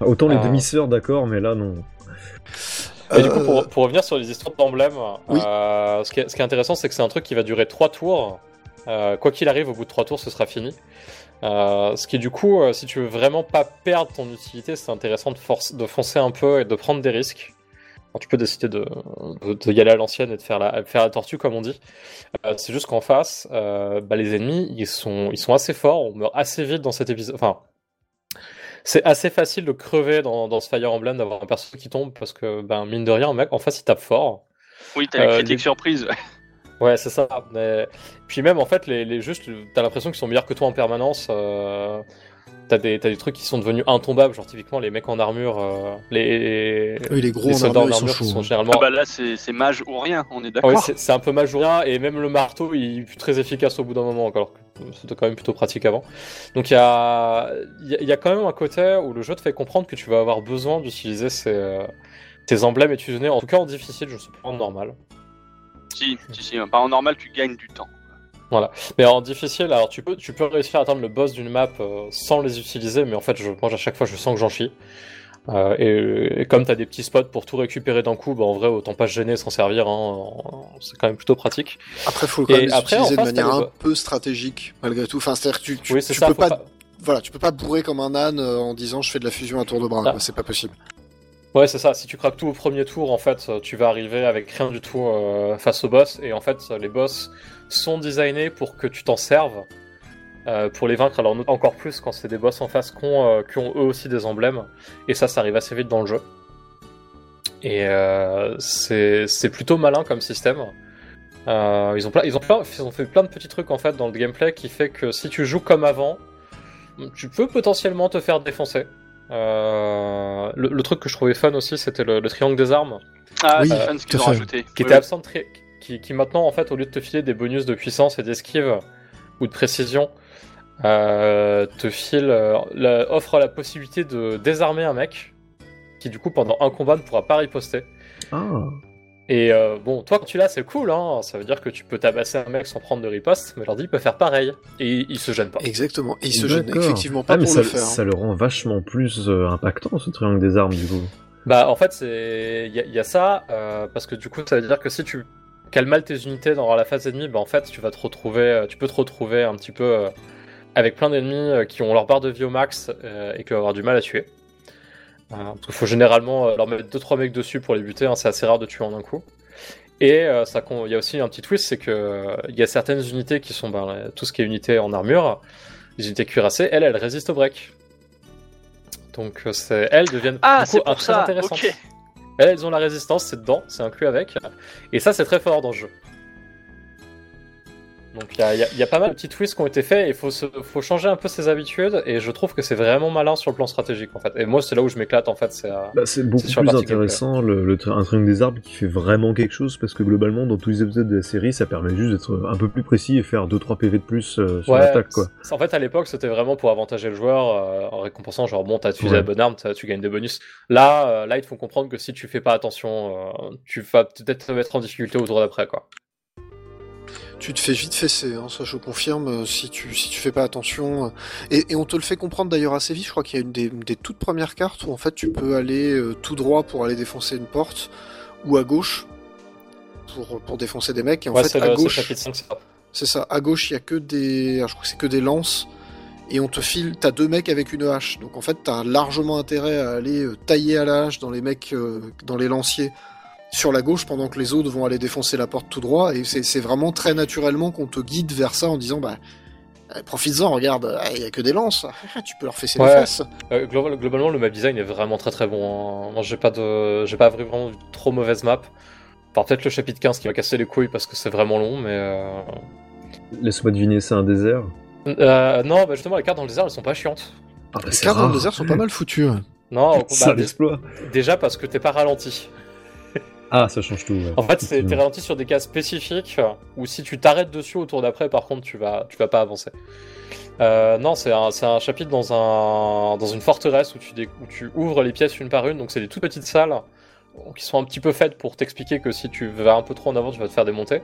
Speaker 3: Autant les
Speaker 5: Ah.
Speaker 3: demi-sœurs, d'accord, mais là, non.
Speaker 1: hein.
Speaker 5: Et du coup, pour, pour revenir sur les histoires d'emblèmes,
Speaker 1: Euh, Oui.
Speaker 5: euh, ce, qui est, ce qui est intéressant, c'est que c'est un truc qui va durer trois tours. Euh, quoi qu'il arrive, au bout de trois tours, ce sera fini. Euh, ce qui, du coup, euh, si tu veux vraiment pas perdre ton utilité, c'est intéressant de, force, de foncer un peu et de prendre des risques. Alors, tu peux décider de, de, de y aller à l'ancienne et de faire la, faire la tortue, comme on dit. Euh, c'est juste qu'en face, euh, bah, les ennemis, ils sont, ils sont assez forts, on meurt assez vite dans cet épisode. Enfin, c'est assez facile de crever dans, dans ce Fire Emblem, d'avoir un perso qui tombe, parce que, ben, mine de rien, mec, en face, il tape fort.
Speaker 4: Oui, t'as la
Speaker 5: Euh,
Speaker 4: critique
Speaker 5: les-
Speaker 4: surprise.
Speaker 5: Ouais, c'est ça. Mais... Puis même, en fait, les, les juste, t'as l'impression qu'ils sont meilleurs que toi en permanence. euh, T'as des, t'as des trucs qui sont devenus intombables, genre typiquement les mecs en armure, euh, les,
Speaker 1: Euh,
Speaker 6: Oui, les gros
Speaker 5: les
Speaker 6: en
Speaker 5: soldats
Speaker 6: armure, ils sont
Speaker 5: qui
Speaker 6: chauds,
Speaker 5: sont
Speaker 6: hein.
Speaker 5: généralement.
Speaker 4: Ah bah là, c'est c'est mage ou rien, on est
Speaker 5: Ah
Speaker 4: d'accord.
Speaker 5: ouais, c'est c'est un peu majourien et même le marteau il est très efficace au bout d'un moment encore alors que c'était quand même plutôt pratique avant. Donc il y a, il y a- il y a quand même un côté où le jeu te fait comprendre que tu vas avoir besoin d'utiliser ces, euh, tes emblèmes et fusionner en tout cas en difficile, je ne sais pas en normal.
Speaker 4: Si, si, si, pas en normal, tu gagnes du temps.
Speaker 5: Mais en difficile, alors tu peux, tu peux réussir à atteindre le boss d'une map euh, sans les utiliser, mais en fait, je mange à chaque fois, je sens que j'en chie. Euh, et, et comme t'as des petits spots pour tout récupérer d'un coup, bah en vrai, autant pas se gêner s'en servir, hein, euh, c'est quand même plutôt pratique.
Speaker 1: Après, faut quand
Speaker 5: Et
Speaker 1: même les
Speaker 5: après, en
Speaker 1: utiliser
Speaker 5: face,
Speaker 1: de manière
Speaker 5: t'as les
Speaker 1: un peu stratégique, malgré tout. Enfin, c'est-à-dire que tu, tu,
Speaker 5: oui, c'est
Speaker 1: tu
Speaker 5: ça.
Speaker 1: peux
Speaker 5: faut
Speaker 1: pas,
Speaker 5: pas-
Speaker 1: voilà, tu peux pas bourrer comme un âne euh, en disant je fais de la fusion à tour de bras.
Speaker 5: Ah.
Speaker 1: quoi, C'est pas possible.
Speaker 5: Ouais, c'est ça. Si tu craques tout au premier tour, en fait, euh, tu vas arriver avec rien du tout euh, face au boss. Et en fait, euh, les boss sont designés pour que tu t'en serves euh, pour les vaincre. Alors, no- encore plus quand c'est des boss en face qui ont, euh, qui ont eux aussi des emblèmes. Et ça, ça arrive assez vite dans le jeu. Et euh, c'est c'est plutôt malin comme système. Euh, ils, ont plein, ils, ont plein, ils ont fait plein de petits trucs en fait dans le gameplay qui fait que si tu joues comme avant, tu peux potentiellement te faire défoncer. Euh, le, le truc que je trouvais fun aussi, c'était le, le triangle des armes,
Speaker 4: Ah,
Speaker 6: Oui,
Speaker 4: c'est fun ce
Speaker 6: tout
Speaker 4: qu'ils ont
Speaker 6: à fait.
Speaker 4: rajouté.
Speaker 5: qui
Speaker 4: Oui,
Speaker 5: était absent de tri- qui, qui maintenant, en fait, au lieu de te filer des bonus de puissance et d'esquive ou de précision, euh, te file, euh, la- offre la possibilité de désarmer un mec, qui du coup pendant un combat ne pourra pas riposter.
Speaker 3: Ah,
Speaker 5: Et euh, bon, toi quand tu l'as, c'est cool, hein, ça veut dire que tu peux tabasser un mec sans prendre de riposte, mais l'ordi peut faire pareil, et il se gêne pas.
Speaker 1: Exactement. Et ils se gênent
Speaker 3: D'accord.
Speaker 1: effectivement pas
Speaker 3: ah mais
Speaker 1: pour
Speaker 3: ça,
Speaker 1: le faire. hein.
Speaker 3: ça le rend vachement plus euh, impactant ce triangle des armes du coup.
Speaker 5: Bah en fait c'est il y, a- il y a ça euh, parce que du coup ça veut dire que si tu cales mal tes unités dans la phase ennemie, bah en fait tu vas te retrouver euh, tu peux te retrouver un petit peu euh, avec plein d'ennemis euh, qui ont leur barre de vie au max euh, et qui vont avoir du mal à tuer. Euh, parce qu'il faut généralement euh, leur mettre 2-3 mecs dessus pour les buter, hein, c'est assez rare de tuer en un coup. Et euh, ça con- il y a aussi un petit twist, c'est que euh, il y a certaines unités qui sont bah, euh, tout ce qui est unité en armure, les unités cuirassées, elles elles résistent au break. Donc euh, c'est- elles deviennent
Speaker 4: Ah,
Speaker 5: du coup,
Speaker 4: c'est
Speaker 5: un-
Speaker 4: pour
Speaker 5: très
Speaker 4: ça.
Speaker 5: intéressantes.
Speaker 4: Ok.
Speaker 5: Elles, elles ont la résistance, c'est dedans, c'est inclus avec. Et ça, c'est très fort dans le jeu. Donc il y a, il y a- il y a pas mal de petits twists qui ont été faits et il faut, se- faut changer un peu ses habitudes. Et je trouve que c'est vraiment malin sur le plan stratégique en fait. Et moi, c'est là où je m'éclate en fait. C'est à-
Speaker 3: Bah, c'est beaucoup
Speaker 5: C'est sur la
Speaker 3: plus
Speaker 5: partie
Speaker 3: intéressant le, le tri- un triangle des arbres qui fait vraiment quelque chose parce que globalement dans tous les épisodes de la série ça permet juste d'être un peu plus précis et faire 2-3 PV de plus euh, sur l'attaque quoi.
Speaker 5: c'est- En fait, à l'époque, c'était vraiment pour avantager le joueur euh, en récompensant genre bon, t'as utilisé
Speaker 3: Ouais.
Speaker 5: la bonne arme, t'as- tu gagnes des bonus. Là, euh, là, ils te font comprendre que si tu fais pas attention, euh, tu vas peut-être te mettre en difficulté au tour d'après quoi.
Speaker 1: Tu te fais vite fesser, hein, ça je confirme, euh, si tu, si tu fais pas attention. euh, Et, et on te le fait comprendre d'ailleurs assez vite, je crois qu'il y a une des, une des toutes premières cartes où en fait tu peux aller euh, tout droit pour aller défoncer une porte, ou à gauche pour, pour défoncer des mecs, et en
Speaker 5: ouais,
Speaker 1: fait
Speaker 5: c'est
Speaker 1: à
Speaker 5: le, c'est le
Speaker 1: gauche,
Speaker 5: chapitre 5, c'est ça.
Speaker 1: c'est ça, à gauche il y a que des, alors, je crois que c'est que des lances, et on te file, t'as deux mecs avec une hache, donc en fait t'as largement intérêt à aller euh, tailler à la hache dans les mecs, euh, dans les lanciers sur la gauche pendant que les autres vont aller défoncer la porte tout droit. Et c'est c'est vraiment très naturellement qu'on te guide vers ça en disant bah euh, profites-en, regarde, eh, il y a que des lances, Ah, tu peux leur fesser
Speaker 5: Ouais.
Speaker 1: les fesses.
Speaker 3: Bah,
Speaker 5: Euh, global- globalement, le map design est vraiment très très bon. hein. Moi, j'ai pas de, j'ai pas vraiment de trop mauvaise map. Enfin, peut-être le chapitre 15 qui m'a cassé les couilles parce que c'est vraiment long, mais euh,
Speaker 3: Laisse-moi deviner c'est un désert.
Speaker 5: euh, non, bah justement, les cartes dans le désert, elles sont pas chiantes.
Speaker 3: Ah bah
Speaker 1: Les
Speaker 3: c'est
Speaker 1: cartes dans
Speaker 3: rare.
Speaker 1: le désert sont pas mal foutues. ouais.
Speaker 5: Non, au
Speaker 3: C'est
Speaker 5: combat,
Speaker 3: un exploit.
Speaker 5: déjà parce que t'es pas ralenti.
Speaker 3: Ah ça change tout. ouais.
Speaker 5: En fait, c'est- t'es
Speaker 3: Effectivement.
Speaker 5: ralenti sur des cases spécifiques euh, où si tu t'arrêtes dessus au tour d'après, par contre, tu vas, tu vas pas avancer. Euh, non, c'est un, c'est un chapitre dans, un, dans une forteresse où tu, dé- où tu ouvres les pièces une par une. Donc, c'est des toutes petites salles euh, qui sont un petit peu faites pour t'expliquer que si tu vas un peu trop en avant, tu vas te faire démonter.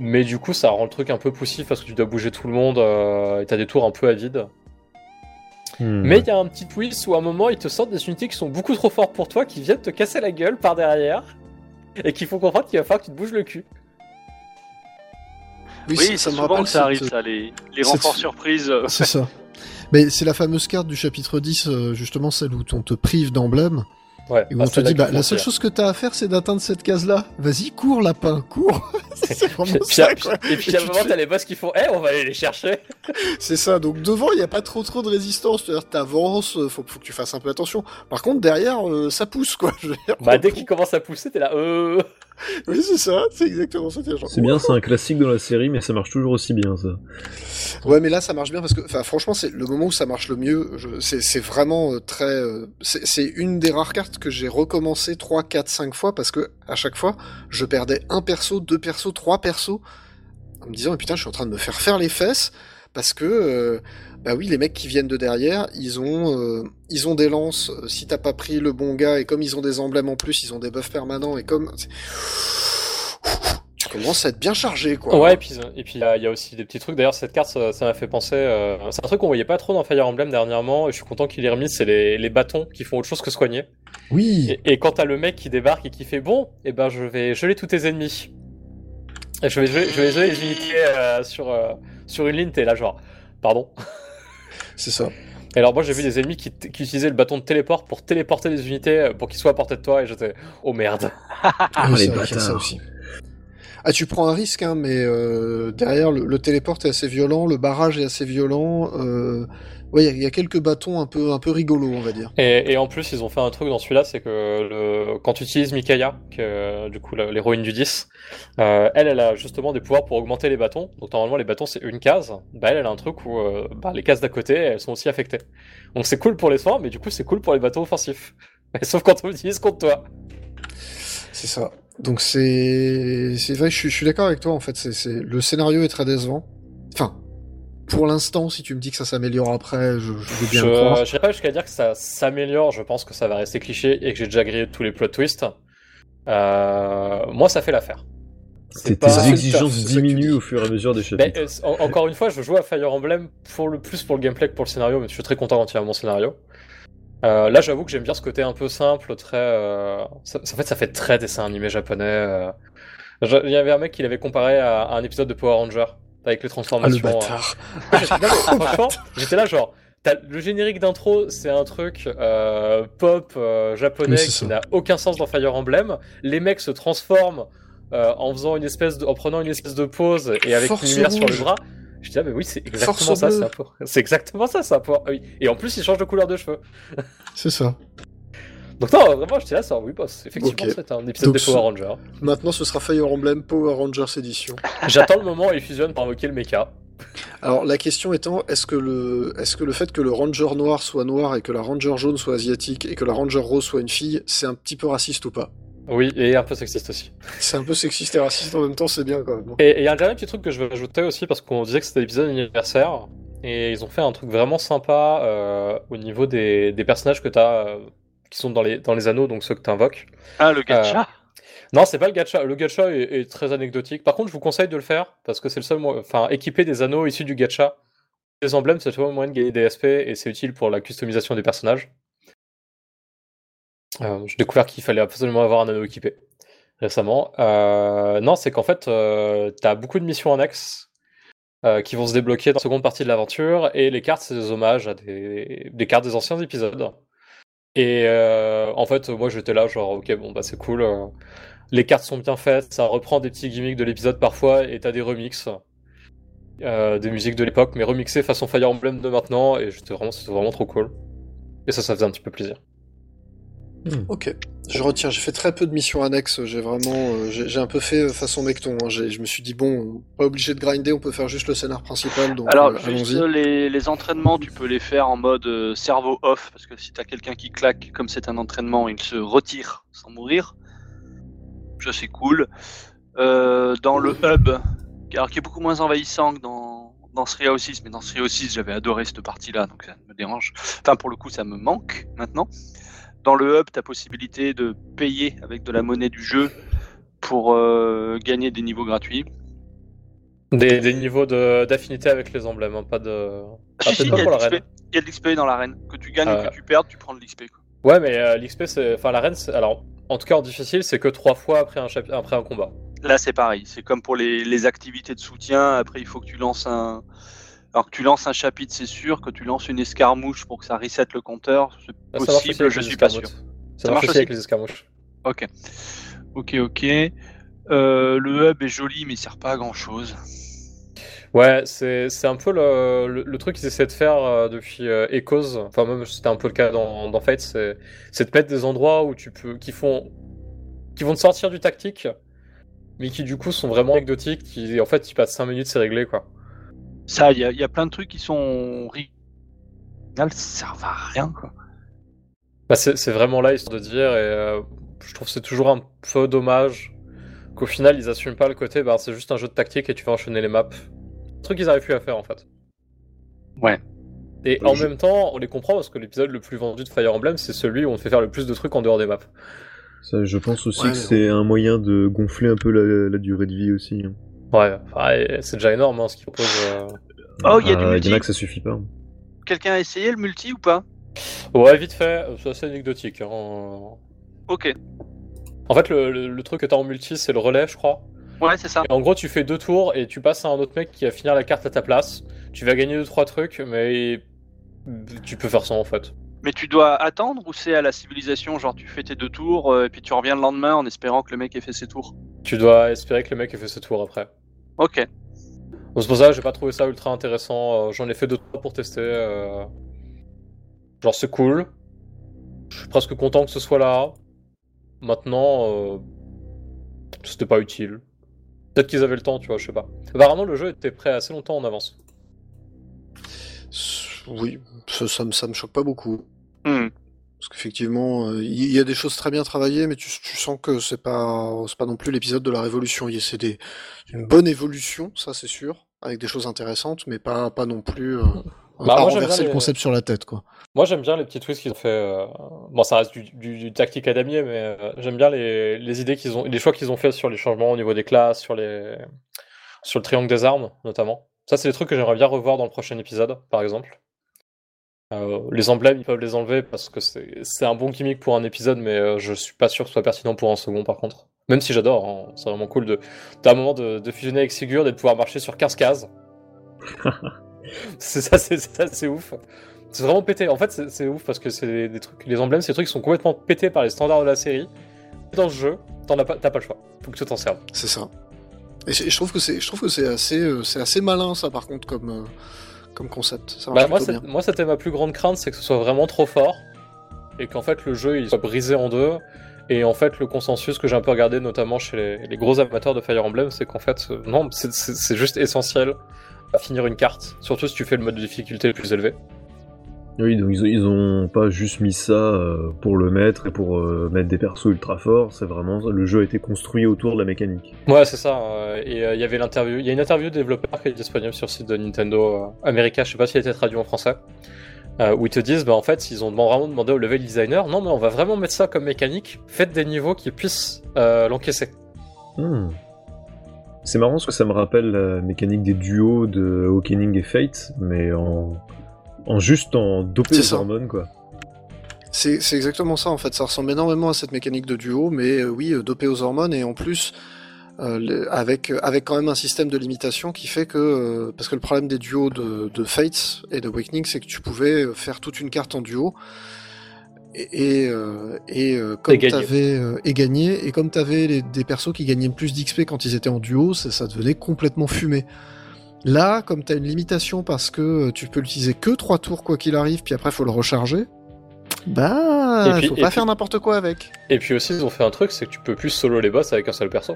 Speaker 5: Mais du coup, ça rend le truc un peu poussif parce que tu dois bouger tout le monde euh, et t'as des tours un peu à vide.
Speaker 3: Hmm.
Speaker 5: Mais il y a un petit twist où à un moment ils te sortent des unités qui sont beaucoup trop fortes pour toi, qui viennent te casser la gueule par derrière, et qui font comprendre qu'il va falloir que tu te bouges le cul.
Speaker 4: Oui, ça souvent que ça
Speaker 1: cette- euh,
Speaker 4: arrive, ça, les, les
Speaker 1: cette-
Speaker 4: renforts surprises. euh,
Speaker 6: C'est ça. Mais c'est la fameuse carte du chapitre 10, euh, justement celle où on te prive d'emblème,
Speaker 5: Ouais.
Speaker 6: et où
Speaker 5: bah,
Speaker 6: on te
Speaker 5: celle-là
Speaker 6: dit,
Speaker 5: qui
Speaker 6: bah,
Speaker 5: me
Speaker 6: la
Speaker 5: fait
Speaker 6: seule
Speaker 5: rire.
Speaker 6: chose que t'as à faire, c'est d'atteindre cette case-là. Vas-y, cours, lapin, cours C'est vraiment
Speaker 5: Puis-
Speaker 6: ça,
Speaker 5: puis-
Speaker 6: quoi.
Speaker 5: Et puis à un
Speaker 6: tu te
Speaker 5: moment
Speaker 6: fais-
Speaker 5: t'as les boss qui font, eh, on va aller les chercher.
Speaker 6: C'est ça, donc devant, il n'y a pas trop trop de résistance. C'est-à-dire, t'avances, euh, faut, faut que tu fasses un peu attention. Par contre, derrière, euh, ça pousse, quoi. Je veux dire,
Speaker 5: Bah dès qu'ils commencent à pousser, t'es là, euh.
Speaker 1: Oui, c'est ça, c'est exactement ça. Tiens, genre,
Speaker 3: C'est bien, c'est un classique de la série, mais ça marche toujours aussi bien, ça.
Speaker 1: Ouais, mais là, ça marche bien parce que, enfin, franchement, c'est le moment où ça marche le mieux. Je- C'est c'est vraiment euh, très. euh, C'est c'est une des rares cartes que j'ai recommencé 3, 4, 5 fois parce que, à chaque fois, je perdais un perso, deux persos, trois persos en me disant, mais putain, je suis en train de me faire faire les fesses parce que, euh, bah oui, les mecs qui viennent de derrière, ils ont, euh, ils ont des lances. euh, Si t'as pas pris le bon gars et comme ils ont des emblèmes en plus, ils ont des buffs permanents et comme. Tu commences à être bien chargé, quoi.
Speaker 5: Ouais, et puis euh, et puis, il y, a- il y a aussi des petits trucs. D'ailleurs, cette carte, ça ça m'a fait penser. euh, c'est un truc qu'on voyait pas trop dans Fire Emblem dernièrement. Et je suis content qu'il ait remis. C'est les, les bâtons qui font autre chose que soigner.
Speaker 3: Mm.
Speaker 6: Oui,
Speaker 5: Et, et quand t'as le mec qui débarque et qui fait bon, eh ben je vais geler tous tes ennemis. Et je vais geler, je vais geler les unités euh, sur euh, sur une ligne. T'es là genre, pardon.
Speaker 1: c'est ça.
Speaker 5: Et alors moi j'ai vu des ennemis qui, t- qui utilisaient le bâton de téléport pour téléporter des unités euh, pour qu'ils soient à portée de toi. Et j'étais oh merde.
Speaker 1: Ah,
Speaker 3: les
Speaker 1: c'est vrai qu'il y a ça
Speaker 3: bâtards.
Speaker 1: aussi. Ah, tu prends un risque, hein, mais euh, derrière, le, le téléport est assez violent, le barrage est assez violent. Euh... Ouais, il y a- il y, a quelques bâtons un peu, un peu rigolos, on va dire.
Speaker 5: Et, et en plus, ils ont fait un truc dans celui-là, c'est que le, quand tu utilises Mikaya, que, euh, du coup la- l'héroïne du 10, euh, elle, elle a justement des pouvoirs pour augmenter les bâtons. Donc normalement, les bâtons, c'est une case. Bah, elle, elle a un truc où euh, bah, les cases d'à côté, elles sont aussi affectées. Donc c'est cool pour les soins, mais du coup, c'est cool pour les bâtons offensifs. Mais sauf quand on l'utilise contre toi.
Speaker 1: C'est ça. Donc c'est, c'est vrai, je suis, je suis d'accord avec toi. En fait, c'est, c'est- le scénario est très décevant. Enfin, pour l'instant, si tu me dis que ça s'améliore après, je, je veux bien le croire.
Speaker 5: Je n'irai pas jusqu'à dire que ça s'améliore, je pense que ça va rester cliché et que j'ai déjà grillé tous les plot twists. Euh, moi, ça fait l'affaire.
Speaker 3: Tes
Speaker 5: pas-
Speaker 3: tes
Speaker 5: c'est le
Speaker 3: exigences
Speaker 1: taf, c'est ça que tu
Speaker 3: diminuent
Speaker 1: dis.
Speaker 3: au fur et à mesure des
Speaker 5: Ben,
Speaker 3: chapitres.
Speaker 5: euh, c- en- encore une fois, je joue à Fire Emblem pour le plus pour le gameplay que pour le scénario, mais je suis très content quand il y a mon scénario. Euh, là, j'avoue que j'aime bien ce côté un peu simple, très. euh, ça- en fait, ça fait très dessin animé japonais. euh. Je- Il y avait un mec qui l'avait comparé à, à un épisode de Power Ranger avec
Speaker 1: Ah,
Speaker 5: les
Speaker 1: le
Speaker 5: transformations. euh.
Speaker 1: bâtard.
Speaker 5: Ouais, j'étais- non, mais franchement, j'étais là genre. t'as Le générique d'intro, c'est un truc euh, pop euh, japonais
Speaker 6: Oui, c'est
Speaker 5: qui
Speaker 6: ça.
Speaker 5: n'a aucun sens dans Fire Emblem. Les mecs se transforment euh, en faisant une espèce, de, en prenant une espèce de pause et avec
Speaker 1: Force
Speaker 5: l'univers sur le
Speaker 1: rouge.
Speaker 5: bras. Je dis ah mais oui c'est exactement
Speaker 1: Force
Speaker 5: ça,
Speaker 1: bleue.
Speaker 5: c'est un peu- c'est exactement ça, c'est un peu- ah oui. Et en plus ils changent de couleur de cheveux.
Speaker 6: c'est ça.
Speaker 5: Donc non vraiment j'étais là ça oui bah, c'est- effectivement
Speaker 1: Ok.
Speaker 5: c'est un épisode
Speaker 6: Donc,
Speaker 5: des Power Rangers.
Speaker 1: Maintenant, ce sera Fire Emblem Power Rangers Edition.
Speaker 5: J'attends le moment où ils fusionnent pour invoquer le mecha.
Speaker 1: Alors la question étant, est-ce que le, est-ce que le fait que le ranger noir soit noir et que la ranger jaune soit asiatique et que la ranger rose soit une fille, c'est un petit peu raciste ou pas
Speaker 5: Oui et un peu sexiste aussi.
Speaker 1: C'est un peu sexiste et raciste en même temps, c'est bien quand même.
Speaker 5: Et, et un dernier petit truc que je veux ajouter aussi, parce qu'on disait que c'était l'épisode anniversaire, et ils ont fait un truc vraiment sympa euh, au niveau des, des personnages que t'as, euh, qui sont dans les, dans les anneaux, donc ceux que t'invoques.
Speaker 4: Ah, le
Speaker 5: Euh,
Speaker 4: gacha
Speaker 5: Non, c'est pas le gacha. Le gacha est, est très anecdotique. Par contre, je vous conseille de le faire, parce que c'est le seul moyen. Enfin, équiper des anneaux issus du gacha, des emblèmes, c'est le seul moyen de gagner des SP, et c'est utile pour la customisation des personnages. Euh, J'ai découvert qu'il fallait absolument avoir un anneau équipé récemment. Euh, non, c'est qu'en fait, euh, t'as beaucoup de missions annexes euh, qui vont se débloquer dans la seconde partie de l'aventure, et les cartes, c'est des hommages à des, des cartes des anciens épisodes. Et euh, en fait, moi j'étais là, genre, ok, bon, bah c'est cool. euh, les cartes sont bien faites, ça reprend des petits gimmicks de l'épisode parfois, et t'as des remixes. euh, des musiques de l'époque, mais remixées façon Fire Emblem de maintenant, et j'étais vraiment, c'était vraiment trop cool. Et ça, ça faisait un petit peu plaisir.
Speaker 1: Ok, je retiens. J'ai fait très peu de missions annexes. J'ai vraiment, euh, j'ai j'ai un peu fait euh, façon mecton. hein. J'ai- Je me suis dit bon, pas obligé de grinder, on peut faire juste le scénar principal. Donc
Speaker 4: Alors,
Speaker 1: euh,
Speaker 4: juste,
Speaker 1: allons-y.
Speaker 4: euh, les, les entraînements, tu peux les faire en mode euh, cerveau off, parce que si t'as quelqu'un qui claque, comme c'est un entraînement, il se retire sans mourir. Ça, c'est cool. Euh, dans le hub, alors qui est beaucoup moins envahissant que dans, dans 6, mais dans 6, j'avais adoré cette partie-là, donc ça me dérange. Enfin, pour le coup, ça me manque maintenant. Dans le hub, t'as possibilité de payer avec de la monnaie du jeu pour euh, gagner des niveaux gratuits.
Speaker 5: Des, des niveaux de- d'affinité avec les emblèmes, hein, pas de.
Speaker 4: Si,
Speaker 5: Ah,
Speaker 4: si,
Speaker 5: peut-être
Speaker 4: il y,
Speaker 5: pas
Speaker 4: a
Speaker 5: pour la
Speaker 4: de l'XP.
Speaker 5: reine.
Speaker 4: Il y a de l'XP dans l'arène. Que tu gagnes
Speaker 5: Euh.
Speaker 4: ou que tu perdes, tu prends de l'XP. quoi.
Speaker 5: Ouais, mais euh, l'XP, c'est. Enfin, l'arène, c'est- alors, en tout cas en difficile, c'est que trois fois après un, chapi- après un combat.
Speaker 4: Là, c'est pareil. C'est comme pour les, les activités de soutien. Après, il faut que tu lances un. Alors que tu lances un chapitre, c'est sûr. Que tu lances une escarmouche pour que ça reset le compteur. c'est
Speaker 5: Ah, ça marche aussi
Speaker 4: Possible,
Speaker 5: avec
Speaker 4: je
Speaker 5: les
Speaker 4: suis pas sûr.
Speaker 5: escarmoutes. Ça marche aussi avec les escarmouches.
Speaker 4: Ok. Ok, ok. Euh, le hub est joli, mais il sert pas à grand chose.
Speaker 5: Ouais, c'est c'est un peu le, le, le truc qu'ils essaient de faire euh, depuis euh, Echoes. Enfin, même c'était un peu le cas dans, dans Fate, c'est c'est de mettre des endroits où tu peux qui font qui vont te sortir du tactique, mais qui du coup sont vraiment anecdotiques, qui en fait ils passent 5 minutes, c'est réglé quoi.
Speaker 4: Ça, il y, a- il y a plein de trucs qui sont ri- Au final, ça servent à rien, quoi.
Speaker 5: Bah, c'est c'est vraiment là histoire de dire, et euh, je trouve que c'est toujours un peu dommage qu'au final ils assument pas le côté, bah c'est juste un jeu de tactique et tu vas enchaîner les maps. Un truc qu'ils arrivent plus à faire en fait.
Speaker 4: Ouais.
Speaker 5: Et en même temps, on les comprend parce que l'épisode le plus vendu de Fire Emblem, c'est celui où on te fait faire le plus de trucs en dehors des maps.
Speaker 3: Ça, je pense aussi
Speaker 1: Ouais,
Speaker 3: que
Speaker 1: mais
Speaker 3: c'est un moyen de gonfler un peu la, la durée de vie aussi. hein.
Speaker 5: Ouais, enfin, et c'est déjà énorme hein, ce qu'ils proposent. euh.
Speaker 4: Oh, il y a du
Speaker 3: Ah,
Speaker 4: multi.
Speaker 3: en a que ça suffit pas.
Speaker 4: Quelqu'un a essayé le multi ou pas
Speaker 5: Ouais, vite fait, euh, c'est assez anecdotique. hein.
Speaker 4: Ok.
Speaker 5: En fait, le, le- le truc que t'as en multi, c'est le relais, je crois.
Speaker 4: Ouais, c'est ça.
Speaker 5: Et en gros, tu fais deux tours et tu passes à un autre mec qui va finir la carte à ta place. Tu vas gagner deux trois trucs, mais tu peux faire ça en fait.
Speaker 4: Mais tu dois attendre ou c'est à la civilisation Genre, tu fais tes deux tours euh, et puis tu reviens le lendemain en espérant que le mec ait fait ses tours.
Speaker 5: Tu dois espérer que le mec ait fait ce tour après.
Speaker 4: Ok.
Speaker 5: Bon, c'est pour ça que j'ai pas trouvé ça ultra intéressant. Euh, J'en ai fait deux trois pour tester. euh. Genre, c'est cool. Je suis presque content que ce soit là. Maintenant, euh, c'était pas utile. Peut-être qu'ils avaient le temps, tu vois, je sais pas. Apparemment, le jeu était prêt assez longtemps en avance.
Speaker 4: euh,
Speaker 1: Oui, ça, ça, me, ça me choque pas beaucoup.
Speaker 4: Hmm.
Speaker 1: Parce qu'effectivement, euh, il y a des choses très bien travaillées, mais tu, tu sens que c'est pas, c'est pas non plus l'épisode de la Révolution. Il y a- C'est des- une bonne évolution, ça c'est sûr, avec des choses intéressantes, mais pas, pas non plus. euh, on va
Speaker 5: Bah, moi,
Speaker 1: pas
Speaker 5: j'aime bien
Speaker 1: renverser le
Speaker 5: les-
Speaker 1: concept sur la tête, quoi.
Speaker 5: Moi, j'aime bien les petits twists qu'ils ont fait. euh, Bon, ça reste du, du- du tactique à damier, mais euh, j'aime bien les, les idées qu'ils ont, les choix qu'ils ont fait sur les changements au niveau des classes, sur les, sur le triangle des armes, notamment. Ça, c'est des trucs que j'aimerais bien revoir dans le prochain épisode, par exemple. Euh, les emblèmes, ils peuvent les enlever parce que c'est c'est un bon gimmick pour un épisode, mais euh, je suis pas sûr que ce soit pertinent pour un second, par contre. Même si j'adore, hein, c'est vraiment cool de, d'un moment de, de fusionner avec Sigurd et de pouvoir marcher sur 15 cases. c'est ça, c'est ça, c'est ouf. C'est vraiment pété. En fait, c'est c'est ouf parce que c'est des, des trucs, les emblèmes, ces trucs qui sont complètement pétés par les standards de la série. Dans ce jeu, t'en as pas, t'as pas le choix. Faut que tu t'en serves.
Speaker 1: C'est ça. Et c'est- je trouve que c'est, je trouve que c'est assez, euh, c'est assez malin ça par contre comme, euh, comme concept. Ça marche
Speaker 5: Bah, moi,
Speaker 1: plutôt bien.
Speaker 5: c'est- moi, c'était ma plus grande crainte, c'est que ce soit vraiment trop fort et qu'en fait le jeu il soit brisé en deux. Et en fait, le consensus que j'ai un peu regardé, notamment chez les, les gros amateurs de Fire Emblem, c'est qu'en fait, euh, non, c'est- c'est c'est juste essentiel à finir une carte, surtout si tu fais le mode de difficulté le plus élevé.
Speaker 3: Oui, donc ils, ils ont pas juste mis ça euh, pour le mettre et pour euh, mettre des persos ultra forts. C'est vraiment le jeu a été construit autour de la mécanique.
Speaker 5: Ouais, c'est ça. euh, Et euh, il y avait l'interview. Il y a une interview de développeur qui est disponible sur le site de Nintendo euh, America. Je sais pas si elle a été traduite en français. euh, où ils te disent, bah, en fait, ils ont demand- vraiment demandé au level designer, non, mais on va vraiment mettre ça comme mécanique. Faites des niveaux qui puissent euh, l'encaisser.
Speaker 3: Hmm. C'est marrant parce que ça me rappelle la mécanique des duos de Awakening et Fate, mais en, en juste en dopé
Speaker 1: C'est
Speaker 3: aux
Speaker 1: ça.
Speaker 3: hormones quoi.
Speaker 1: C'est c'est exactement ça en fait, ça ressemble énormément à cette mécanique de duo, mais euh, oui, euh, dopé aux hormones et en plus euh, le- avec, euh, avec quand même un système de limitation qui fait que, euh, parce que le problème des duos de, de Fates et de Awakening, c'est que tu pouvais euh, faire toute une carte en duo et, et, euh, et, euh, comme
Speaker 5: Et gagner.
Speaker 1: t'avais euh, et gagné et comme t'avais les- des persos qui gagnaient plus d'XP quand ils étaient en duo, ça, ça devenait complètement fumé. Là, comme t'as une limitation parce que euh, tu peux l'utiliser que trois tours quoi qu'il arrive, puis après faut le recharger. Bah,
Speaker 5: Et puis-
Speaker 1: faut
Speaker 5: et
Speaker 1: pas
Speaker 5: puis-
Speaker 1: faire n'importe quoi avec.
Speaker 5: Et puis aussi, ils ont fait un truc, c'est que tu peux plus solo les boss avec un seul perso.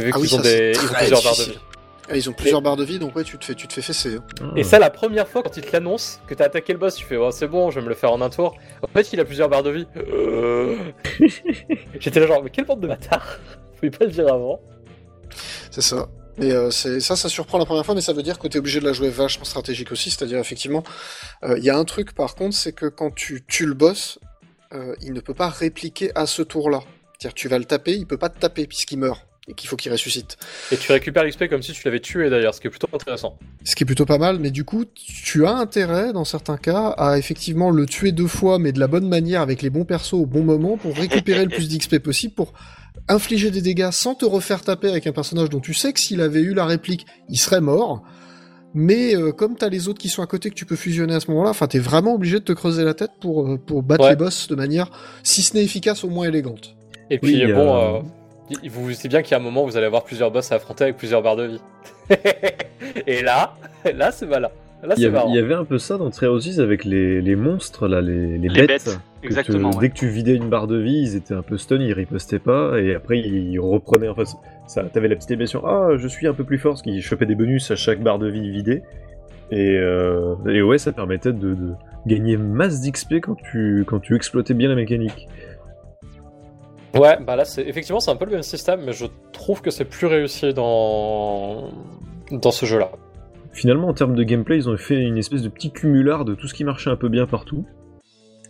Speaker 5: Vu
Speaker 1: Ah oui,
Speaker 5: qu'ils ont,
Speaker 1: ça, c'est
Speaker 5: des- ils ont
Speaker 1: très
Speaker 5: plusieurs barres de vie.
Speaker 1: difficile. Et Ah, ils ont plusieurs barres de vie, donc ouais, tu te fais, tu te fais fesser. hein.
Speaker 3: Ah.
Speaker 5: Et ça, la première fois, quand ils te l'annoncent, que t'as attaqué le boss, tu fais oh, c'est bon, je vais me le faire en un tour. En fait, il a plusieurs barres de vie. Euh. J'étais là, genre, mais quelle bande de bâtard Vous pouvez pas le dire avant.
Speaker 1: C'est ça. Et euh, c'est ça, ça surprend la première fois, mais ça veut dire que t'es obligé de la jouer vachement stratégique aussi. C'est-à-dire effectivement, euh, il y a un truc par contre, c'est que quand tu tues le boss, euh, il ne peut pas répliquer à ce tour-là. C'est-à-dire tu vas le taper, il peut pas te taper puisqu'il meurt et qu'il faut qu'il ressuscite.
Speaker 5: Et tu récupères l'XP comme si tu l'avais tué d'ailleurs, ce qui est plutôt intéressant.
Speaker 1: Ce qui est plutôt pas mal, mais du coup, tu as intérêt, dans certains cas, à effectivement le tuer deux fois, mais de la bonne manière, avec les bons persos au bon moment, pour récupérer le plus d'XP possible, pour infliger des dégâts sans te refaire taper avec un personnage dont tu sais que s'il avait eu la réplique, il serait mort. Mais euh, comme t'as les autres qui sont à côté que tu peux fusionner à ce moment-là, enfin t'es vraiment obligé de te creuser la tête pour, euh, pour battre
Speaker 5: Ouais.
Speaker 1: les boss de manière, si ce n'est efficace, au moins élégante.
Speaker 5: Et puis,
Speaker 3: Oui,
Speaker 5: bon,
Speaker 3: euh,
Speaker 5: euh, il- vous vous doutez bien qu'il y a un moment, vous allez avoir plusieurs boss à affronter avec plusieurs barres de vie. Et là, là, c'est malin. Là,
Speaker 3: Il y,
Speaker 5: c'est
Speaker 3: avait,
Speaker 5: marrant.
Speaker 3: il y avait un peu ça dans Treosis avec les, les monstres, là, les, les
Speaker 4: Les
Speaker 3: bêtes.
Speaker 4: bêtes,
Speaker 3: que
Speaker 4: exactement.
Speaker 3: te-
Speaker 4: ouais.
Speaker 3: Dès que tu vidais une barre de vie, ils étaient un peu stun, ils ripostaient pas, et après ils reprenaient. En fait, Ça, t'avais la petite émission. Ah, je suis un peu plus fort, ce qui chopait des bonus à chaque barre de vie vidée. Et, euh, et ouais, ça permettait de, de gagner masse d'XP quand tu, quand tu exploitais bien la mécanique.
Speaker 5: Ouais, bah là, c'est effectivement, c'est un peu le même système, mais je trouve que c'est plus réussi dans, dans ce jeu-là.
Speaker 3: Finalement, en termes de gameplay, ils ont fait une espèce de petit cumulard de tout ce qui marchait un peu bien partout.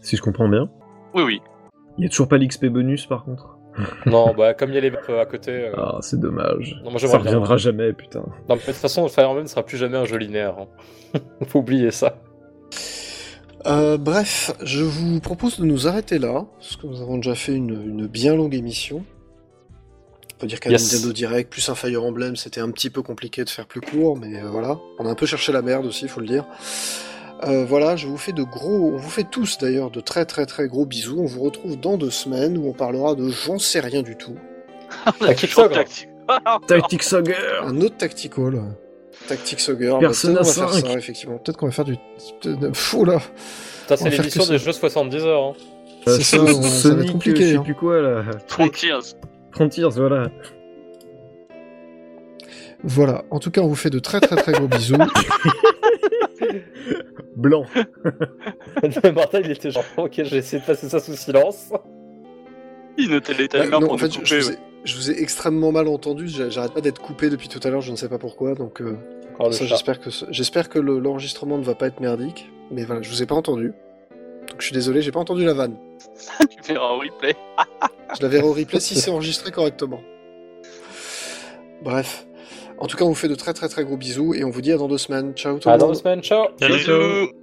Speaker 3: Si je comprends bien.
Speaker 4: Oui, oui.
Speaker 3: Il y a toujours pas l'XP bonus par contre.
Speaker 5: Non, bah, comme il y a les maps à côté. euh,
Speaker 3: Ah, c'est dommage.
Speaker 5: Non, moi,
Speaker 3: ça
Speaker 5: j'aimerais bien.
Speaker 3: reviendra jamais, putain.
Speaker 5: Non, mais de toute façon, Fire Emblem ne sera plus jamais un jeu linéaire. hein. Faut oublier ça.
Speaker 1: Euh, bref, je vous propose de nous arrêter là, parce que nous avons déjà fait une, une bien longue émission. On peut dire qu'un
Speaker 5: Yes.
Speaker 1: Nintendo Direct plus un Fire Emblem, c'était un petit peu compliqué de faire plus court, mais euh, voilà. On a un peu cherché la merde aussi, il faut le dire. Euh, voilà, je vous fais de gros, on vous fait tous d'ailleurs de très très très gros bisous. On vous retrouve dans deux semaines où on parlera de j'en sais rien du tout.
Speaker 4: On
Speaker 5: T'as
Speaker 4: a
Speaker 5: kick
Speaker 4: toujours
Speaker 5: ça,
Speaker 4: tacti-
Speaker 3: Tactic Sager
Speaker 1: Un autre tactical, euh, Tactics Ogre.
Speaker 3: Persona
Speaker 1: Bah, peut-être on va faire
Speaker 3: 5.
Speaker 1: ça, effectivement. Peut-être qu'on va faire du. peut-être- Fou là
Speaker 5: Putain,
Speaker 1: On va
Speaker 5: c'est
Speaker 1: faire
Speaker 5: l'émission
Speaker 1: que ça.
Speaker 5: des jeux 70 heures. hein.
Speaker 3: Euh,
Speaker 1: C'est ça, on- ça va être
Speaker 3: Sonic,
Speaker 1: compliqué,
Speaker 3: je sais
Speaker 1: hein.
Speaker 3: plus quoi là.
Speaker 4: Frontiers.
Speaker 3: Frontiers, voilà.
Speaker 1: Voilà. En tout cas, on vous fait de très très très gros bisous.
Speaker 3: Blanc.
Speaker 5: Martin, il était genre, ok, j'ai essayé de passer ça sous silence.
Speaker 4: Il notait les timers
Speaker 1: Euh, non,
Speaker 4: pour
Speaker 1: en
Speaker 4: nous
Speaker 1: fait, je, je
Speaker 4: couper.
Speaker 1: vous ai, je vous ai extrêmement mal entendu. J'a- J'arrête pas d'être coupé depuis tout à l'heure. Je ne sais pas pourquoi. Donc, euh,
Speaker 5: Encore le
Speaker 1: ça,
Speaker 5: chat.
Speaker 1: j'espère que ce- j'espère que le- l'enregistrement ne va pas être merdique. Mais voilà, je vous ai pas entendu. Donc, je suis désolé, j'ai pas entendu la vanne.
Speaker 4: ouais. Tu verras en replay.
Speaker 1: Je la verrai au replay si c'est enregistré correctement. Bref. En tout cas, on vous fait de très très très gros bisous et on vous dit à dans deux semaines. Ciao tout
Speaker 5: À
Speaker 1: le
Speaker 5: dans
Speaker 1: monde.
Speaker 5: deux semaines, ciao.
Speaker 2: Bisous.